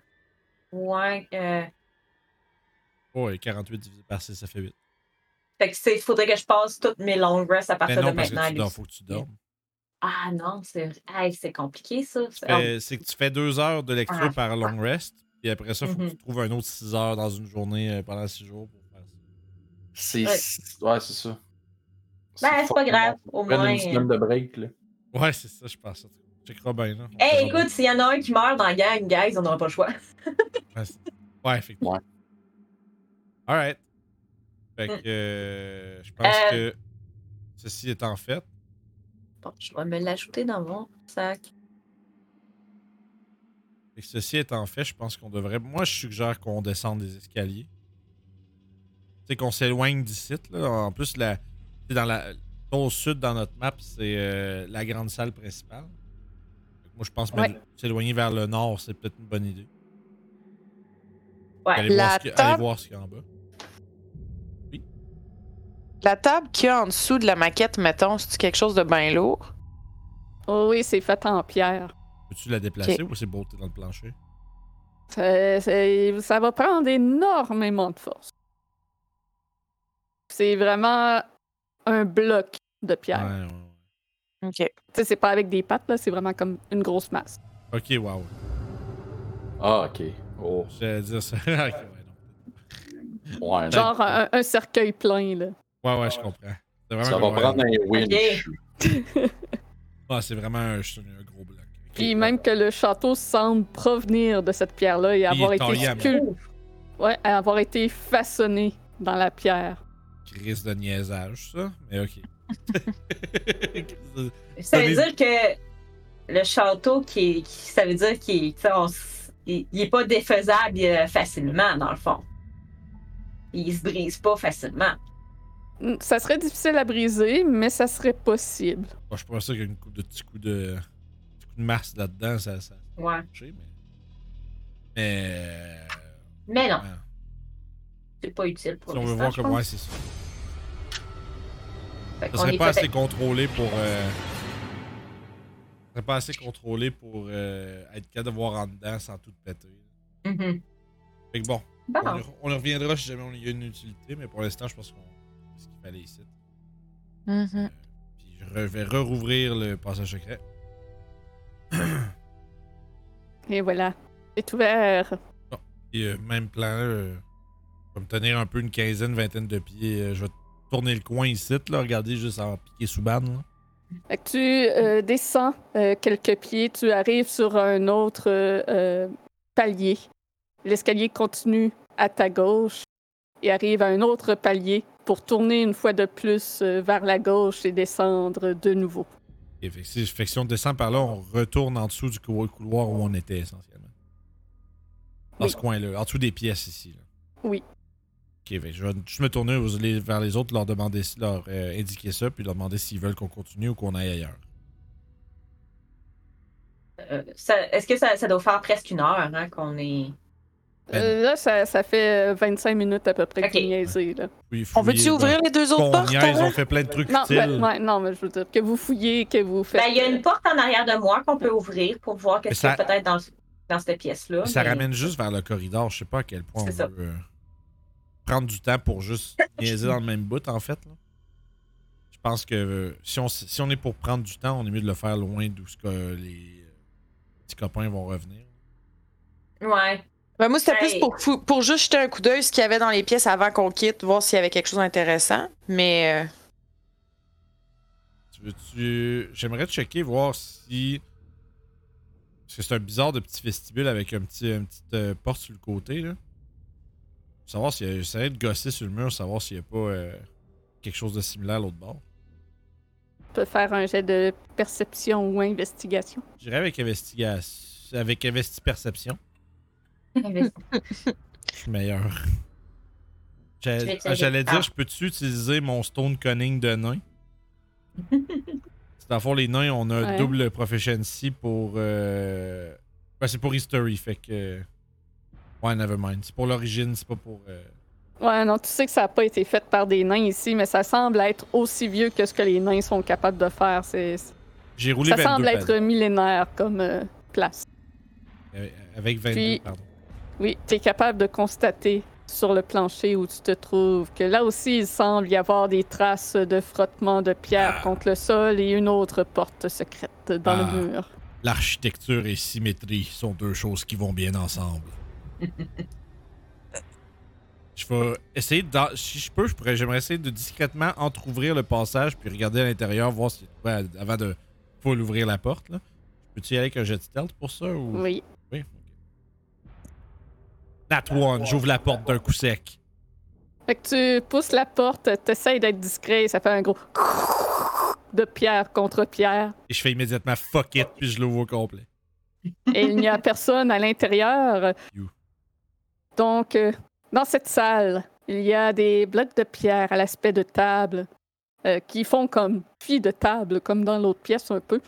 ouais. euh, Oh, et 48 divisé par 6, ça fait 8. Fait que c'est, faudrait que je passe toutes mes long rests à Mais partir non, de parce que maintenant. tu lui. dors, faut que tu dormes. Ah non, c'est, hey, c'est compliqué ça. C'est- ben, Euh, c'est que tu fais 2 heures de lecture Ah. par long rest, puis après ça, faut Mhm. que tu trouves un autre 6 heures dans une journée euh, pendant 6 jours pour faire ça. C'est. Ouais. Ouais, c'est ça. Ben, c'est pas grave, au Prendre moins. une semaine de break, là. Ouais, c'est ça, je pense. Tu checkeras bien, là. On Hey, verra écoute, s'il y en a un qui meurt dans la gang, guys, on n'aura pas le choix. bien. Ouais, c'est- Ouais, effectivement. Ouais. Alright. Fait que Mm. euh, je pense Euh. que ceci étant fait, <laughs> Bon, je vais me l'ajouter dans mon sac. et ceci étant fait, je pense qu'on devrait. Moi, je suggère qu'on descende des escaliers. Tu sais, qu'on s'éloigne d'ici, là. En plus, la... tu sais, dans la... au sud, dans notre map, c'est euh, la grande salle principale. Fait que Moi, je pense Ouais. mettre- s'éloigner vers le nord, c'est peut-être une bonne idée. Ouais. Aller voir La ce qu'il- aller table- voir ce qu'il y a en bas. La table qu'il y a en dessous de la maquette, mettons, c'est quelque chose de bien lourd. Oh oui, c'est fait en pierre. Peux-tu la déplacer ou c'est beauté dans le plancher? Ça, ça- ça va prendre énormément de force. C'est vraiment un bloc de pierre. Ouais, ouais, ouais. OK. Tu sais, c'est pas avec des pattes, là, c'est vraiment comme une grosse masse. Ok, wow. Ah, ok. Oh, J'allais dire ça. <laughs> Ok, ouais, non. ouais. Genre- Genre un, un cercueil plein, là. ouais, ouais, je comprends. C'est vraiment, Ça va ouais, prendre un winch. ouais, c'est vraiment un, c'est un gros bloc. Ok. Puis même que le château semble provenir de cette pierre-là et avoir est été taillé à main. sculpté. Ouais, avoir été façonné dans la pierre. Crise de niaisage, ça. Mais <laughs> ok. Crise de- Ça Donnez- veut dire que le château, qui, est- qui- ça veut dire qu'il tu sais, on s- il, il est pas défaisable euh, facilement, dans le fond. Il se brise pas facilement. Mm, Ça serait difficile à briser, mais ça serait possible. Bon, je pense qu'il y a une coupe de petits coups de. petits coups de masse là-dedans, ça. ça Ouais. ça a marché, mais. Mais. Mais non, ouais. c'est pas utile pour Si on veut l'instant, voir je comment. pense. c'est ça. Fait Ça qu'on serait est pas fait- assez contrôlé pour. euh, Ça serait pas assez contrôlé pour euh, être capable de voir en dedans sans tout péter. Mhm. Fait que bon, Bon. Ah. on, y re- on y reviendra si jamais on y a une utilité, mais pour l'instant, je pense qu'on fait ce qu'il fallait ici. Mhm. Puis je re- vais rouvrir le passage secret. Et voilà. C'est ouvert. Et euh, même plan, euh, je vais me tenir un peu une quinzaine, vingtaine de pieds. Euh, je vais tourner le coin ici, là, regardez juste en piqué sous banne. là. Fait que tu euh, descends euh, quelques pieds, tu arrives sur un autre euh, euh, palier. L'escalier continue à ta gauche et arrive à un autre palier pour tourner une fois de plus euh, vers la gauche et descendre de nouveau. Et fait, que si, fait que si on descend par là, on retourne en dessous du cou- couloir où on était essentiellement. Dans Oui. ce coin-là, en dessous des pièces ici. là. Oui. Ok, fait que je vais juste me tourner aux- les- vers les autres, leur demander, leur euh, indiquer ça, puis leur demander s'ils veulent qu'on continue ou qu'on aille ailleurs. Euh, ça- Est-ce que ça, ça doit faire presque une heure hein, qu'on est. Ben, Euh, là, ça, ça fait euh, 25 minutes à peu près Ok. que vous niaisez, là. Fouiller, On fouiller, veut-tu ben, ouvrir les deux autres qu'on portes? niaise, avant? on fait plein de trucs Non, utiles. ben, ouais, non, mais je veux dire, que vous fouillez, que vous faites... Ben, il y a une porte en arrière de moi qu'on peut ouvrir pour voir qu'est-ce Mais qu'il y a ça- peut-être dans, dans cette pièce-là. Ça mais- ramène juste vers le corridor. Je sais pas à quel point on C'est ça. veut euh, prendre du temps pour <laughs> juste niaiser dans le même bout, en fait. là. Je pense que euh, si, on, s- si on est pour prendre du temps, on est mieux de le faire loin d'où ce que euh, les petits copains vont revenir. Ouais. Ben, moi, c'était Hey. plus pour, fou- pour juste jeter un coup d'œil ce qu'il y avait dans les pièces avant qu'on quitte, voir s'il y avait quelque chose d'intéressant. Mais euh, Tu veux-tu. J'aimerais checker, voir si. Parce que c'est un bizarre de petit vestibule avec un petit, une petite euh, porte sur le côté, là. Savoir s'il y a. J'essaierai de gosser sur le mur, savoir s'il n'y a pas euh, quelque chose de similaire à l'autre bord. On euh, peut faire un jet de perception ou investigation. J'irai avec investigation. Avec investi perception. Je suis meilleur. Tu J'ai- veux ah, J'allais essayer? dire, Ah. je peux-tu utiliser mon stone cunning de <laughs> nain? C'est à fond, les nains, on a un Ouais. double proficiency pour. Euh... ben, c'est pour history, fait que. Ouais, never mind. C'est pour l'origine, c'est pas pour. euh, Ouais, non, tu sais que ça n'a pas été fait par des nains ici, mais ça semble être aussi vieux que ce que les nains sont capables de faire. C'est, J'ai roulé ça 22 semble être pardon. millénaire comme euh, place. Euh, Avec 22, Puis- pardon. Oui, tu es capable de constater sur le plancher où tu te trouves que là aussi, il semble y avoir des traces de frottement de pierre Ah. contre le sol et une autre porte secrète dans Ah. le mur. L'architecture et symétrie sont deux choses qui vont bien ensemble. je vais essayer de. Si je peux, je pourrais- j'aimerais essayer de discrètement entrouvrir le passage puis regarder à l'intérieur, voir si ouais, avant de full ouvrir la porte. Là. Peux-tu y aller avec un jet de stealth pour ça ou. Oui. Oui, ok. Nat one, j'ouvre la porte d'un coup sec. Fait que tu pousses la porte, t'essayes d'être discret, ça fait un gros <laughs> de pierre contre pierre. Et je fais immédiatement fuck it puis je l'ouvre au complet. et il n'y a personne à l'intérieur. You. Donc, euh, dans cette salle, il y a des blocs de pierre à l'aspect de table euh, qui font comme plis de table, comme dans l'autre pièce un peu,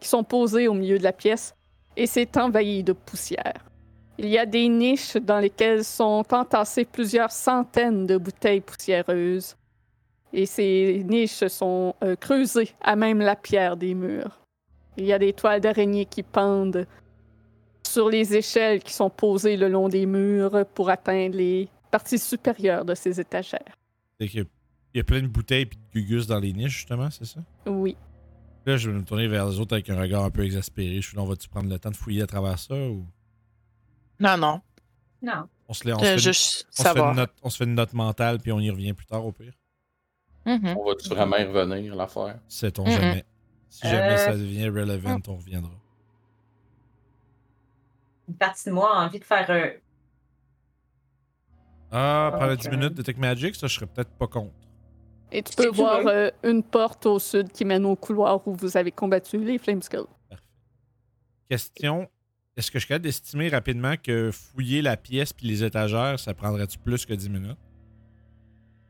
qui sont posés au milieu de la pièce et c'est envahi de poussière. Il y a des niches dans lesquelles sont entassées plusieurs centaines de bouteilles poussiéreuses et ces niches sont euh, creusées à même la pierre des murs. Il y a des toiles d'araignées qui pendent sur les échelles qui sont posées le long des murs pour atteindre les parties supérieures de ces étagères. Fait que Il y a plein de bouteilles puis de gugus dans les niches, justement, c'est ça? Oui. Là, je vais me tourner vers les autres avec un regard un peu exaspéré. Je suis là, on va-tu prendre le temps de fouiller à travers ça ou non, non. <laughs> Non. on se, la- on se Je fait, Euh, juste on se fait savoir. une note, on se fait une note mentale puis on y revient plus tard au pire? Mhm. On va-tu vraiment y revenir, l'affaire? Sait-on Mm-mm. jamais. Si jamais Euh. ça devient relevant, on reviendra. Une partie de moi a envie de faire un. Ah, pendant 10 Ok. minutes, Detect Magic, ça, je serais peut-être pas contre. Et tu Si peux tu voir veux. euh, une porte au sud qui mène au couloir où vous avez combattu les Flame Skulls. Question est-ce que je suis capable d'estimer rapidement que fouiller la pièce puis les étagères, ça prendrait-tu plus que 10 minutes?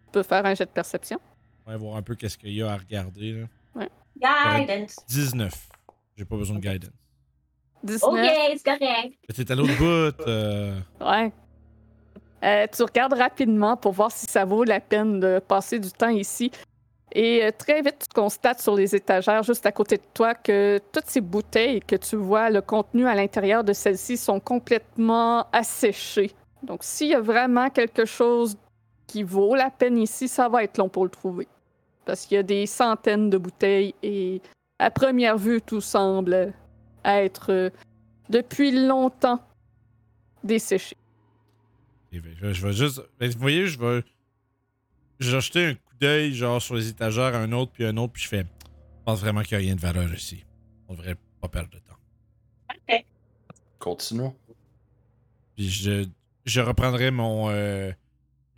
Tu peux faire un jet de perception. On va voir un peu qu'est-ce qu'il y a à regarder. là. Guidance. 19. J'ai pas besoin de guidance. 19. Ok, Oh, c'est correct. Mais T'es à l'autre bout. euh, Ouais. Euh, tu regardes rapidement pour voir si ça vaut la peine de passer du temps ici. Et euh, très vite, tu constates sur les étagères juste à côté de toi que toutes ces bouteilles que tu vois, le contenu à l'intérieur de celles-ci sont complètement asséchées. Donc, s'il y a vraiment quelque chose qui vaut la peine ici, ça va être long pour le trouver. Parce qu'il y a des centaines de bouteilles et à première vue, tout semble être euh, depuis longtemps desséché. Et ben, je, je vais juste. ben, vous voyez, je vais. Je vais jeter un coup d'œil, genre, sur les étagères, un autre, puis un autre, puis je fais. Je pense vraiment qu'il n'y a rien de valeur ici. On devrait pas perdre de temps. Continuons. Puis je, je reprendrai mon euh,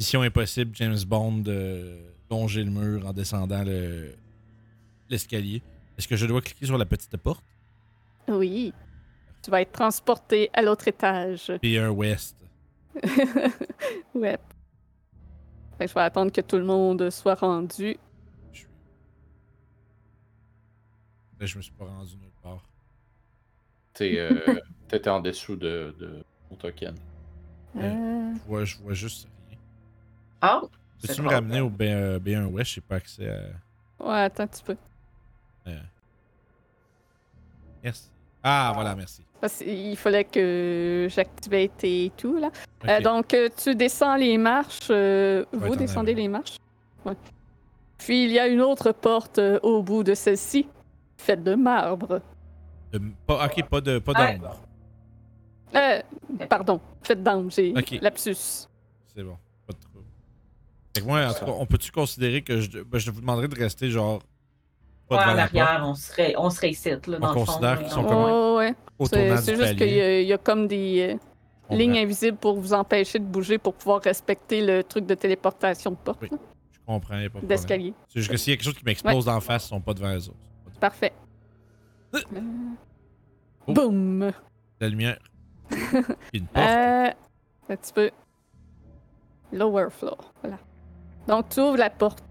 Mission Impossible, James Bond, de longer le mur en descendant le- l'escalier. Est-ce que je dois cliquer sur la petite porte? Oui. Tu vas être transporté à l'autre étage. Puis un West. ouais. Fait que je vais attendre que tout le monde soit rendu. Je suis- Là, je me suis pas rendu nulle part. T'es, <laughs> euh, t'étais en dessous de, de mon token. Euh, Je vois, je vois juste rien. Oh, C'est Peux-tu me drôle. hein. ramener au B, 1 West? J'ai pas accès à. Ouais, attends un petit peu. Merci. Ah, voilà, merci. Parce qu'il fallait que j'activate et tout, là. Euh, Ok. donc, euh, tu descends les marches. euh, Ouais, vous t'en descendez avais. les marches. Ouais. Puis, il y a une autre porte euh, au bout de celle-ci, faite de marbre. De- pas- ok, pas de pas d'ombre. Euh, pardon, faites d'âme, j'ai Ok. lapsus. C'est bon, pas de trouble. Fait que moi, en tout cas, on peut-tu considérer que je, ben, je vous demanderais de rester genre pas Ouais, devant en la porte, arrière, on serait, on serait ici, là, On dans le fond. considère là, qu'ils dans sont le comme- coin. Ouais, ouais. au C'est tournant c'est du juste qu'il y, palier? a- il y a comme des euh, On lignes a- invisibles pour vous empêcher de bouger pour pouvoir respecter le truc de téléportation de porte, Oui, là, Je comprends, y a pas de problème. d'escalier. C'est juste que s'il y a quelque chose qui m'explose d'en face, ils sont pas devant les autres. Pas de- Parfait. Euh. Euh, Oh. Boum! La <laughs> lumière. Puis une porte. Euh, un petit peu. Lower floor, voilà. Donc tu ouvres la porte.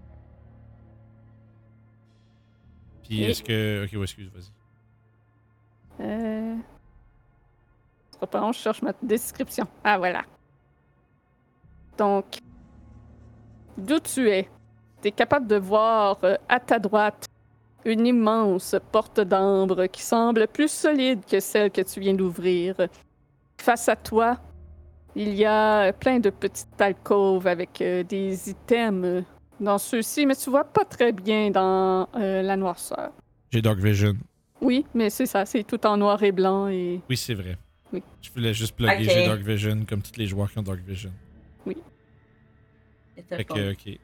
Puis est-ce que. Ok, ouais, excuse, vas-y. Euh... c'est pas long, je cherche ma description. Ah, voilà. Donc, d'où tu es, tu es capable de voir euh, à ta droite une immense porte d'ambre qui semble plus solide que celle que tu viens d'ouvrir. Face à toi, il y a plein de petites alcôves avec euh, des items dans ceux-ci, mais tu vois pas très bien dans euh, la noirceur. J'ai Dark Vision. Oui, mais c'est ça, c'est tout en noir et blanc et Oui, c'est vrai. Oui. Je voulais juste plugger. Ok. J'ai Dark Vision, comme tous les joueurs qui ont Dark Vision. C'était Fait pas- que, ok.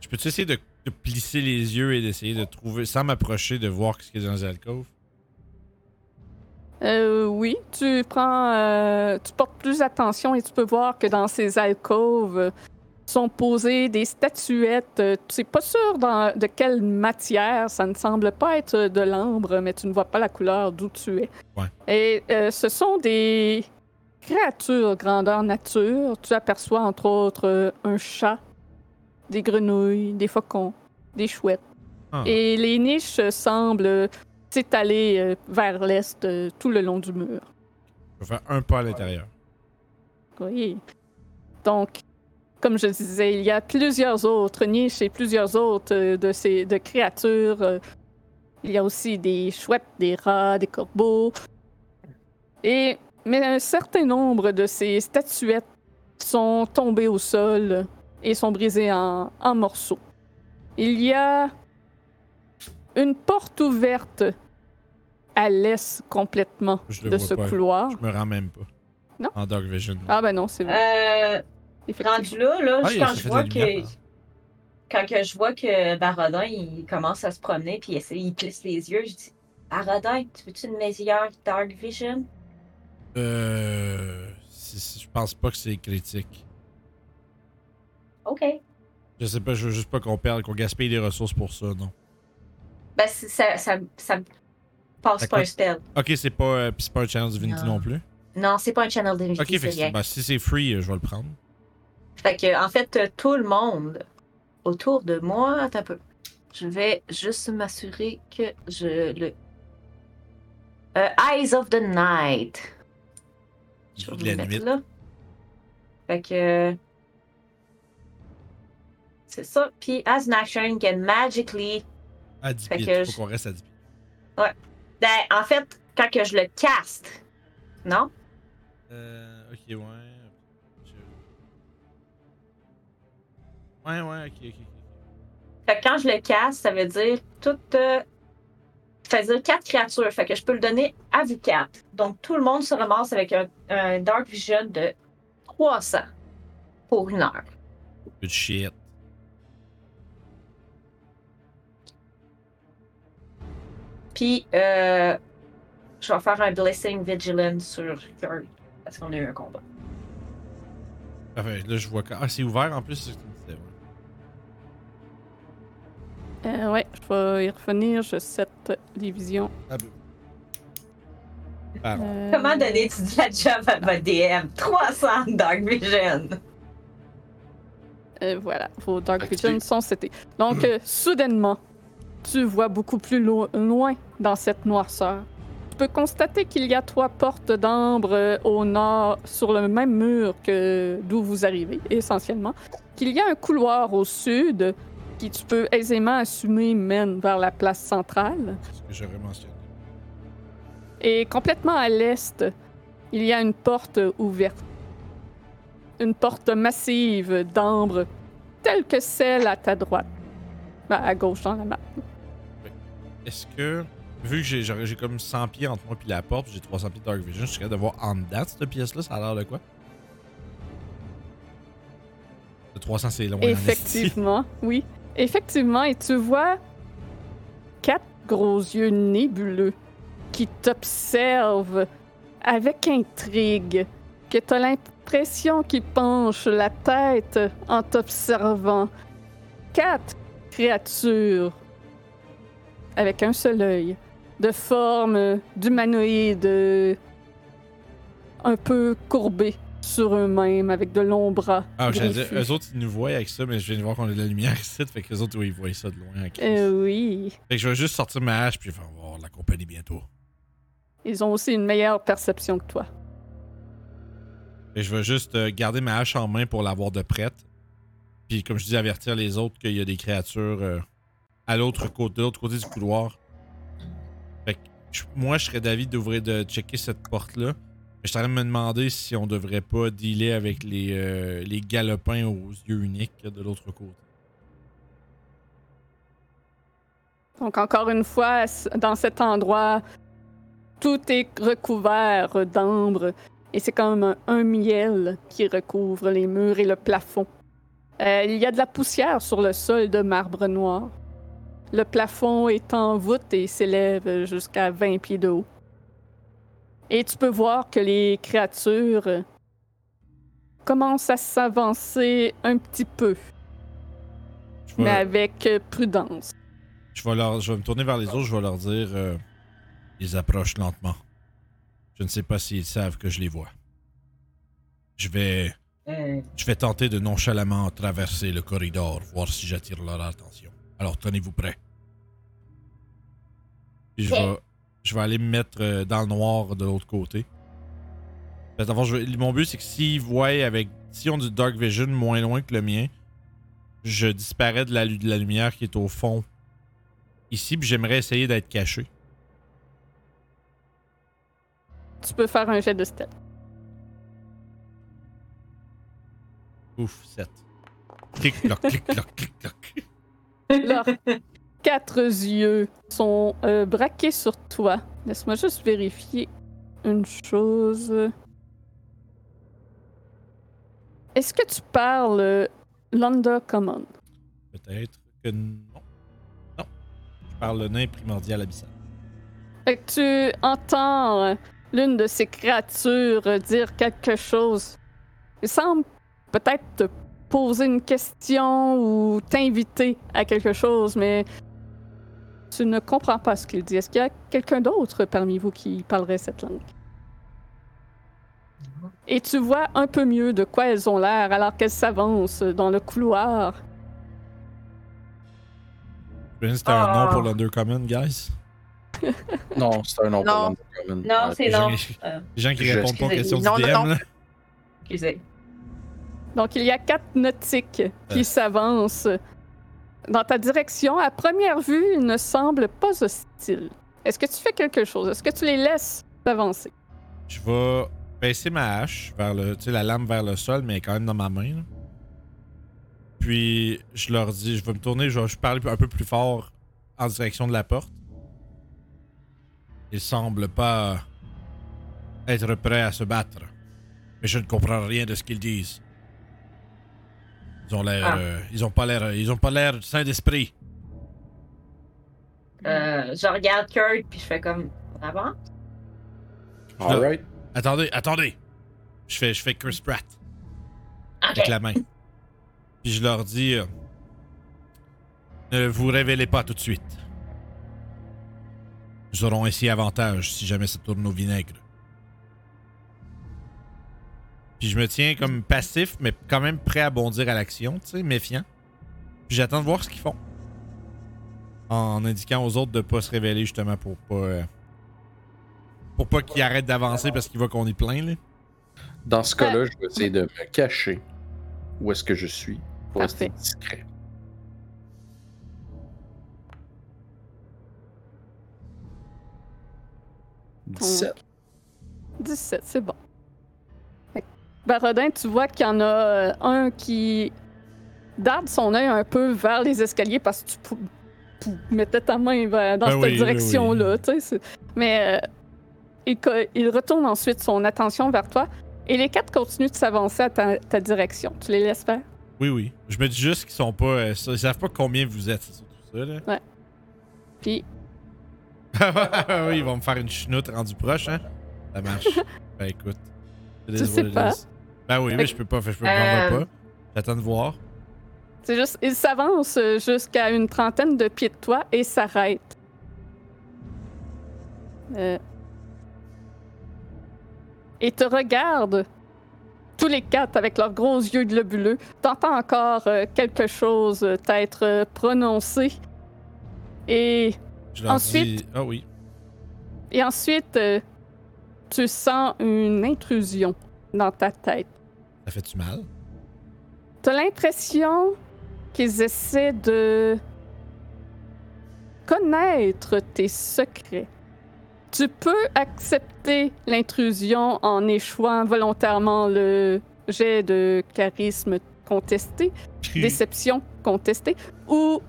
Je peux-tu essayer de, de plisser les yeux et d'essayer de trouver, sans m'approcher, de voir ce qu'il y a dans les alcôves? Euh, oui, tu prends, euh, tu portes plus attention et tu peux voir que dans ces alcôves euh, sont posées des statuettes. Euh, Tu sais pas sûr dans- de quelle matière, ça ne semble pas être de l'ambre, mais tu ne vois pas la couleur d'où tu es. Ouais. Et euh, ce sont des créatures grandeur nature. Tu aperçois entre autres euh, un chat, des grenouilles, des faucons, des chouettes. Ah. Et les niches euh, semblent euh, s'étaler euh, vers l'est euh, tout le long du mur. Je vais faire un pas à l'intérieur. Oui. Donc, comme je disais, il y a plusieurs autres niches et plusieurs autres euh, de ces de créatures. euh. Il y a aussi des chouettes, des rats, des corbeaux. Et mais un certain nombre de ces statuettes sont tombées au sol et sont brisées en, en morceaux. Il y a une porte ouverte à l'est complètement Je le de vois ce pas. couloir. Je me rends même pas. Non. En Dark Vision. Ah ben non, c'est vrai. Euh, effectivement. rendu là, là Ah, je- il quand s'est je fait vois de la lumière, que. Quand que je vois que Barodin, il commence à se promener, puis il, essaie- il plisse les yeux, je dis Barodin, tu veux-tu une meilleure Dark Vision Euh. c'est- c'est- Je pense pas que c'est critique. Ok. Ben, Je sais pas, je veux juste pas qu'on perde, qu'on gaspille des ressources pour ça, non. Ben, c'est- ça, ça, ça me passe D'accord. pas un spell. Ok, c'est pas, euh, pis c'est pas un challenge Divinity non, Non. plus. Non, c'est pas un channel divinity, Ok, fait c'est que c'est- rien. bah, si c'est free, euh, je vais le prendre. Fait que, en fait, euh, tout le monde autour de moi, attends un peu. Je vais juste m'assurer que je le. Euh, Eyes of the Night. Je vais vous De le la mettre nuit. là. Fait que. C'est ça. Puis, as an action, you can magically. À 10 Fait pieds. que Faut je- qu'on reste à 10 pieds. Ben, en fait, quand que je le caste, non? Euh, ok, ouais. Je- Ouais, ouais, ok, ok. ok. Fait que quand je le casse, ça veut dire tout. euh, ça veut dire quatre créatures. Fait que je peux le donner à vous quatre. Donc tout le monde se ramasse avec un, un Dark Vision de 300 pour une heure. Good shit. Puis euh, je vais faire un Blessing Vigilant sur Curl parce qu'on a eu un combat. Enfin, là, je vois que. Ah, c'est ouvert en plus, c'est ce que tu me disais, ouais. Euh, ouais, je vais y revenir. Je set les visions. Ah, ben. Pardon. Euh, Comment donner tu de la job à votre DM 300 Dark Vision. euh, voilà, vos Dark Activé. Vision sont setés. Donc, <clears throat> euh, soudainement, tu vois beaucoup plus lo- loin dans cette noirceur. Tu peux constater qu'il y a trois portes d'ambre euh, au nord, sur le même mur que d'où vous arrivez, essentiellement. Qu'il y a un couloir au sud qui, tu peux aisément assumer, mène vers la place centrale. C'est ce que j'aurais mentionné. Et complètement à l'est, il y a une porte ouverte. Une porte massive d'ambre, telle que celle à ta droite. Ben, à gauche dans la map. Est-ce que Vu que j'ai j'aurais- j'ai comme 100 pieds entre moi puis la porte, puis j'ai 300 pieds de Dark Vision, je serais de voir en dedans de cette pièce-là, ça a l'air de quoi? Le 300, c'est loin. en esti. Effectivement, oui. Effectivement, et tu vois quatre gros yeux nébuleux qui t'observent avec intrigue, que t'as l'impression qu'ils penchent la tête en t'observant. Quatre créatures avec un seul œil, de forme d'humanoïde euh, un peu courbés sur eux-mêmes, avec de longs bras. Ah, j'allais dire, griffus. eux autres, ils nous voient avec ça, mais je viens de voir qu'on a de la lumière <laughs> ici, fait qu'eux autres, oui, ils voient ça de loin. en crise. Euh, oui. Fait que je vais juste sortir ma hache, puis on va voir la compagnie bientôt. Ils ont aussi une meilleure perception que toi. Et je vais juste euh, garder ma hache en main pour l'avoir de prête. Puis, comme je dis, avertir les autres qu'il y a des créatures euh, à l'autre côté, de l'autre côté du couloir. Fait que je- moi, je serais d'avis d'ouvrir, de checker cette porte-là. Mais je suis en train de me demander si on devrait pas dealer avec les, euh, les galopins aux yeux uniques de l'autre côté. Donc, encore une fois, s- dans cet endroit, tout est recouvert d'ambre et c'est comme un, un miel qui recouvre les murs et le plafond. Euh, il y a de la poussière sur le sol de marbre noir. Le plafond est en voûte et s'élève jusqu'à 20 pieds de haut. Et tu peux voir que les créatures euh, commencent à s'avancer un petit peu, Je vais- mais avec euh, prudence. Je vais, leur, je vais me tourner vers les autres, je vais leur dire euh, ils approchent lentement. Je ne sais pas s'ils savent que je les vois. Je vais, Euh, je vais tenter de nonchalamment traverser le corridor, voir si j'attire leur attention. Alors tenez-vous prêts. Puis je vais, je vais aller me mettre euh, dans le noir de l'autre côté. Parce qu'avant, je vais- mon but c'est que s'ils voient avec, si on du dark vision moins loin que le mien, je disparais de la, lu- de la lumière qui est au fond ici, puis j'aimerais essayer d'être caché. Tu peux faire un jet de stealth. Ouf, 7. Clic, cloc, clic, cloc, clic, cloc. Leurs quatre yeux sont euh, braqués sur toi. Laisse-moi juste vérifier une chose. Est-ce que tu parles euh, Landa Common? Peut-être que non. Non. Je parle le nain primordial abyssal. Fait que tu entends euh, l'une de ces créatures euh, dire quelque chose. Il semble peut-être te poser une question ou t'inviter à quelque chose, mais tu ne comprends pas ce qu'il dit. Est-ce qu'il y a quelqu'un d'autre parmi vous qui parlerait cette langue? Et tu vois un peu mieux de quoi elles ont l'air alors qu'elles s'avancent dans le couloir. Je me dis, C'était un Ah. nom pour l'Undercommon, guys. Non, c'est un nom pour Non. l'Undercommon. Non, Ouais. c'est Les gens, non. Euh. les gens qui Je- répondent pas aux questions du Non, DM, non, non. là. Excusez. Donc, il y a quatre nautiques qui Euh. s'avancent dans ta direction. À première vue, ils ne semblent pas hostiles. Est-ce que tu fais quelque chose? Est-ce que tu les laisses s'avancer? je vais baisser ma hache vers le, tu sais, la lame vers le sol, mais quand même dans ma main. là. Puis je leur dis, je vais me tourner, je vais je parler un peu plus fort en direction de la porte. Ils semblent pas être prêts à se battre, mais je ne comprends rien de ce qu'ils disent. Ils ont l'air, Ah. euh, ils ont pas l'air, ils ont pas l'air sains d'esprit. Euh, je regarde Kurt, puis je fais comme. On avance? Alright. Attendez, attendez. Je fais, je fais Curse Pratt. Ok. Avec la main. Puis je leur dis euh, Ne vous révélez pas tout de suite. Nous aurons ainsi avantage si jamais ça tourne au vinaigre. Puis je me tiens comme passif, mais quand même prêt à bondir à l'action, tu sais, méfiant. Puis j'attends de voir ce qu'ils font. En indiquant aux autres de pas se révéler justement pour pas. euh, pour pas qu'ils arrêtent d'avancer parce qu'ils voient qu'on est plein, là. Dans ce cas-là, je vais essayer de me cacher où est-ce que je suis pour Parfait. rester discret. Dix-sept. 17, c'est bon. Fait que, Barodin, tu vois qu'il y en a euh, un qui darde son œil un peu vers les escaliers parce que tu, pou- pou, mettais ta main vers- dans Ben cette oui, oui, direction-là. oui. tu sais, c'est- Mais euh, il, co- il retourne ensuite son attention vers toi et les quatre continuent de s'avancer à ta, ta direction. Tu les laisses faire? Oui, oui. Je me dis juste qu'ils sont pas. euh, ça- ils savent pas combien vous êtes, c'est surtout ça, là. Puis <laughs> oui, ils vont me faire une chenoute rendue proche, hein. Ça <laughs> marche. ben écoute. it Tu is sais what it pas. is. Ben oui, mais je peux pas. fait que Je peux m'en vais pas. J'attends de voir. c'est juste, ils s'avancent jusqu'à une trentaine de pieds de toi et s'arrêtent. Euh, et te regardent tous les quatre avec leurs gros yeux globuleux. T'entends encore euh, quelque chose euh, t'être euh, prononcé. Et, Je leur Ensuite- dis. Ah oui. et ensuite, euh, tu sens une intrusion dans ta tête. Ça fait du mal. T'as l'impression qu'ils essaient de connaître tes secrets. Tu peux accepter l'intrusion en échouant volontairement le jet de charisme contesté, déception contestée ou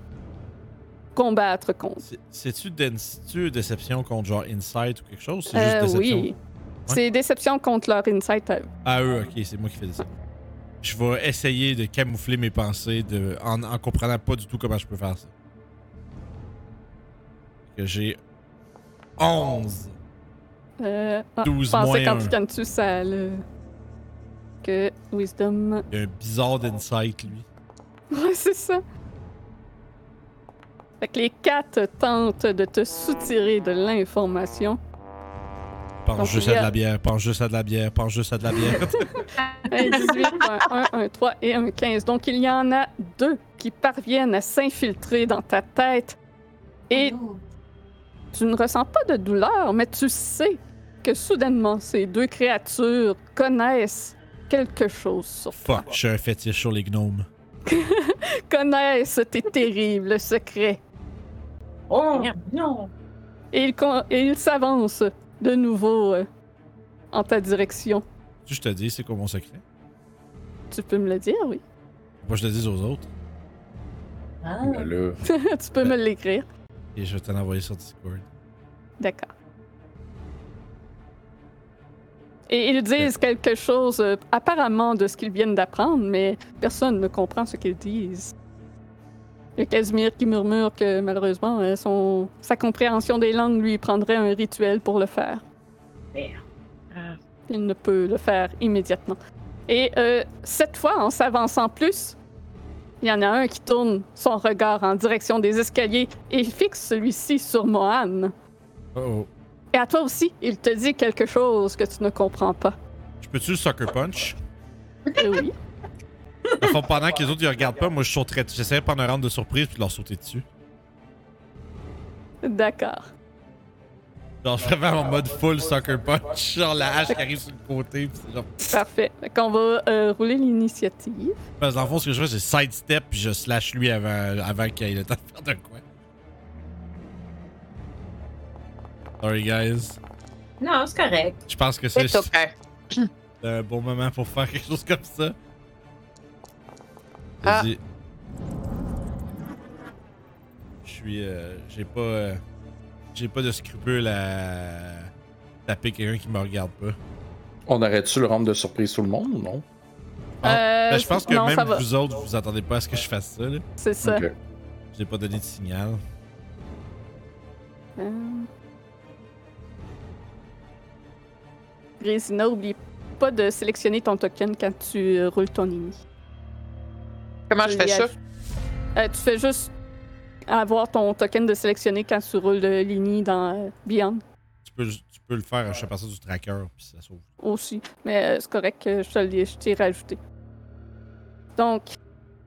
combattre contre. C'est- C'est-tu densité, déception contre genre insight ou quelque chose? C'est Euh, juste déception. oui. C'est déception contre leur insight à eux. Ah eux, ok, c'est moi qui fais ça. Je vais essayer de camoufler mes pensées de, en, en comprenant pas du tout comment je peux faire ça. Que j'ai 11. Euh, ah, 12 pensais moins quand un. tu gagnes dessus, ça le... Que Wisdom... Il y a un bizarre d'insight, lui. <laughs> Ouais, c'est ça. Fait que les quatre tentent de te soutirer de l'information. Pense Donc, juste il y à de a- la bière, pense juste à de la bière, pense juste à de la bière. <laughs> Un 18, un 1, un 3 et un 15. Donc, il y en a deux qui parviennent à s'infiltrer dans ta tête. Ah Et tu ne ressens pas de douleur, mais tu sais que soudainement, ces deux créatures connaissent quelque chose sur toi. Fuck, je suis un fétiche sur les gnomes. <laughs> Connaissent tes terribles secrets. Oh non! Et ils con- et ils s'avancent de nouveau euh, en ta direction. Tu je te dis, c'est quoi mon secret? Tu peux me le dire, oui. <laughs> Faut pas que je le dise aux autres. Ben là, tu peux me l'écrire. Et je vais t'en envoyer sur Discord. D'accord. Et ils disent quelque chose euh, apparemment de ce qu'ils viennent d'apprendre, mais personne ne comprend ce qu'ils disent. Il y a Casimir qui murmure que malheureusement, euh, son... sa compréhension des langues lui prendrait un rituel pour le faire. Ah. Il ne peut le faire immédiatement. Et euh, cette fois, en s'avançant plus, il y en a un qui tourne son regard en direction des escaliers et fixe celui-ci sur Mohan. Oh oh. Et à toi aussi, il te dit quelque chose que tu ne comprends <laughs> pas. Je peux-tu le sucker punch? Eh oui. Dans le fond, pendant que les autres ils regardent pas, moi je sauterais. J'essaierais de prendre un round de surprise puis de leur sauter dessus. D'accord. Genre, je serais vraiment en mode full sucker punch. Genre, la hache qui arrive sur le côté. Pis c'est genre. Parfait. On va euh, rouler l'initiative. Parce que dans le fond, ce que je fais, c'est sidestep puis je slash lui avant, avant qu'il ait le temps de faire de quoi. Sorry, guys. Non, c'est correct. Je pense que c'est C'est ok. un bon moment pour faire quelque chose comme ça. Ah. Vas-y. Je suis. euh, J'ai pas. euh, J'ai pas de scrupule à. taper quelqu'un qui me regarde pas. on arrête-tu le rendre de surprise tout le monde ou non? Euh, Ben, je pense que non, ça même va. vous autres, vous attendez pas à ce que je fasse ça. Là. C'est ça. Ok. J'ai pas donné de signal. Euh. Grésina, n'oublie pas de sélectionner ton token quand tu euh, roules ton ini. Comment je fais ça? Euh, tu fais juste avoir ton token de sélectionner quand tu roules euh, l'ini dans euh, Beyond Tu peux, tu peux le faire, je sais pas ça du tracker, puis ça sauve. aussi. Mais euh, c'est correct que je te l'ai- je t'ai rajouté. Donc,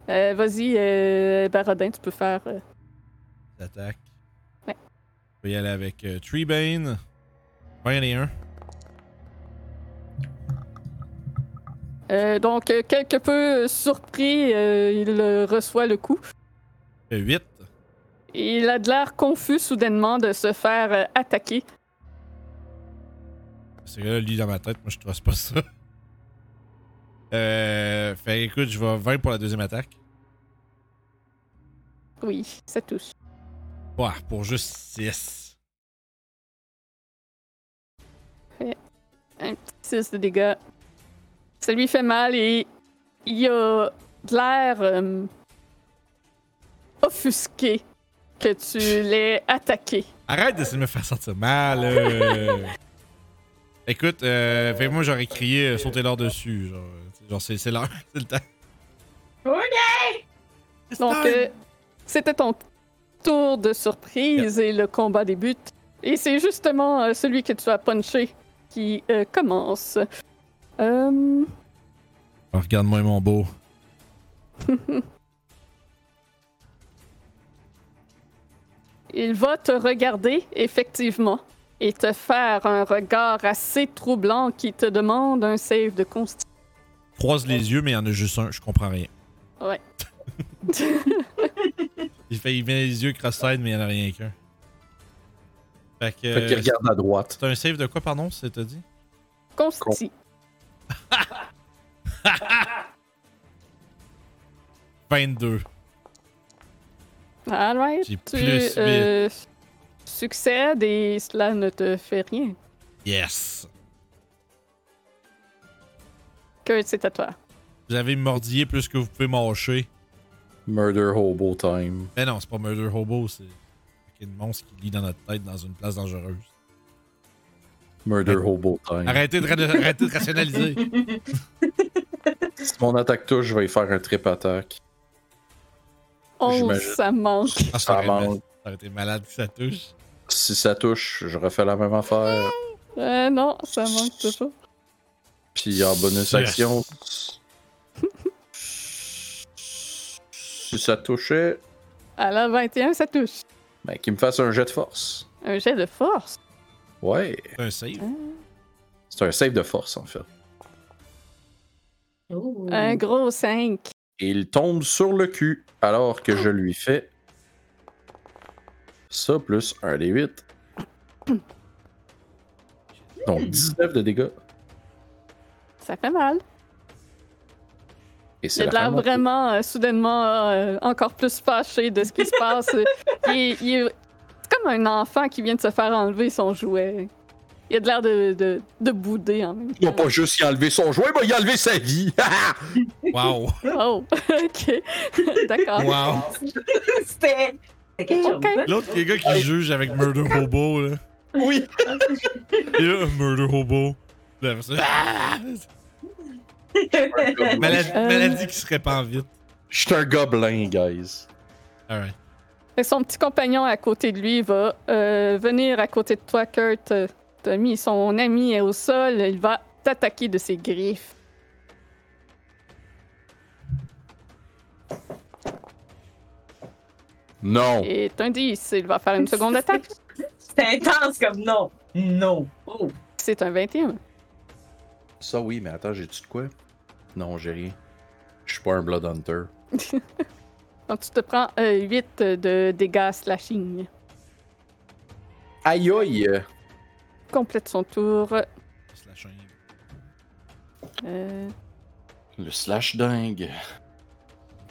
euh, vas-y, euh, Barodin, tu peux faire. euh, L'attaque. Ouais. Je vais y aller avec euh, Treebane. 21. Euh, donc, euh, quelque peu euh, surpris, euh, il euh, reçoit le coup. Fait 8. Il a de l'air confus soudainement de se faire euh, attaquer. Parce que là, lui dans ma tête, moi je trace pas ça. Euh, fait écoute, je vais 20 pour la deuxième attaque. Oui, ça touche. Ouais, pour juste 6. 6 de dégâts. Ça lui fait mal et il a de l'air euh, offusqué que tu l'aies attaqué. Arrête d'essayer de me faire sentir mal. <laughs> euh. Écoute, euh, fait que moi j'aurais crié euh, sautez leur dessus. Genre, euh, genre, c'est c'est l'heure, <laughs> c'est le temps. Donc, euh, c'était ton tour de surprise et le combat débute. Et c'est justement euh, celui que tu as punché qui euh, commence. Euh, Ah, Regarde-moi mon beau. Il va te regarder, effectivement, et te faire un regard assez troublant qui te demande un save de constitution. Croise les yeux, mais il y en a juste un, je comprends rien. Ouais. <laughs> il fait il met les yeux cross-eyed, mais il n'y en a rien qu'un. Fait que. euh, Fait qu'il regarde à droite. C'est un save de quoi, pardon, c'était dit? Consti. 22. All right. J'ai Tu plus euh, succèdes et cela ne te fait rien. Yes! Que c'est à toi. Vous avez mordillé plus que vous pouvez mâcher. Murder Hobo Time. Mais non, c'est pas Murder Hobo, c'est un monstre qui lit dans notre tête dans une place dangereuse. Murder Hobo Time. Arrêtez de, ra- arrêtez de rationaliser. <laughs> Si mon attaque touche, je vais y faire un trip attaque. 11, J'imagine. Oh, ça manque. Ah, Ça ça aurait mal- manque. ça aurait été malade que ça touche. Si ça touche, je refais la même affaire. Euh, non, ça manque toujours. Puis en bonus Yes. action. si ça touchait, À la 21, ça touche. ben qu'il me fasse un jet de force. Un jet de force. Ouais. C'est un save. C'est un save de force en fait. Ouh. <laughs> Un gros 5. Il tombe sur le cul alors que je lui fais ça plus un des 8. Donc 19 de dégâts. Ça fait mal. Et Il c'est a de la l'air fin de mon tour. vraiment, euh, soudainement, euh, encore plus fâché de ce qui se <laughs> passe. Il est- il est- C'est comme un enfant qui vient de se faire enlever son jouet. Il a de l'air de, de, de bouder en même Il temps. va pas juste y enlever son jouet, il va y enlever sa vie. <laughs> Wow! Oh, <laughs> ok. <laughs> D'accord. Wow! C'était c'était quelque chose. Ok. L'autre, les gars qui juge avec Murder Hobo, là. oui. Il y a un Murder Hobo. Là, ça- Ah! hein? Malade- Euh. Maladie qui se répand vite. Je suis un gobelin, guys. Alright. Fait que son petit compagnon à côté de lui va euh, venir à côté de toi, Kurt. Euh, T'as mis son ami est au sol. Il va t'attaquer de ses griffes. Non. Et un 10. Il va faire une seconde attaque. <laughs> C'était intense comme non. Non. Oh. C'est un 21. Ça oui, mais attends, j'ai-tu de quoi? Non, j'ai rien. Je suis pas un Blood Hunter. Donc tu te prends 8 de dégâts slashing. Aïe aïe! Complète son tour. C'est la chaîne. Euh, Le slash dingue.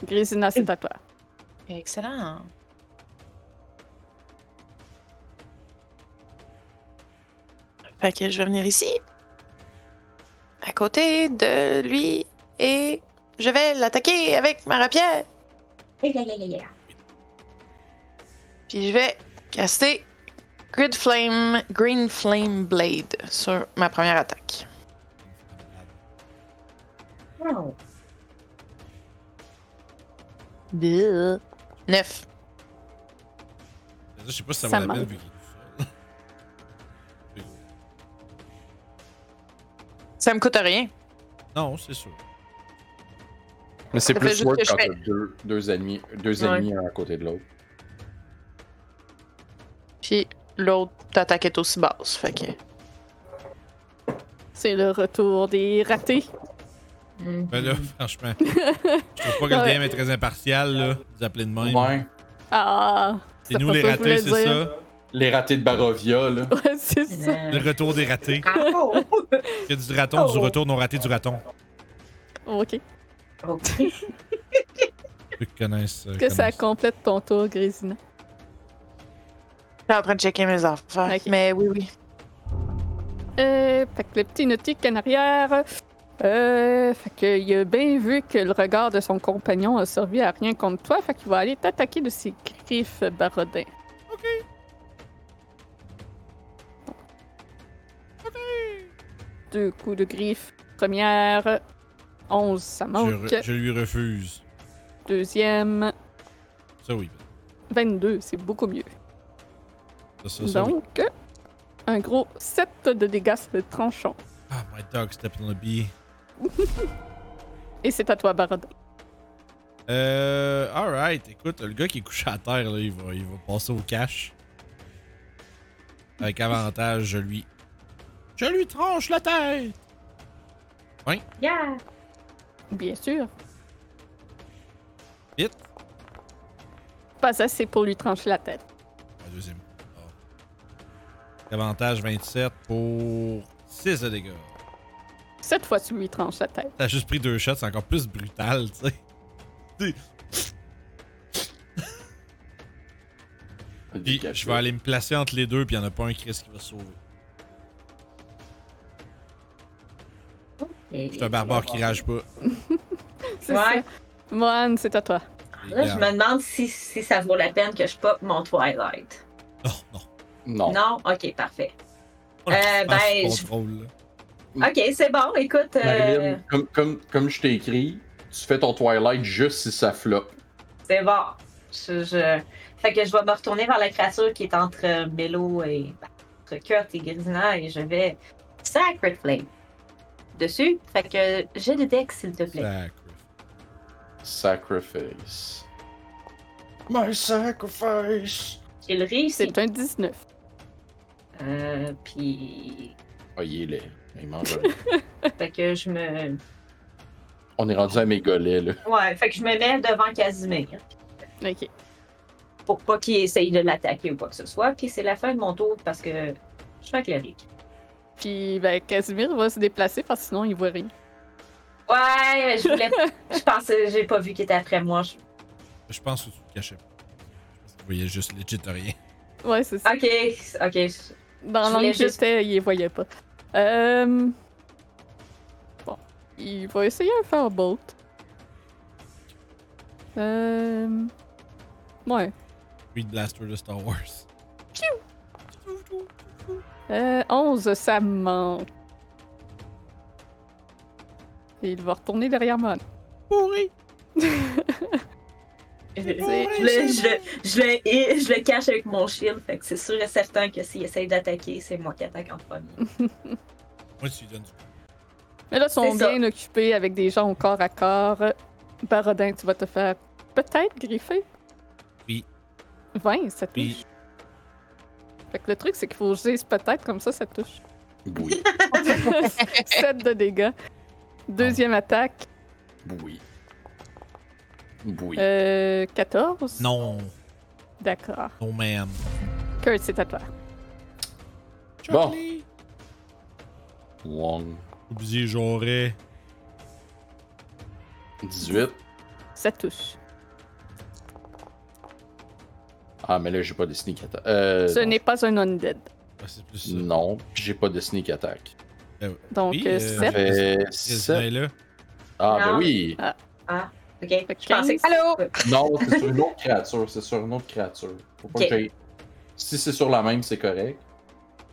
Grésina, c'est à toi. Excellent. Fait que je vais venir ici. À côté de lui. Et je vais l'attaquer avec ma rapière. Hey, là, là, là, là. Puis je vais caster Grid Flame, Green Flame Blade sur ma première attaque. Wow. Neuf. Je sais pas si ça Ça va la peine manque. vu qu'il est tout seul. Ça me coûte rien. Non, c'est sûr. Mais c'est Ça fait plus juste work que je quand fais- t'as deux, deux ennemis, deux Ouais. ennemis un à côté de l'autre. Puis l'autre attaque est aussi basse. Fait que. C'est le retour des ratés. Mais Ben Mm. là, franchement, je trouve pas que le DM est très impartial, là. Vous appelez de même. Ouais. Ah! c'est nous pas les ça que je ratés, c'est voulais ça. Les ratés de Barovia, là. dire. <laughs> Ouais, c'est ça. Le retour des ratés. <laughs> Oh. Il y a du raton, Oh. du retour non raté du raton. Ok. Ok. Ceux qui connaissent. euh, Que ça connaissent. complète ton tour, Grésina. suis en train de checker mes affaires. Ok. Mais oui, oui. Euh, fait que le petit nautique en arrière. Euh, fait que il a bien vu que le regard de son compagnon a servi à rien contre toi. Fait qu'il va aller t'attaquer de ses griffes, Barodin. OK. Deux coups de griffes. Première, 11, ça Je, manque. re- je lui refuse. Deuxième, Ça oui. 22, c'est beaucoup mieux. Ça, ça, ça, oui. Donc, un gros 7 de dégâts sur le tranchant. Ah, my dog stepped on a bee. Et c'est à toi, Barodin. Euh, alright, écoute, le gars qui est couché à terre, là, il va, il va passer au cash. Avec avantage, je lui. Je lui tranche la tête! Yeah! Bien sûr. Hit. Pas assez pour lui trancher la tête. Ah, deuxième. Ah. Avec Avantage 27 pour 6 de dégâts. Cette fois, tu lui tranches la tête. T'as juste pris deux shots, c'est encore plus brutal, tu sais. Puis je vais aller me placer entre les deux, puis il en a pas un Chris qui va se sauver. Et- C'est un barbare qui rage pas. C'est ça. Ouais. Mohan, c'est à toi. Là, je me demande si, si ça vaut la peine que je pop mon Twilight. Non, non. Non. Non? Ok, parfait. Pas le Euh, passe ben, je- contrôle, là. Ok, c'est bon, écoute. euh, Mm. Marilyn, comme, comme, comme je t'ai écrit, tu fais ton Twilight juste si ça floppe. c'est bon. Je, je- Fait que je vais me retourner vers la créature qui est entre Melo et. entre Kurt et Grisina et je vais. Sacred Flame. Dessus. Fait que j'ai des decks, s'il te plaît. Sacré. Sacrifice. My sacrifice! J'ai le réussi. C'est un 19. Euh, puis. Oh, il est laid. Il mange. fait que je me. On est rendu à mes golets, là. Ouais, fait que je me mets devant Casimir. Ok. pour pas qu'il essaye de l'attaquer ou quoi que ce soit. Puis c'est la fin de mon tour parce que je suis un cleric. Puis, ben, Casimir va se déplacer parce que sinon, il voit rien. Ouais, je voulais. je pensais, j'ai pas vu qu'il était après moi. Je- Je pense que tu le cachais pas. Je pense que tu voyais juste legit rien. <laughs> Ouais, c'est ça. Ok, ok. Dans Ah, je l'angle voulais que juste- j'étais, il les voyait pas. Euh... Bon. Il va essayer un firebolt. Euh... Ouais. Reed Blaster de Star Wars. Euh, 11, ça manque. Et il va retourner derrière moi. Pourri! Je le, je, le- je le hais- je le cache avec mon shield. Fait que c'est sûr et certain que s'il essaye d'attaquer, c'est moi qui attaque en premier. Moi, tu lui donnes du Mais là, ils sont C'est ça. bien occupés avec des gens au corps à corps. Barodin, tu vas te faire peut-être griffer. Oui. 20, ça touche. Oui. Fait que le truc, c'est qu'il faut que je dise peut-être, comme ça, ça touche. <laughs> Oui, 7 de dégâts. Deuxième attaque, oui. Oui. euh, 14. Non, D'accord. non, man. Kurt, c'est à toi. Bon. Long. Oublié, j'aurais. 18. Ça touche. Ah, mais là, j'ai pas de sneak attack. Euh, Ce non. n'est pas un undead. Ah, c'est plus ça. Non, puis j'ai pas de sneak attack. Donc, Oui, euh, 7. Fait Yes, sept. ben là. Ah, Non. ben oui. Ok, Fait que je pensais que. Allô? Non, c'est sur une autre créature. C'est sur une autre créature. Faut pas Ok. que j'aille- Si c'est sur la même, c'est correct.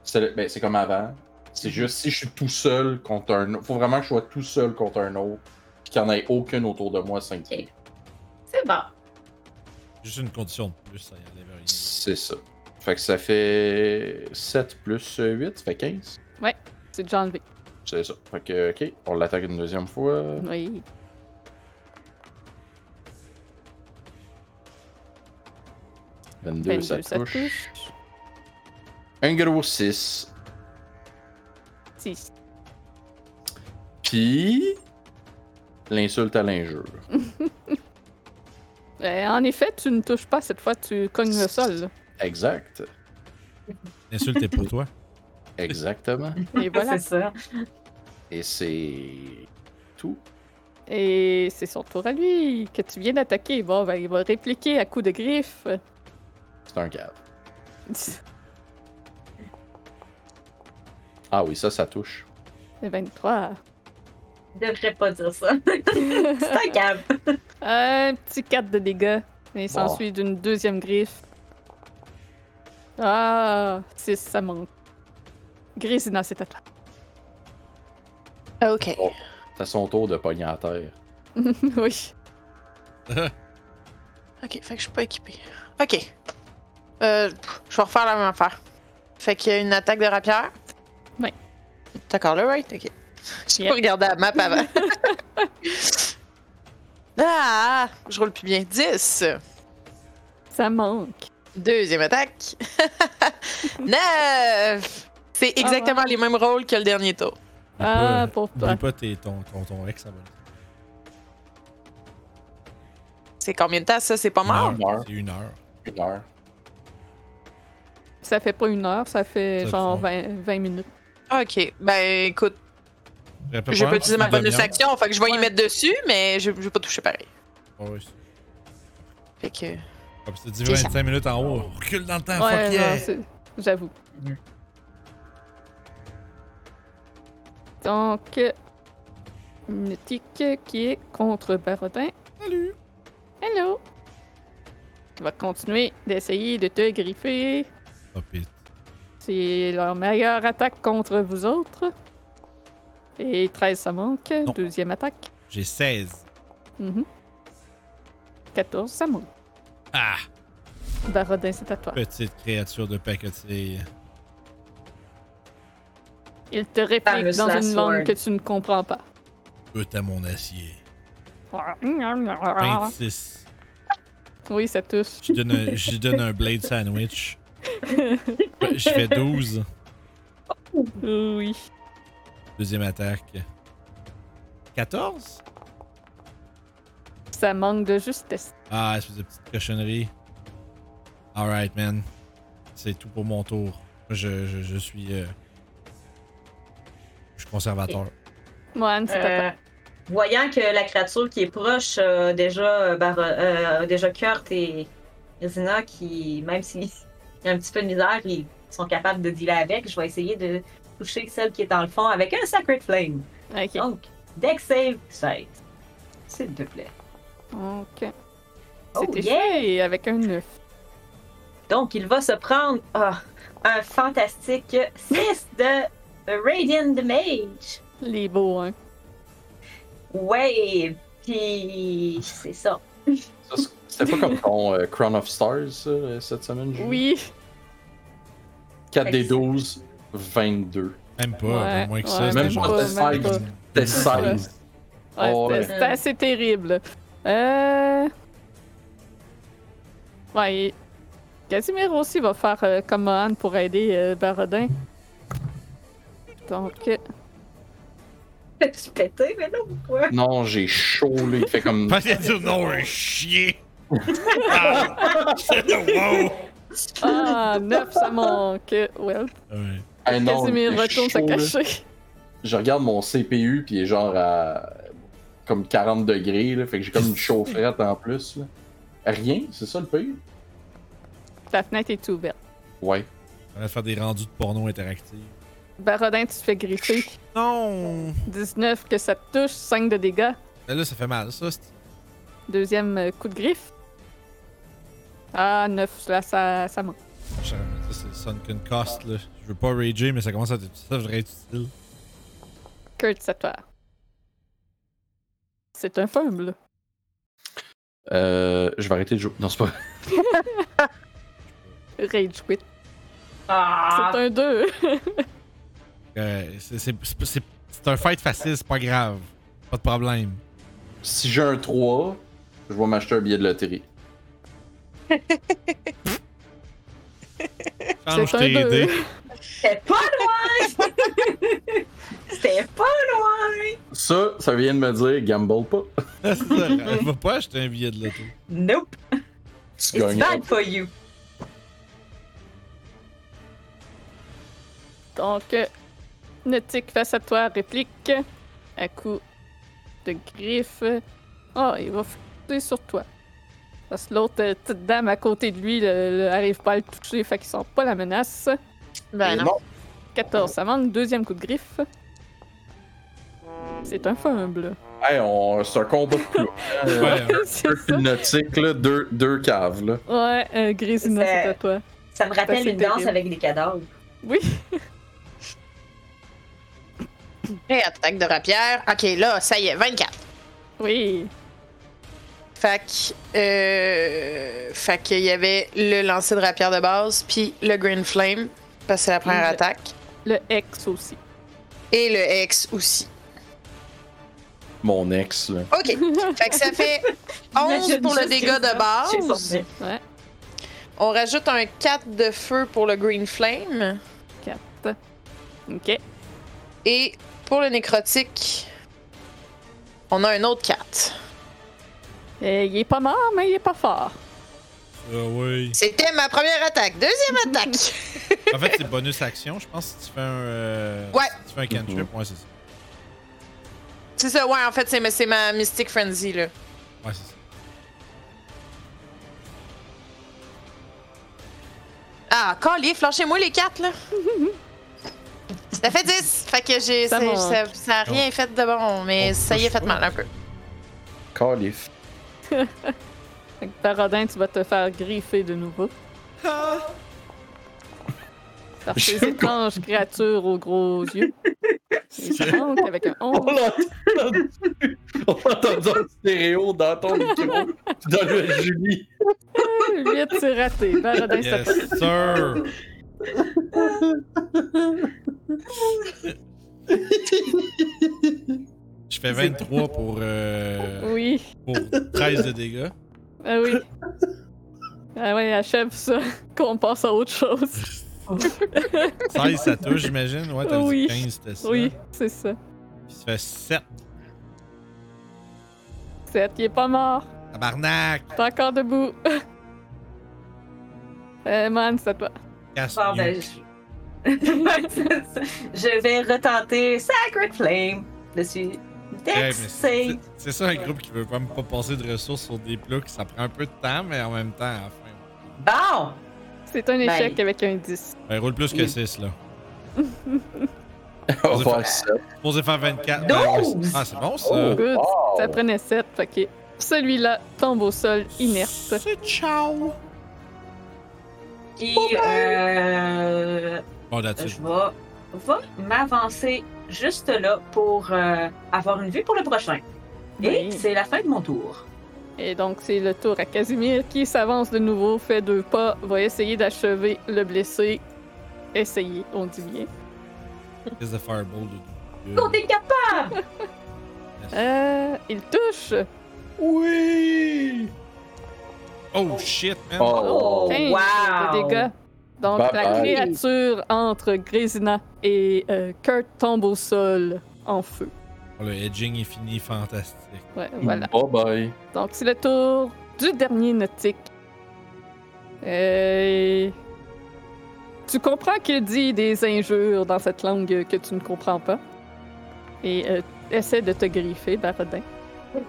C'est le- ben, c'est comme avant. C'est juste si je suis tout seul contre un autre. Faut vraiment que je sois tout seul contre un autre. Puis qu'il n'y en ait aucune autour de moi, 5 Ok. C'est bon. Juste une condition de plus, ça y enlève rien. C'est ça. Fait que ça fait 7 plus 8, ça fait 15. C'est déjà enlevé. C'est ça. Fait que, ok, on l'attaque une deuxième fois. Oui. Ben, 22, ça deux, ça touche. touche. Un gros 6. Six. Puis. L'insulte à l'injure. Euh, en effet, tu ne touches pas cette fois, tu cognes le sol. Exact. L'insulte est pour toi. <laughs> Exactement. Et voilà. C'est ça. Et c'est. Tout. Et c'est son tour à lui <laughs> que tu viens d'attaquer. Bon, ben, il va répliquer à coups de griffes. C'est un cave. Ah oui, ça, ça touche. C'est 23. Je devrais pas dire ça. <laughs> C'est un câble. Euh, Un petit 4 de dégâts. Et il s'ensuit d'une deuxième griffe. Ah, 6, ça manque. Grisina, c'est à toi. Ok. C'est à son tour de pogner à terre. <laughs> oui. Ok, fait que je suis pas équipée. Ok. Euh, pff, je vais refaire la même affaire. Fait qu'il y a une attaque de rapière. Ouais. T'es encore là, right? Ok. J'ai Yep. pas regardé la map avant. ah! Je roule plus bien. 10. Ça manque. Deuxième attaque. <laughs> 9. C'est exactement les mêmes rôles que le dernier tour. Ah, pour N'oublie toi. pas tes- ton, ton, ton ex, ça va. C'est combien de temps ça? C'est pas Une mort? heure, Une heure. C'est une heure. Une heure. Ça fait pas une heure, ça fait Ça genre fait 20, 20 minutes. Ok. Ben écoute, Après, je probablement, peux utiliser ma une bonne demi-heure. action. Fait que je vais y Ouais. mettre dessus, mais je, je vais pas toucher pareil. Ah oui, c'est- Ah, Fait que. Comme tu dis, C'est ça. 25 minutes en haut. Recule dans le temps, Ouais, Ah, fuck non, yeah! c'est- j'avoue. Donc, euh, une tique qui est contre Barodin. Salut! Hello! Qui va continuer d'essayer de te griffer. Hop, it. C'est leur meilleure attaque contre vous autres. Et 13, ça manque. Non. Deuxième attaque. J'ai 16. Mhm. 14, ça manque. Ah! Barodin, c'est à toi. Petite créature de pacotille. Il te réplique Famous dans last une langue word. que tu ne comprends pas. Peut à mon acier. Ah. 26. Oui, ça touche. Je lui donne un, je lui donne un blade sandwich. Je fais 12. Oui. Deuxième attaque. 14? Ça manque de justesse. Ah, espèce de petite cochonnerie. Alright, man. C'est tout pour mon tour. Je, je, je suis. euh, je suis conservateur. Moine, c'est à toi. Euh, voyant que la créature qui est proche, euh, déjà, euh, Bar- euh, déjà Kurt et Rizina, qui, même s'il y a un petit peu de misère, ils sont capables de dealer avec, je vais essayer de toucher celle qui est dans le fond avec un Sacred Flame. Euh, Ok. oh. Donc, deck save 16. S'il te plaît. Ok. Oh, C'était yeah! fait et avec un 9. Donc, il va se prendre ah, un fantastique 6 de Radiant Mage. Les beaux, hein. Ouais, puis c'est ça. Ça, c'est- C'était pas comme ton euh, Crown of Stars ça, euh, cette semaine, Julie? Oui. 4 des 12, 22. Même pas, ben, Ouais, moins que ouais, ça. c'était même genre pas, 16. même pas. C'était 16. Ouais, Oh, c'était- ouais. c'était assez terrible. Euh. Ouais. et Casimir aussi va faire euh, comme Anne pour aider euh, Barodin. <laughs> Donc, euh, <laughs> Je suis pété, mais non, pourquoi? Non, j'ai chaud, là. Il fait comme. Pas de dire non, un chien! Ah, c'est wow! ah, 9, ça manque. Well, Ouais. Ah, non, Casimir j'ai retourne se chaud, là. cacher. Je regarde mon CPU, puis il est genre à. comme 40 degrés, là. Fait que j'ai <laughs> comme une chaufferette en plus, là. Rien, c'est ça le pays? La fenêtre est ouverte. Ouais. On va faire des rendus de porno interactifs. Barodin, tu te fais griffer. Non! 19 que ça te touche, 5 de dégâts. Ben là, ça fait mal, ça. c'est- Deuxième euh, coup de griffe. Ah, 9, là, ça, ça manque. Ça, c'est le Sunken Cost, là. Je veux pas rager, mais ça commence à être. Ça devrait être utile. Kurt, c'est à toi. C'est un fumble. Euh, je vais arrêter de jouer. Non, c'est pas. Rage quit. Ah, C'est un 2. Euh, c'est- c'est- c'est c'est- c'est un fight facile, c'est pas grave. Pas de problème. Si j'ai un 3, je vais m'acheter un billet de loterie. Change C'est un tes deux. dés. <laughs> c'était pas <laughs> loin! c'était pas loin! Ça, ça vient de me dire, gamble pas. C'est ça, Elle va pas acheter un billet de loto. Nope, <laughs> Tu it's gagnes. bad for you. <laughs> Donc, euh, Nautique face à toi, réplique. À coup de griffe. Ah, il va foutre sur toi. Parce que l'autre euh, petite dame à côté de lui n'arrive pas à le toucher, fait qu'il sent pas la menace. Ben Et non. 14, ça manque. Deuxième coup de griffe. C'est un fumble. Hey, on... C'est un combat de clous. <laughs> Euh, Ouais, hein, c'est Deux ça. pinotiques, là, deux, deux caves. Là. Ouais, euh, Grésina, C'est- c'est à toi. Ça me Ben, rappelle c'est une danse terrible. avec des cadavres. Oui, Et attaque de rapière. Ok, là, ça y est, 24. oui. Fait que, euh, fait qu'il y avait le lancer de rapière de base, puis le Green Flame, parce que c'est la première Le- attaque, Le ex aussi. et le X aussi. Mon ex. Là. <laughs> OK. fait que ça fait 11 pour le Imagine dégât juste de base. sorti. On rajoute un 4 de feu pour le Green Flame. 4. Ok. Et pour le nécrotique, on a un autre 4. Euh, il est pas mort, mais il est pas fort. Euh, oui. C'était ma première attaque. Deuxième <laughs> attaque. En fait, c'est bonus action, je pense, si tu fais un. euh, Ouais. Si tu fais un cantrip, ouais, c'est ça. c'est ça, ouais, en fait, c'est c'est ma Mystic Frenzy, là. Ouais, c'est ça. Ah, collier, flanchez-moi les quatre, là. ça fait 10. Fait que j'ai. Ça c'est- manque. Ça ça a rien fait de bon, mais On ça y est touche pas. fait mal un peu. <laughs> Calif. Fait que Parodin, tu vas te faire griffer de nouveau. Par ces J'aime qu'on- étranges créatures aux gros yeux. Il se manque avec un On 11. l'a entendu. On l'a entendu en stéréo dans ton micro. puis Dans le Julie. 8, c'est raté. Parodin, ça Yes, sir! Je fais 23 pour, euh, Oui. pour 13 de dégâts. Ah oui. Ah oui, achève ça. <laughs> Qu'on passe à autre chose. 16, ça touche, j'imagine. Ouais, t'avais Oui. dit 15, c'était ça. Oui, c'est ça. Il se fait 7. 7, il est pas mort. Tabarnak! T'es encore debout. <laughs> Euh, man, c'est à toi. Casse Bon, ben, je... je <laughs> vais retenter Sacred Flame dessus. Ouais, mais Dex ben, c'est save. c'est ça un groupe qui veut même pas passer de ressources sur des plugs. Ça prend un peu de temps, mais en même temps, à la fin. Bon! C'est un échec avec un 10. Ben, roule plus que Oui. 6, là. On va faire ça. Supposé faire 24. Douze! Ah, c'est bon, ça! Oh, Good. wow. Ça prenait 7, fait que celui-là tombe au sol inerte. C'est ciao! Puis, euh, Bon, là-dessus. je vais, vais m'avancer juste là pour euh, avoir une vue pour le prochain. Et Oui. c'est la fin de mon tour. Et donc, c'est le tour à Casimir qui s'avance de nouveau, fait deux pas, va essayer d'achever le blessé. Essayer, on dit bien. Qu'est-ce que Fireball de Côté capable! Euh, il touche! Oui! Oh shit, man! Oh, 15 de wow! dégâts. Donc, Bye la bye. créature entre Grésina et euh, Kurt tombe au sol en feu. Oh, Le edging est fini, fantastique. Ouais, voilà. Bye bye. Donc, c'est le tour du dernier nautique. Euh, Tu comprends qu'il dit des injures dans cette langue que tu ne comprends pas. Et euh, essaie de te griffer, Barodin.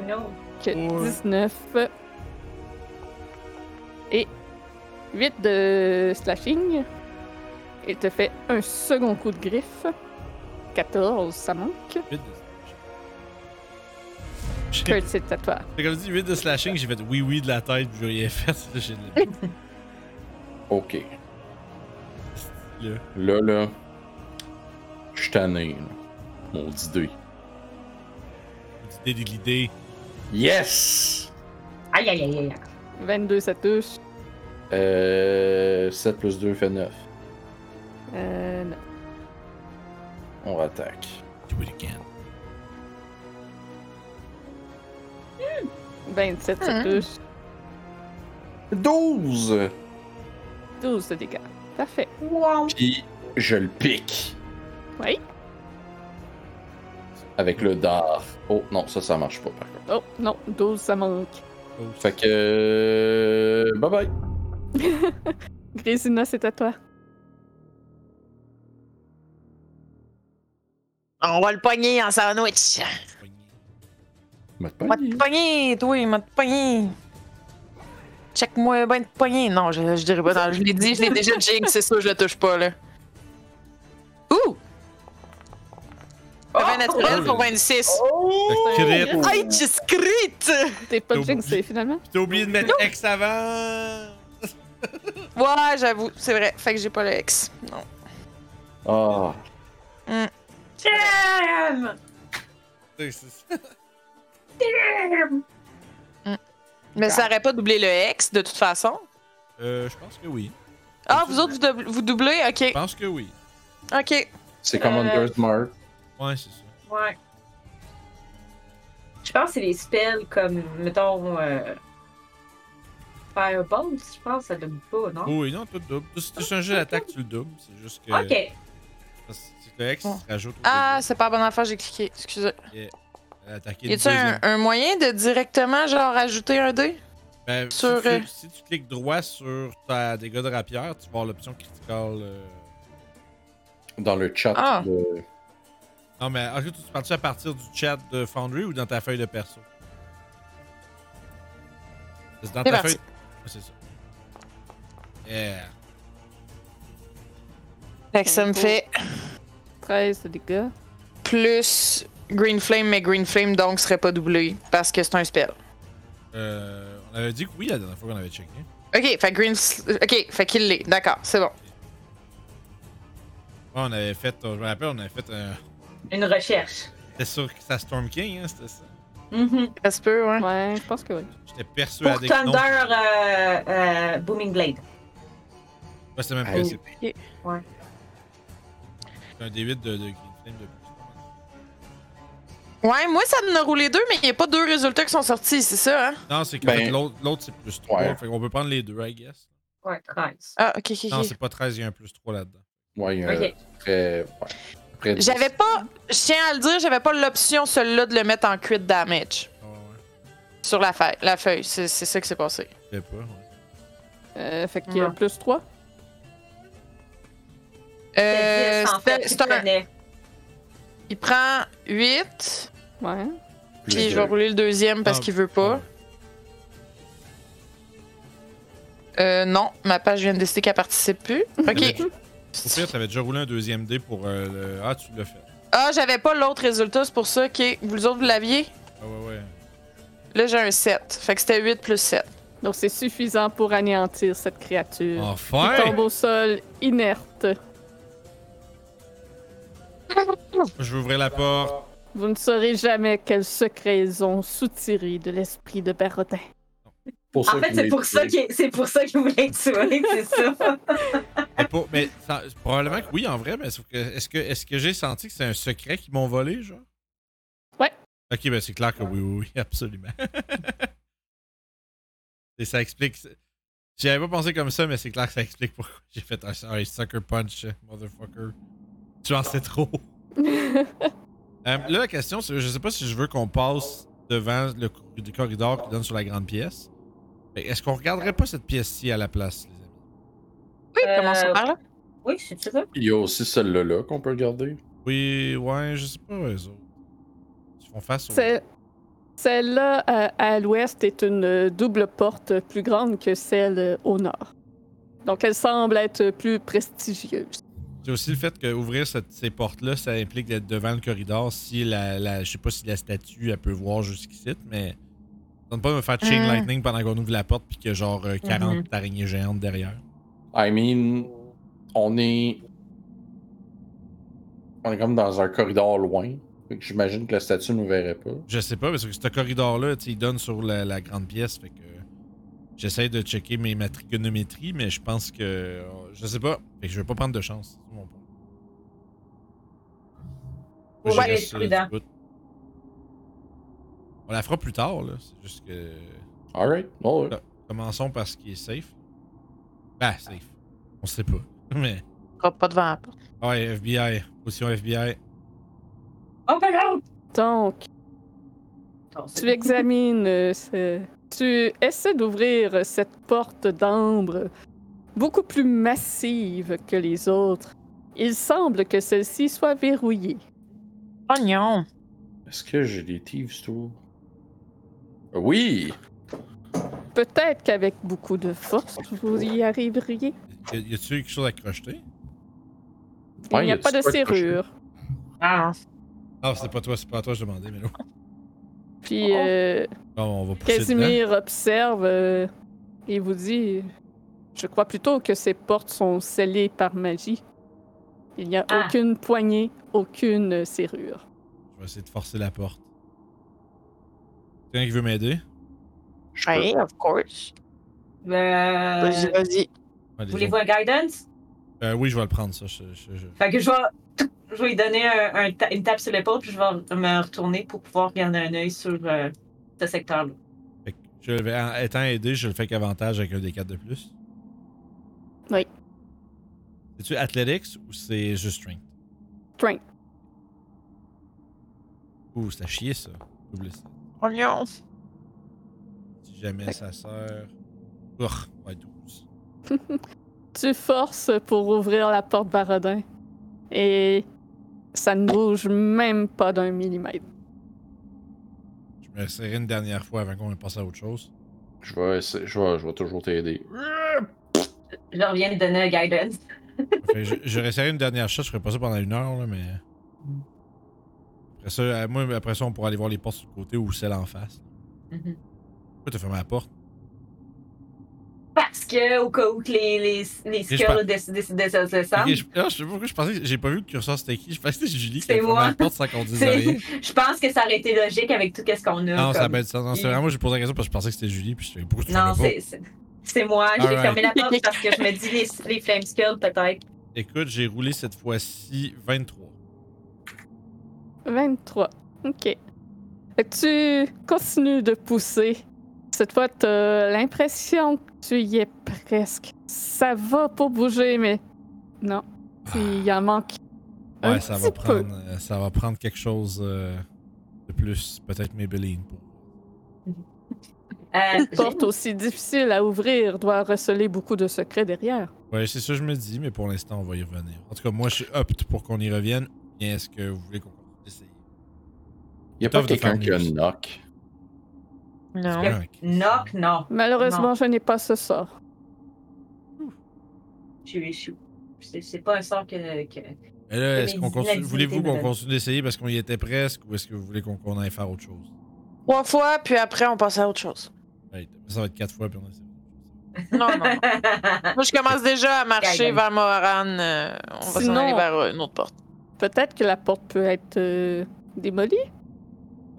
No. Que 19 et 8 de slashing. Il te fait un second coup de griffe. 14, ça manque. 8 de slashing. Kurt, c'est à toi. J'ai comme dit 8 de slashing, j'ai fait oui oui de la tête, puis j'ai rien fait. <laughs> J'ai le- Ok. le- Là, là. Je suis tanné. là. Maudit dé. l'idée de l'idée. Yes! Aïe, aïe, aïe, aïe. 22, ça touche. Euh, 7 plus 2 fait 9. Euh, On rattaque. Do it again. 27, ça Mhm. touche. 12! 12 de dégâts. Parfait. Wow! Puis je le pique. Oui. Avec le dard. Oh non, ça, ça marche pas par contre. Oh non, 12, ça manque. Oh, Fait que. Bye bye! Grésina, c'est à toi. On va le pogner en sandwich. c'est poigné. M'a te On va te pogner, toi, on va te pogner. Check-moi ben de poignet. Non, je, je dirais pas. Non, je l'ai dit, je l'ai déjà jinx, c'est sûr, je le touche pas, là. Ouh! J'avais un Oh, naturel pour 26. Crit. Oh! I just crit! T'es pas Double. jinxé, finalement. T'as oublié de mettre X avant. <laughs> Ouais, j'avoue, c'est vrai. Fait que j'ai pas le X. Non. Ah. Damn! C'est- c'est- Mais ça aurait pas doublé le X, de toute façon. Euh, je pense que oui. Ah, vous autres, vous, doub- vous doublez? Je Ok. pense que oui. Ok. C'est comme Hunter's Mark. Ouais, c'est ça. Ouais. Je pense que c'est des spells comme, mettons, euh, Firebolt, je pense, ça donne pas, non? Oui, non, tout double. C'est c'est un jeu d'attaque, tu le doubles. C'est juste que. euh, Ok. parce que C'est que le X Bon. se rajoute au Ah, c'est pas la bonne affaire, j'ai cliqué. Excusez. deuxième. Attaquer Y le a-tu un, deuxième. un moyen de directement, genre, ajouter un dé? Ben, si, sur, euh, tu, si tu cliques droit sur ta dégâts de rapière, tu vas avoir l'option critical. euh. Dans le chat. euh, Ah. de- Non, mais est-ce que tu parles à partir du chat de Foundry ou dans ta feuille de perso? Parce que Dans C'est ta parti. feuille. Ouais, c'est ça. Yeah. Fait que ça me fait 13 de dégâts. plus Green Flame, mais Green Flame donc serait pas doublé parce que c'est un spell. Euh, on avait dit que oui la dernière fois qu'on avait checké. Ok, fait que Green. Sl- Ok, fait qu'il l'est. D'accord, c'est bon. Ouais, on avait fait, euh, <laughs> je me rappelle, on avait fait un. Une recherche. C'était sûr que ça Storm King, hein, c'était ça. Mhm. Ça se peut, ouais. Ouais, je pense que oui. J'étais Pour persuadé que non. Thunder euh, euh, Booming Blade. Ouais, c'est le même Aïe. principe. Ouais. C'est un D8 de, de Green Flame de plus. Ouais, moi ça en a roulé deux, mais il y a pas deux résultats qui sont sortis, c'est ça, hein? Non, c'est que Ben- fait, l'autre, l'autre, c'est plus 3. Ouais. Fait qu'on peut prendre les deux, I guess. Ouais, 13. Ah, ok, ok, Non, ok. c'est pas 13, il y a un plus 3 là-dedans. Ouais, il y a Ok. très- ouais, près de- J'avais pas. Je tiens à le dire, j'avais pas l'option, celui-là, de le mettre en crit Ouais, damage Ah, ouais. sur la feuille. La feuille, c'est c'est ça qui s'est passé. Je sais pas. Ouais. Euh, fait qu'il y a Ouais. plus 3. Euh, C'est 10, en c'était- fait, tu Euh, c'est un- connais. Il prend 8, Ouais. plus puis de- je vais rouler le deuxième parce Ah, qu'il veut pas. Euh, non, ma page vient de décider qu'elle participe plus. J'avais- Ok. Au pire, t'avais déjà roulé un deuxième dé pour euh, le. Ah, tu l'as fait. Ah, j'avais pas l'autre résultat, c'est pour ça que vous autres, vous l'aviez. Ah, ouais, ouais. Là, j'ai un 7. Fait que c'était 8 plus 7. Donc c'est suffisant pour anéantir cette créature. qui Enfin! tombe au sol inerte. Je vais ouvrir la porte. Vous ne saurez jamais quels secrets ils ont soutirés de l'esprit de Barotin. Pour En fait, qu'il c'est est- pour ça qu'il c'est pour ça qu'il voulait être tué, c'est ça. Mais, pour- mais ça- probablement que oui, en vrai, mais sauf que. Est-ce que, est-ce que j'ai senti que c'est un secret qu'ils m'ont volé, genre? Ouais. Ok, ben c'est clair que oui, oui, <laughs> oui, absolument. Et ça explique. J'y avais pas pensé comme ça, mais c'est clair que ça explique pourquoi <laughs> j'ai fait un un sucker punch, motherfucker. Tu en sais trop. Euh, là, la question, c'est je sais pas si je veux qu'on passe devant le, cou- du corridor qui donne sur la grande pièce. Mais est-ce qu'on regarderait pas cette pièce-ci à la place, les amis? Oui, Euh, commençons par là. Oui, c'est ça. Il y a aussi celle-là là, qu'on peut regarder. Oui, ouais, je sais pas, eux autres. Ils font face au. C'est- Celle-là euh, à l'ouest est une euh, double porte plus grande que celle euh, au nord. Donc elle semble être plus prestigieuse. C'est aussi le fait qu'ouvrir ces portes-là, ça implique d'être devant le corridor. Si la, la- je sais pas si la statue, elle peut voir jusqu'ici, mais. Ça ne pas de me faire chain Mm. lightning pendant qu'on ouvre la porte puis qu'il y a genre euh, 40 araignées géantes derrière. I mean, on est. On est comme dans un corridor loin. Fait que J'imagine que la statue nous verrait pas. Je sais pas, parce que ce corridor-là, tu sais, il donne sur la, la grande pièce, fait que. J'essaie de checker mes ma trigonométrie, mais je pense que. euh, Je sais pas. Fait que je vais pas prendre de chance. c'est mon point. Moi, je Ouais, reste être là du prudent. bout. On la fera plus tard, là. C'est juste que. Alright. Bon, ouais. Là. Commençons par ce qui est safe. Ben, safe. On sait pas. <laughs> Mais. On fera Pas devant la porte. Ouais, FBI. Position FBI. Oh, par contre! Donc tu examines, euh, ce- tu essaies d'ouvrir cette porte d'ambre beaucoup plus massive que les autres. Il semble que celle-ci soit verrouillée. Pognon. Est-ce que j'ai des thieves tour? Oui! Peut-être qu'avec beaucoup de force, vous y arriveriez. Y a- Y a-tu quelque chose à crocheter? Il Ouais, n'y y a a pas du de quoi de crocheter. serrure. Ah, Ah, c'est pas toi, c'est pas à toi, que je demandais, mais non. Puis euh, Bon, on va pousser dedans. Casimir observe euh, et vous dit Je crois plutôt que ces portes sont scellées par magie. Il n'y a Ah. aucune poignée, aucune serrure. Je vais essayer de forcer la porte. Quelqu'un qui veut m'aider? Je peux- Oui, of course. Euh, Vas-y, vas-y. Allez, Voulez-vous un guidance? Euh, oui, je vais le prendre, ça. Je, je- je- Fait que je vais, je vais lui donner un- un ta- une tape sur l'épaule, puis je vais me retourner pour pouvoir garder un œil sur euh, ce secteur-là. fait que je le vais, en étant aidé, je le fais qu'avantage avec un des quatre de plus. Oui. C'est-tu Athletics ou c'est juste Strength? Strength. Ouh, c'est à chier, ça. Double ça. On lui en- Si jamais Fait- ça sert. Urgh, ouais, 12. Tu forces pour ouvrir la porte Barodin et ça ne bouge même pas d'un millimètre. Je me serrer une dernière fois avant qu'on passe à autre chose. Je vais, essayer- je vais, je vais toujours t'aider. Je leur viens de donner un guidance. Fait que je- J'aurais serré une dernière chose, je ferais pas ça pendant une heure, là, mais. Après ça, euh, moi, après ça, on pourra aller voir les portes sur le côté ou celle en face. Mhm. Pourquoi t'as fermé la porte? Parce que, au cas où que les, les, les je skulls par- décident de se descendre, Ok, je, ah, je sais pas pourquoi je pensais que j'ai pas vu le curseur c'était qui. Je pensais que c'était Julie qui C'est avait fermé moi. la porte sans qu'on dise <laughs> C'est- rien. je pense que ça aurait été logique avec tout ce qu'on a. Non, ça comme- n'a pas du sens. Non, c'est il- vraiment, moi, j'ai posé la question parce que je pensais que c'était Julie, puis je savais pourquoi tu Non, fermais c'est- c'est c'est moi. J'ai Alright. fermé la porte parce que je me dis les, les Flame Skulls, peut-être. pas. Écoute, j'ai roulé cette fois-ci 23. 23. OK. Fait que tu continues de pousser. Cette fois, tu l'impression que tu y es presque. Ça va pour bouger, mais non, il en manque. Ah, un ouais, ça petit va, peu. prendre, euh, ça va prendre quelque chose euh, de plus. Peut-être Maybelline. Pour... Euh, Une porte aussi difficile à ouvrir doit receler beaucoup de secrets derrière. Ouais, c'est ça que je me dis, mais pour l'instant, on va y revenir. En tout cas, moi, je suis opte pour qu'on y revienne. Bien, est-ce que vous voulez qu'on continue d'essayer? Y a pas Tough de quelqu'un qui a faire mieux. knock. Non. Ouais, ok. knock, non. Malheureusement, je n'ai pas ce sort. Je suis- C'est c'est pas un sort que. que... <laughs> Mais Eh là, est-ce qu'on L'individualité continue- voulez-vous qu'on de- continue d'essayer parce qu'on y était presque ou est-ce que vous voulez qu'on qu'on aille faire autre chose? Trois fois, puis après, on passe à autre chose. Ouais, ça va être quatre fois, puis on essaie. Non, non. non. Moi, je commence déjà à marcher Guidance. vers Moran. euh, on va s'en Sinon- aller vers euh, une autre porte. Peut-être que la porte peut être euh, démolie.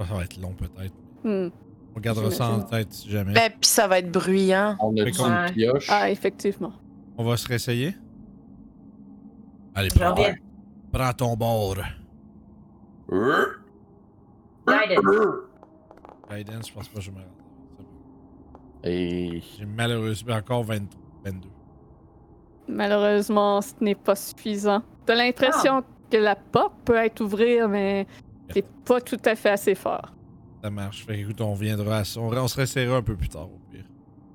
Ça va être long, peut-être. Hmm. On gardera ça en tête si jamais. Ben, puis ça va être bruyant. On a Fait dit qu'on- une pioche. Ah, effectivement. On va se réessayer? Allez, Je prends, reviens. prends ton bord. Euh, Guidance. euh. Guidance, je pense pas que je me rends. C'est bon. Et J'ai malheureusement encore 23, 22. Malheureusement, ce n'est pas suffisant. T'as l'impression que la porte peut être ouverte, mais t'es pas tout à fait assez fort. Ça marche. Fait que, écoute, on reviendra à ça. On, on se réessayera un peu plus tard, au pire.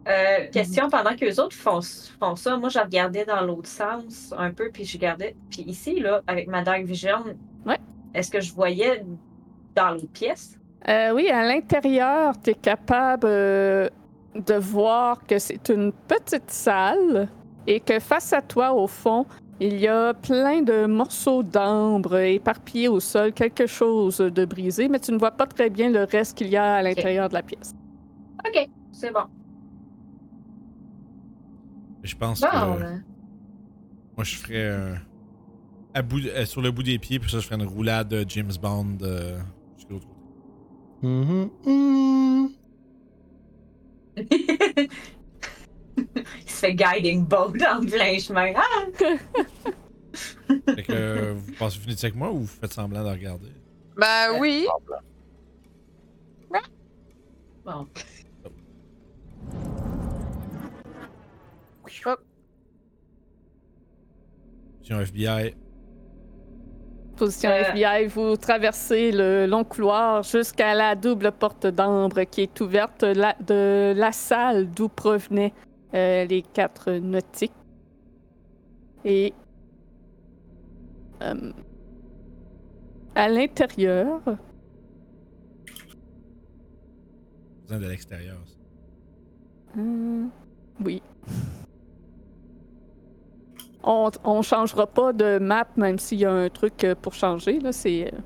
Euh, question pendant que les autres font, font ça, moi je regardais dans l'autre sens un peu, puis je regardais. Puis ici, là, avec ma Dark Vision, Ouais. est-ce que je voyais dans les pièces? Euh, oui, à l'intérieur, t'es capable euh, de voir que c'est une petite salle et que face à toi, au fond, il y a plein de morceaux d'ambre éparpillés au sol, quelque chose de brisé, mais tu ne vois pas très bien le reste qu'il y a à l'intérieur de la pièce. Ok, c'est bon. Je pense Bon, que <laughs> ben, moi, je ferais un- à bout de- euh, sur le bout des pieds, puis ça, je ferais une roulade de James Bond euh, jusqu'à l'autre côté. il se fait guiding boat dans le plein chemin. Ah, Fait que euh, vous pensez vous venez avec moi ou vous faites semblant de regarder? Ben oui. bon. Hop. Si un FBI, Position Euh. FBI, vous traversez le long couloir jusqu'à la double porte d'ambre qui est ouverte la- de la salle d'où provenaient euh, les quatre nautiques. Et euh, à l'intérieur, besoin de l'extérieur. ça. Hum, oui. On ne changera pas de map, même s'il y a un truc euh, pour changer. Là, c'est euh,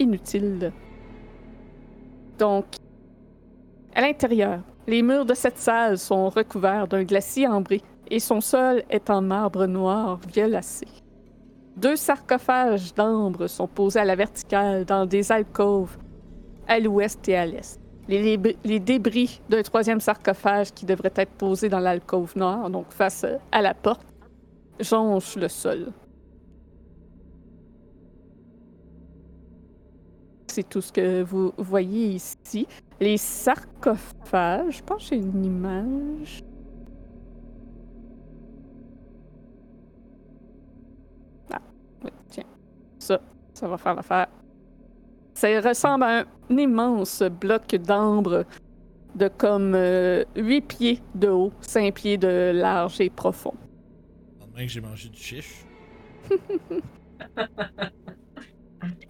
inutile. Donc, à l'intérieur, les murs de cette salle sont recouverts d'un glacier ambré et son sol est en marbre noir violacé. Deux sarcophages d'ambre sont posés à la verticale dans des alcôves à l'ouest et à l'est les, lébr- les débris d'un troisième sarcophage qui devrait être posé dans l'alcôve noire, donc face euh, à la porte, jonchent le sol. C'est tout ce que vous voyez ici. Les sarcophages, je pense que j'ai une image. Ah, oui, tiens. Ça, ça va faire l'affaire. Ça ressemble à un immense bloc d'ambre de comme 8 pieds de haut, 5 pieds de large et profond. Le lendemain que j'ai mangé du chiche.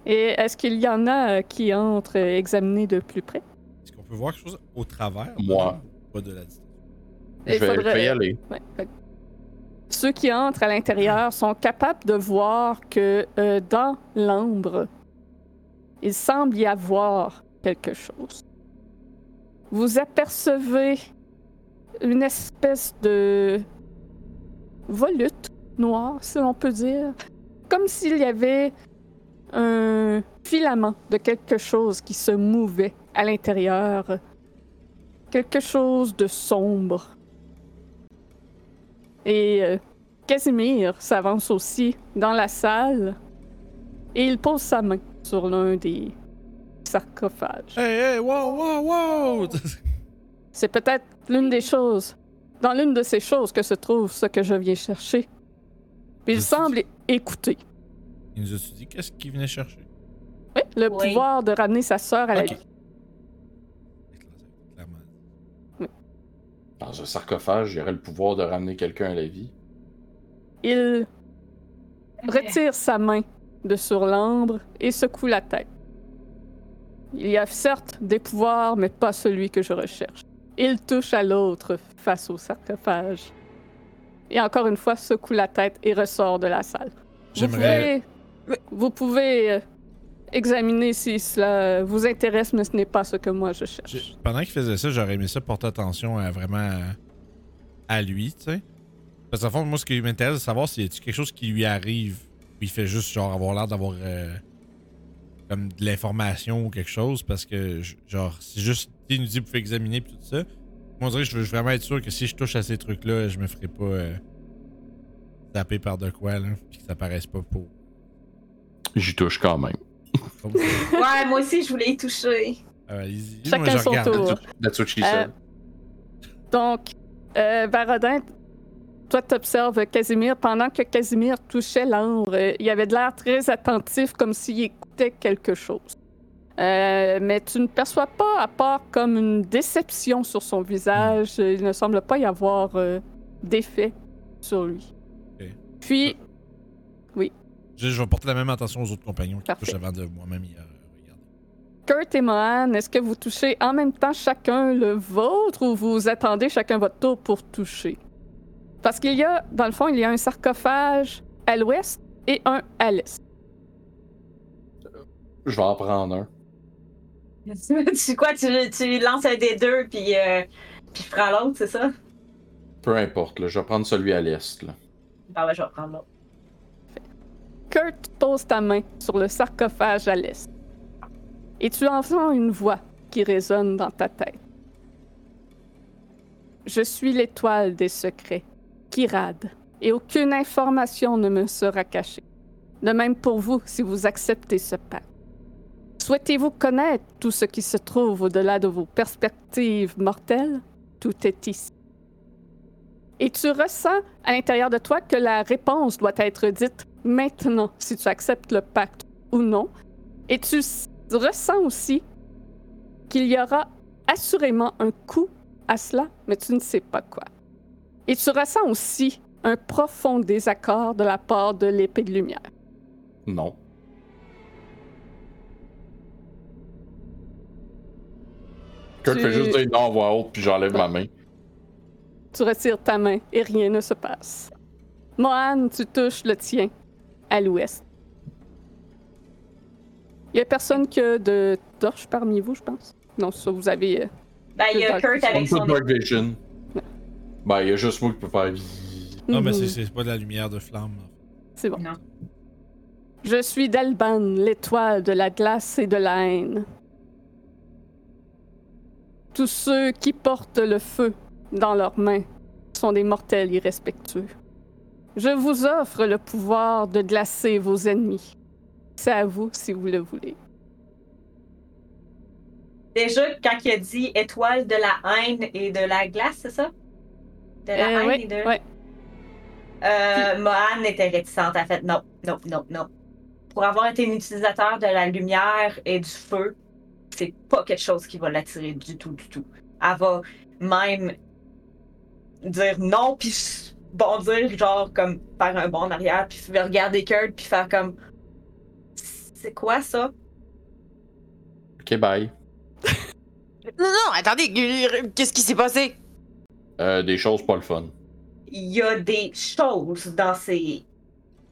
Et est-ce qu'il y en a euh, qui entrent euh, examiner de plus près? Est-ce qu'on peut voir quelque chose au travers? de Moi. l'ombre? Pas de la distance. Il Je vais, je faudrait- vais y aller. Ouais, fait que Ceux qui entrent à l'intérieur sont capables de voir que euh, dans l'ambre, il semble y avoir quelque chose. Vous apercevez une espèce de volute noire, si l'on peut dire, comme s'il y avait un filament de quelque chose qui se mouvait à l'intérieur, quelque chose de sombre. Et euh, Casimir s'avance aussi dans la salle et il pose sa main sur l'un des sarcophages. Hey, hey, wow, wow, <laughs> wow! C'est peut-être l'une des choses, dans l'une de ces choses que se trouve ce que je viens chercher. Puis Je il suis- semble écouter. Il nous a dit qu'est-ce qu'il venait chercher. Oui, le Oui. pouvoir de ramener sa sœur à la Ok. vie. Clairement. Dans un sarcophage, j'aurais le pouvoir de ramener quelqu'un à la vie. Il retire sa main de sur l'ambre et secoue la tête. Il y a certes des pouvoirs, mais pas celui que je recherche. Il touche à l'autre face au sarcophage. Et encore une fois, secoue la tête et ressort de la salle. Vous J'aimerais. pouvez, vous pouvez euh, examiner si cela vous intéresse, mais ce n'est pas ce que moi je j'ai- cherche. Pendant qu'il faisait ça, j'aurais aimé ça porter attention à vraiment à- à lui, tu sais. Parce qu'à fond, moi, ce qui m'intéresse, c'est de savoir s'il y a quelque chose qui lui arrive. Puis il fait juste genre avoir l'air d'avoir euh, comme de l'information ou quelque chose. Parce que, j- genre, c'est juste. Il nous dit, vous pouvez examiner puis tout ça. Moi, on dirait que je veux vraiment être sûr que si je touche à ces trucs-là, je me ferai pas euh, taper par de quoi, là. Puis que ça paraisse pas pour. J'y touche quand même. Ouais, moi aussi, je voulais y toucher. Euh, easy. Chacun je son regarde. tour. That's what she Euh, said. Donc, euh, Barodin, toi, t'observes Casimir. Pendant que Casimir touchait l'ambre, euh, il avait de l'air très attentif, comme s'il écoutait quelque chose. Euh, mais tu ne perçois pas, à part comme une déception sur son visage, euh, il ne semble pas y avoir euh, d'effet sur lui. Ok. Puis, Je, je vais porter la même attention aux autres compagnons qui Parfait. touchent avant de moi-même y euh, regarder. Kurt et Mohan, est-ce que vous touchez en même temps chacun le vôtre ou vous attendez chacun votre tour pour toucher? Parce qu'il y a, dans le fond, il y a un sarcophage à l'ouest et un à l'est. Je vais en prendre un. tu quoi, tu, tu lances un des deux, puis, euh, puis je prends l'autre, c'est ça? Peu importe, là, je vais prendre celui à l'est. là. Bah ouais, je vais prendre l'autre. Kurt pose ta main sur le sarcophage à l'est. Et tu entends une voix qui résonne dans ta tête. Je suis l'étoile des secrets, qui rade, et aucune information ne me sera cachée. De même pour vous si vous acceptez ce pacte. Souhaitez-vous connaître tout ce qui se trouve au-delà de vos perspectives mortelles? Tout est ici. Et tu ressens à l'intérieur de toi que la réponse doit être dite maintenant, si tu acceptes le pacte ou non. Et tu s- ressens aussi qu'il y aura assurément un coût à cela, mais tu ne sais pas quoi. Et tu ressens aussi un profond désaccord de la part de l'épée de lumière. Non. Kurt Tu- fait juste dire non à voix haute, puis j'enlève ma main. Tu retires ta main et rien ne se passe. Mohan, tu touches le tien à l'ouest. Il y a personne qui a de torche parmi vous, je pense. Non, ça, vous avez. euh, Ben, il y a Kurt On avec peut son Dark Vision. Ben, il y a juste moi qui peux faire. vzzz. Non, Ah, mais Mhm. c'est- c'est pas de la lumière de flamme. C'est bon. Non. Je suis Dalban, l'étoile de la glace et de la haine. Tous ceux qui portent le feu dans leurs mains sont des mortels irrespectueux. Je vous offre le pouvoir de glacer vos ennemis. C'est à vous si vous le voulez. Déjà, quand il a dit étoile de la haine et de la glace, c'est ça? De la Euh, haine ouais, et de. ouais. Euh, Mohan était réticente, en fait. Non, non, non, non. Pour avoir été une utilisateur de la lumière et du feu, c'est pas quelque chose qui va l'attirer du tout, du tout. Elle va même dire non, puis s- bondir, genre, comme faire un bond en arrière, puis regarder Kurt, puis faire comme. C'est quoi ça? Ok, bye. Non, non, attendez, qu'est-ce qui s'est passé? Euh, des choses pas le fun. il y a des choses dans ces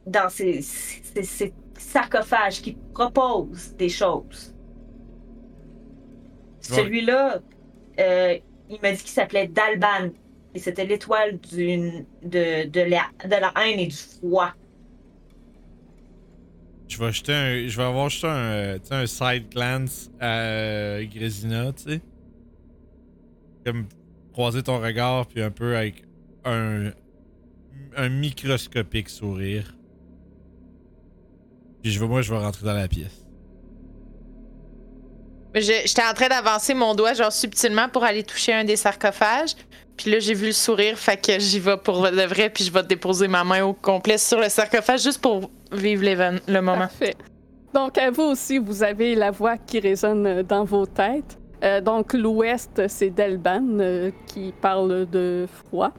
dans ces, ces- ces sarcophages qui proposent des choses. Ouais. Celui-là, euh, il m'a dit qu'il s'appelait Dalban et c'était l'étoile d'une de, de la de la haine et du froid. Je vais jeter un. Je vais avoir jeté un, euh, tu sais, un side glance à euh, Grésina, tu sais. Comme croiser ton regard, puis un peu avec un. un microscopique sourire. Puis je vais, moi, je vais rentrer dans la pièce. Mais je- J'étais en train d'avancer mon doigt, genre subtilement, pour aller toucher un des sarcophages. Puis là, j'ai vu le sourire, fait que j'y vais pour le vrai, puis je vais déposer ma main au complet sur le sarcophage juste pour vivre l'éven- le moment. Parfait. Donc, à vous aussi, vous avez la voix qui résonne euh, dans vos têtes. Euh, donc, l'ouest, c'est Delban euh, qui parle de froid.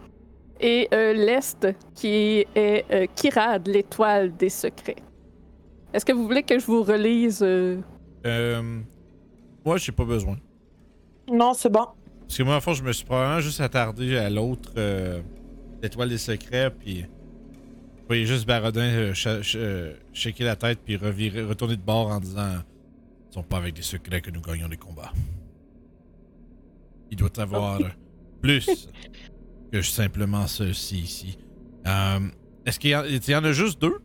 Et euh, l'est, qui est euh, Kirad, l'étoile des secrets. Est-ce que vous voulez que je vous relise euh, Euh, moi, j'ai pas besoin. Ah, Non, c'est bon. Parce que moi, en fond, je me suis probablement juste attardé à l'autre, euh, l'étoile des secrets, puis. Vous voyez juste Barodin euh, cha- ch- euh, shaker la tête, puis revirer, retourner de bord en disant Ce sont pas avec des secrets que nous gagnons les combats. Il doit y avoir <laughs> plus que simplement ceci ici. Euh, Est-ce qu'il y, en- il y en a juste deux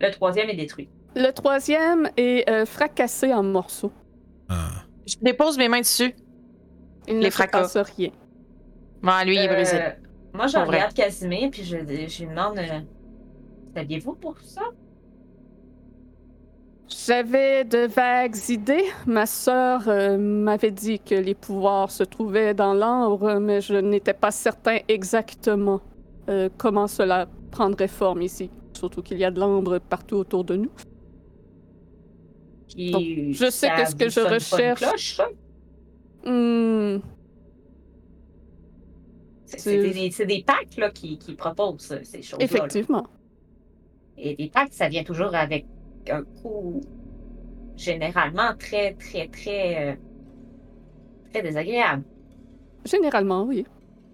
Le troisième est détruit. Le troisième est euh, fracassé en morceaux. Ah. Je dépose mes mains dessus. Il ne Les se fracas. passe rien. Bon, lui, il est Euh, brisé. moi, je Pas vrai. regarde Casimir puis je, je lui demande euh, Saviez-vous pour ça J'avais de vagues idées. Ma sœur euh, m'avait dit que les pouvoirs se trouvaient dans l'ambre, mais je n'étais pas certain exactement euh, comment cela prendrait forme ici. Surtout qu'il y a de l'ambre partout autour de nous. Qui- Donc, je sais ça que ce que vous je sonne pas une recherche- cloche, ça? Hmm, C'est- Tu- C'est des, c'est des packs là, qui, qui proposent euh, ces choses-là. là. effectivement. Et des packs, ça vient toujours avec un coût généralement très, très, très, euh, très désagréable. Généralement, oui.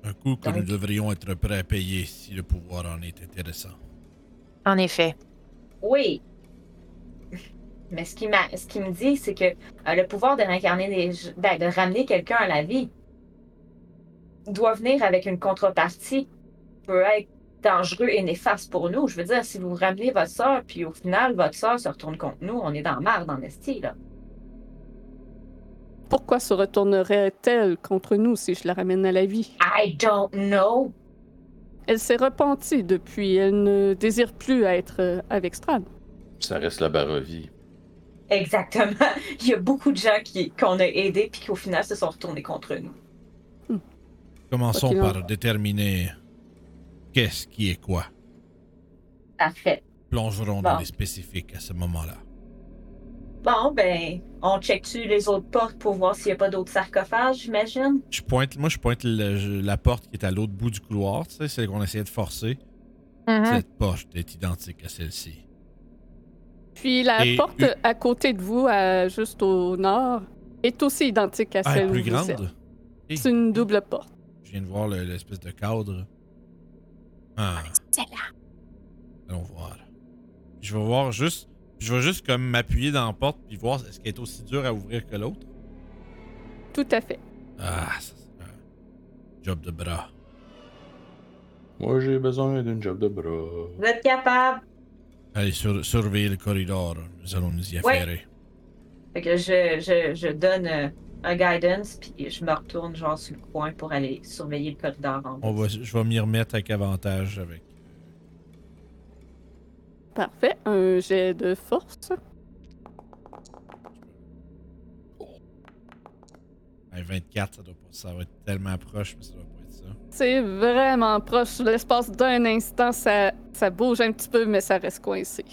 Un coup que Donc- nous devrions être prêts à payer si le pouvoir en est intéressant. En effet. Oui. <laughs> Mais ce qui m'a- ce qui me dit, c'est que euh, le pouvoir de réincarner des, je- ben, de ramener quelqu'un à la vie doit venir avec une contrepartie qui peut être dangereux et néfaste pour nous. Je veux dire, si vous ramenez votre sœur, puis au final, votre sœur se retourne contre nous, on est dans marre dans l'esti, là. Pourquoi se retournerait-elle contre nous si je la ramène à la vie? I don't know. Elle s'est repentie depuis. Elle ne désire plus être euh, avec Strad. Ça reste la barovie. Exactement. <laughs> Il y a beaucoup de gens qui qu'on a aidés puis qui au final se sont retournés contre nous. Commençons Ok, on- par déterminer qu'est-ce qui est quoi. Parfait. plongerons dans Bon. les spécifiques à ce moment-là. Bon, ben, on check-tu les autres portes pour voir s'il n'y a pas d'autres sarcophages, j'imagine? Je pointe, moi, je pointe le- je- la porte qui est à l'autre bout du couloir, tu sais, celle qu'on essayait de forcer. Mhm. Cette porte est identique à celle-ci. Puis la Et porte une- à côté de vous, à- juste au nord, est aussi identique à Ah, elle celle est plus où vous êtes. grande? Eh, C'est une double porte. Je viens de voir le- l'espèce de cadre. Ah. Allons voir. Je vais voir juste. Je vais juste comme m'appuyer dans la porte puis voir est-ce qu'elle est aussi dure à ouvrir que l'autre. Tout à fait. Ah, ça c'est un job de bras. Moi, j'ai besoin d'une job de bras. Vous êtes capable. Allez, sur- surveillez le corridor. Nous allons nous y Ouais. affairer. Fait que je, je, je donne euh, un guidance, puis je me retourne genre sur le coin pour aller surveiller le corridor en bas. On va, je vais m'y remettre avec avantage avec. Parfait. Un jet de force. Hey, 24, ça, doit pas, ça va être tellement proche, mais ça doit pas être ça. C'est vraiment proche. L'espace d'un instant, ça, ça bouge un petit peu, mais ça reste coincé.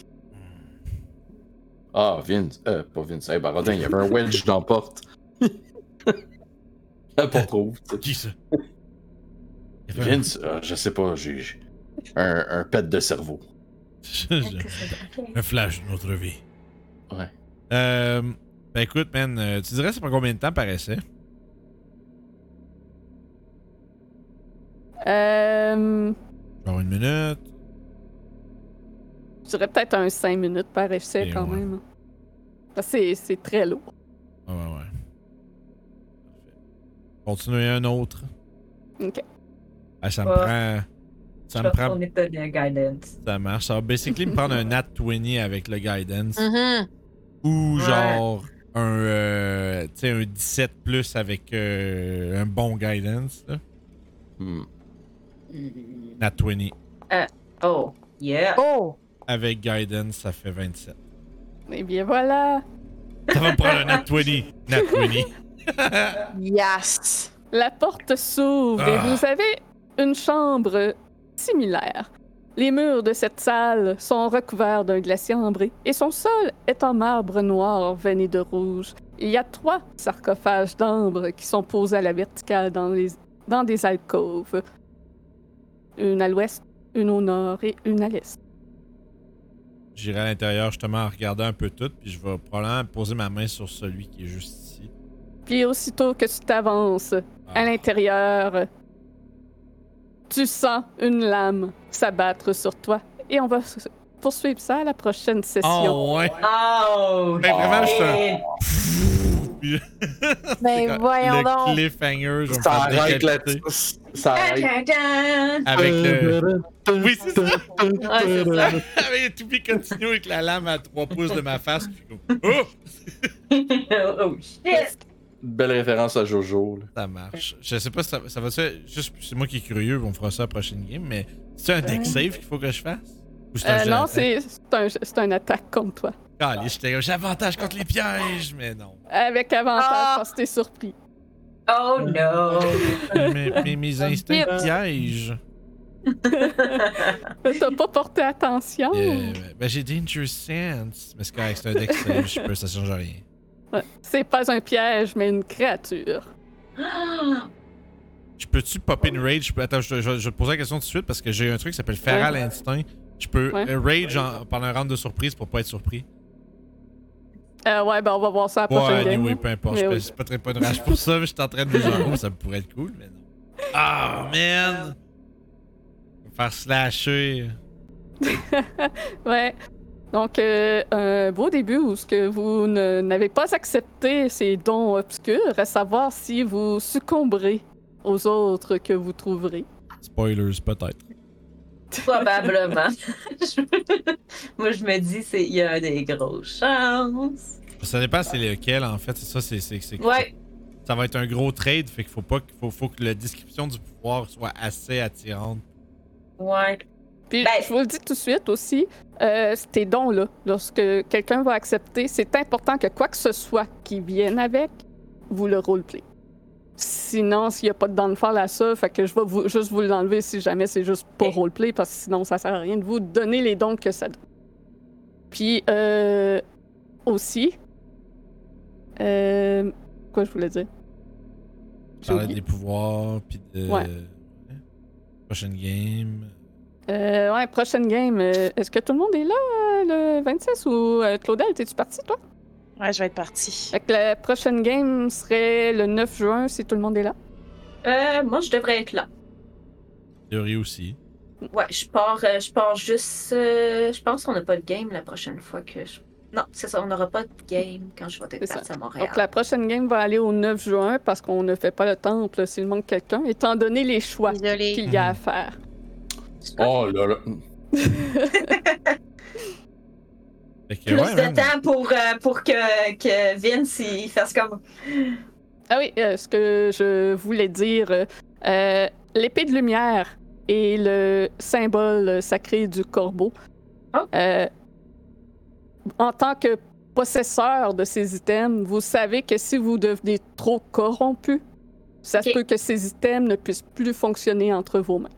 Ah, Vince. Euh, pas Vince. Hey, Barodin, il y avait un wedge dans la <laughs> porte. la porte ouvre. Qui <laughs> ça? Vince, euh, je sais pas, j'ai j'ai un, un pet de cerveau. un <laughs> flash de notre vie. Ouais. Euh, ben écoute, man, euh, tu dirais ça prend combien de temps par essai? Euh, Genre une minute? je dirais peut-être un 5 minutes par essai Et quand ouais. même. Parce que c'est- c'est très lourd. Ah ouais, ouais. Parfait. Continuez un autre. Ok. Ah, ça me Ouais. prend. Ça me prend. On est donné un guidance. Ça marche. Ça va basically me prendre un nat 20 avec le guidance. Mhm. Ou Ouais. genre un, euh, tu sais, un 17 plus avec euh, un bon guidance. là. Hmm. Nat 20. Oh, yeah. Oh! Avec guidance, ça fait 27. Eh bien voilà. Ça va me prendre un nat 20. Nat 20. Yes! La porte s'ouvre et Ah. vous avez une chambre similaire. Les murs de cette salle sont recouverts d'un glacier ambré et son sol est en marbre noir veiné de rouge. Il y a trois sarcophages d'ambre qui sont posés à la verticale dans, les- dans des alcôves. Une à l'ouest, une au nord et une à l'est. J'irai à l'intérieur justement en regardant un peu tout, puis je vais probablement poser ma main sur celui qui est juste ici. Puis aussitôt que tu t'avances Ah. à l'intérieur, tu sens une lame s'abattre sur toi et on va s- poursuivre ça à la prochaine session. <laughs> Oh ouais! Oh! Ben, vraiment, je suis un- shit. <laughs> Puis- Mais Quand- Ben, voyons le donc! cliffhanger, je vais me Ça faire arrête là décapiter Ça arrête. Dun, Avec euh, le. <laughs> Oui, c'est ça! dun. Ouais, c'est ça. <laughs> Avec le toupie continue avec la lame à 3 pouces de ma face, puis comme. Oh! oh, shit! Belle référence à Jojo. là. Ça marche. Je sais pas si ça, ça va se- Juste, c'est moi qui est curieux, on fera ça à la prochaine game, mais c'est un deck save qu'il faut que je fasse? Ou c'est un Euh, jeu non, d'attaque? c'est c'est un, c'est un attaque contre toi. Calé, j'étais comme, j'ai avantage contre les pièges, mais non. Avec avantage Ah! parce que t'es surpris. Oh, no! mes, mes- mes instincts de piège. T'as pas porté attention. Yeah, ben- ben, j'ai Danger Sense. Mais c'est correct, c'est un deck save, je peux, ça change rien. Ouais. C'est pas un piège, mais une créature. Je peux-tu popper une rage? Je peux- Attends, je, je- je vais te poser la question tout de suite parce que j'ai un truc qui s'appelle Feral Instinct. Je peux Ouais. euh, rage en- pendant un round de surprise pour pas être surpris. Euh, ouais, ben on va voir ça à la Ouais, prochaine game. anyway, peu importe. Mais Je oui. ne pas très pas de rage pour ça, mais je suis en train de me dire, oh, ça pourrait être cool, mais non. Ah, man! Je vais me Faire slasher. Ouais. Donc, euh, un beau début où ce que vous ne- n'avez pas accepté ces dons obscurs, à savoir si vous succomberez aux autres que vous trouverez. Spoilers, peut-être. <gasps> Probablement. <laughs> Je- Moi, je me dis, c'est- il y a des grosses chances. Ça dépend c'est lequel, en fait. C'est ça, c'est- c'est. c'est- Ouais. Ça va être un gros trade, fait qu'il faut pas qu'il faut, faut que la description du pouvoir soit assez attirante. Ouais. Puis, Ben- je vous le dis tout de suite aussi, euh, tes dons-là, lorsque quelqu'un va accepter, c'est important que quoi que ce soit qui vienne avec, vous le roleplay. Sinon, s'il n'y a pas de downfall à ça, fait que je vais vous- juste vous l'enlever si jamais c'est juste pas Ok. roleplay, parce que sinon, ça sert à rien de vous donner les dons que ça donne. Puis, euh, aussi, euh, quoi je voulais dire? On J'ai parlait oublié. des pouvoirs, puis de. Ouais. Prochaine game. Euh, ouais, prochaine game. euh, Est-ce que tout le monde est là euh, le 26 ou euh, Claudel, t'es-tu parti toi? Ouais, je vais être partie. Fait que la prochaine game serait le 9 juin si tout le monde est là. Euh, moi, je devrais être là. Théorie aussi. Ouais, je pars, euh, je pars juste. euh, je pense qu'on n'a pas de game la prochaine fois que je. Non, c'est ça, on n'aura pas de game quand je vais être C'est partie à Montréal. Donc, la prochaine game va aller au 9 juin parce qu'on ne fait pas le temple s'il manque quelqu'un, étant donné les choix Désolée. qu'il y a à faire. Oh là là. Fait que, Plus ouais, de man. temps pour, euh, pour que, que Vince il fasse comme. Ah oui, euh, ce que je voulais dire, euh, euh, l'épée de lumière est le symbole sacré du corbeau. Ah. Euh, en tant que possesseur de ces items, vous savez que si vous devenez trop corrompu, ça se Ok. peut que ces items ne puissent plus fonctionner entre vos mains.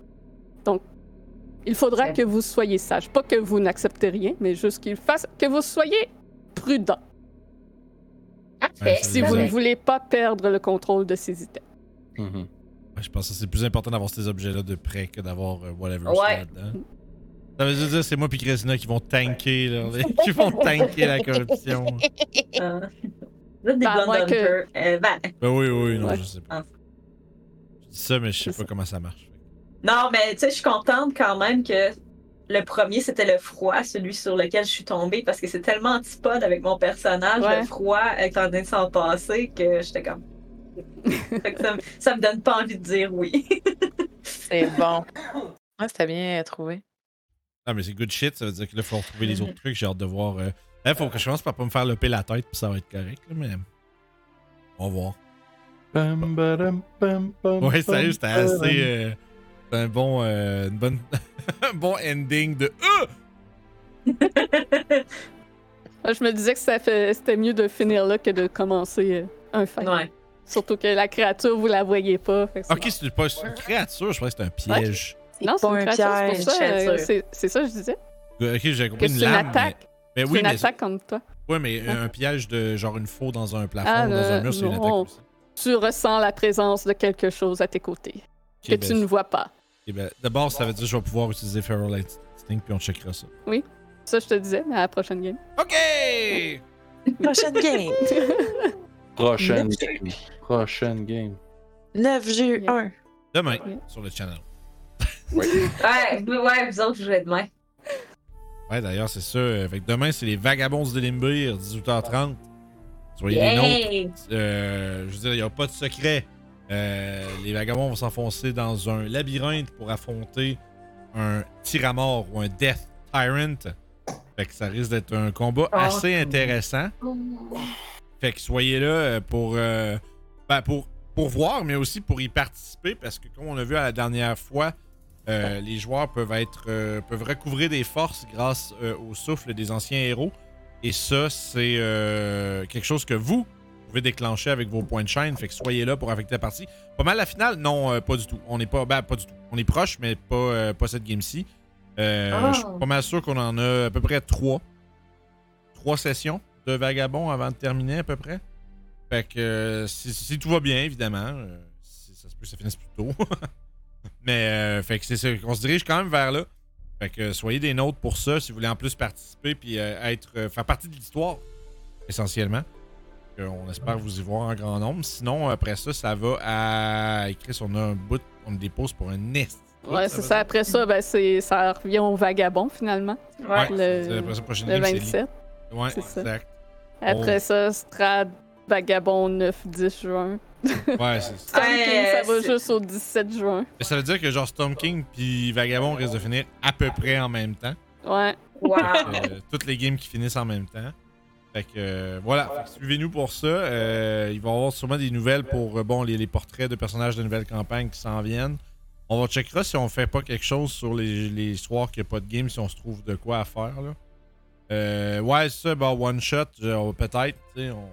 Donc, il faudra Ok. que vous soyez sage. Pas que vous n'acceptez rien, mais juste qu'il fasse que vous soyez prudent Parfait. Ouais, si Exact. vous ne voulez pas perdre le contrôle de ces items. Mhm. Ouais, je pense que c'est plus important d'avoir ces objets-là de près que d'avoir euh, whatever Ouais. ce qu'il y a dedans. Ça veut juste dire que c'est moi et Christina qui vont tanker, là, les- qui vont tanker la corruption. Euh, vous êtes des Bah, blondes moi que- hunters. Euh, ben, Ben oui, oui, non, Ouais. je sais Ah. pas. Je dis ça, mais je sais C'est pas comment ça marche. non, mais tu sais, je suis contente quand même que le premier, c'était le froid, celui sur lequel je suis tombée, parce que c'est tellement antipode avec mon personnage, Ouais. le froid est en train de s'en passer, que j'étais comme. Fait que ça, me- ça me donne pas envie de dire oui. C'est bon. <laughs> Ouais, c'était bien trouvé. Non, mais c'est good shit, ça veut dire qu'il faut retrouver les autres trucs. J'ai hâte de voir. euh, là, faut que je commence par pas me faire leper la tête, puis ça va être correct, là, mais. On va voir. Bam, badam, bam, bam, Ouais, sérieux, c'était bam, assez. euh, c'était un bon. euh, une bonne, <laughs> un bon ending de. Ah! Moi, Ah, Je me disais que ça fait- c'était mieux de finir là que de commencer euh, un fight. ouais. Surtout que la créature, vous la voyez pas. fait que c'est- Ok, c'est pas c'est une créature, je crois que c'est un piège. non, c'est pas une un créature, c'est piège, pour ça. euh, créature. c'est- C'est ça que je disais. Euh, Ok, j'ai Que compris une c'est une lame. attaque. Mais, mais c'est oui, une mais, attaque comme toi. ouais, mais euh, un piège de genre une faux dans un plafond Ah, ou dans euh, un mur, c'est une attaque non. aussi. Tu ressens la présence de quelque chose à tes côtés Ok, que ben, tu ne vois pas. ok, ben, D'abord, ça veut dire que je vais pouvoir utiliser Feral Instinct, puis on checkera ça. Ça, je te disais, mais à la <laughs> prochaine game. Ok! Prochaine game. Prochaine game. Prochaine game. 9 jeu 1. Demain, Ouais. sur le channel. Ouais, vous- ouais, vous autres, je vais demain. Ouais, d'ailleurs, c'est ça. euh, Fait que demain, c'est les Vagabonds de Limbir, 18h30. Soyez les nôtres. Yay! Euh, je veux dire, il n'y a pas de secret. Euh, les vagabonds vont s'enfoncer dans un labyrinthe pour affronter un tyramore ou un Death Tyrant. Fait que ça risque d'être un combat assez intéressant. Fait que soyez là euh, pour, euh, ben, pour, pour voir, mais aussi pour y participer, parce que comme on a vu à la dernière fois, euh, les joueurs peuvent être euh, peuvent recouvrir des forces grâce euh, au souffle des anciens héros. Et ça, c'est euh, quelque chose que vous pouvez déclencher avec vos points de chaîne. Fait que soyez là pour affecter la partie. Pas mal la finale? Non, euh, pas du tout. On n'est pas. ben, pas du tout. On est proche, mais pas, euh, pas cette game-ci. Euh, Oh. Je suis pas mal sûr qu'on en a à peu près trois. Trois sessions de vagabond avant de terminer à peu près. Fait que euh, si, si tout va bien, évidemment. euh, si- ça se peut que ça finisse plus tôt. Mais euh, fait que c'est ça. On se dirige quand même vers là. Fait que euh, soyez des nôtres pour ça si vous voulez en plus participer puis euh, être euh, faire partie de l'histoire essentiellement. Fait que on espère vous y voir en grand nombre. Sinon après ça, ça va à Chris, on a un bout, on le dépose pour un est. Ouais, c'est ça. Après ça, ben, c'est- ça revient au vagabond, finalement, Ouais, Ouais. le- c'est- après ça, prochaine le game, c'est Oh. 27. Lee. Ouais, c'est ça. exact. Après ça, Strad, vagabond 9-10 juin. Ouais, c'est ça. Tom Ouais, King, ça va c'est- juste au 17 juin. Mais ça veut dire que genre Storm King puis Vagabond risquent de finir à peu près en même temps. Ouais. <laughs> Wow. Euh, toutes les games qui finissent en même temps. Fait que euh, voilà, Fait que suivez-nous pour ça. Euh, il va y avoir sûrement des nouvelles pour euh, bon, les, les portraits de personnages de nouvelles campagnes qui s'en viennent. On va checkera si on fait pas quelque chose sur les, les soirs qu'il n'y a pas de game, si on se trouve de quoi à faire. Là. Euh, ouais, ça, bah, one shot, genre, peut-être. tu sais, On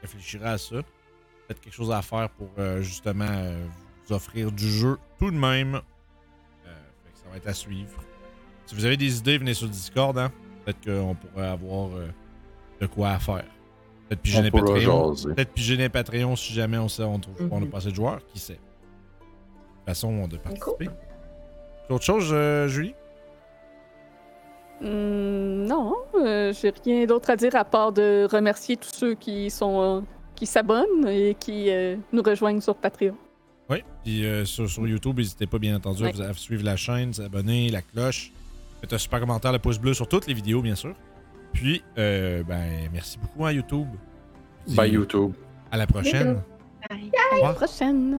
réfléchira à ça. Peut-être quelque chose à faire pour euh, justement euh, vous offrir du jeu tout de même. Euh, fait que ça va être à suivre. Si vous avez des idées, venez sur Discord. Hein? Peut-être qu'on pourrait avoir euh, de quoi à faire. Peut-être pigeonner On pourra Patreon. jaser. Peut-être pigeonner Patreon si jamais on, sait, on trouve qu'on a passé de joueur. Qui sait? De toute façon de participer. Autre chose, euh, Julie? Hum, non, euh, j'ai rien d'autre à dire à part de remercier tous ceux qui sont euh, qui s'abonnent et qui euh, nous rejoignent sur Patreon. Oui, puis euh, sur, sur YouTube, n'hésitez pas, bien entendu, à Ouais. vous- à suivre la chaîne, vous abonner, la cloche. Faites un super commentaire, le pouce bleu sur toutes les vidéos, bien sûr. Puis, euh, ben, merci beaucoup à YouTube. Puis, Bye YouTube. À la prochaine. À la prochaine.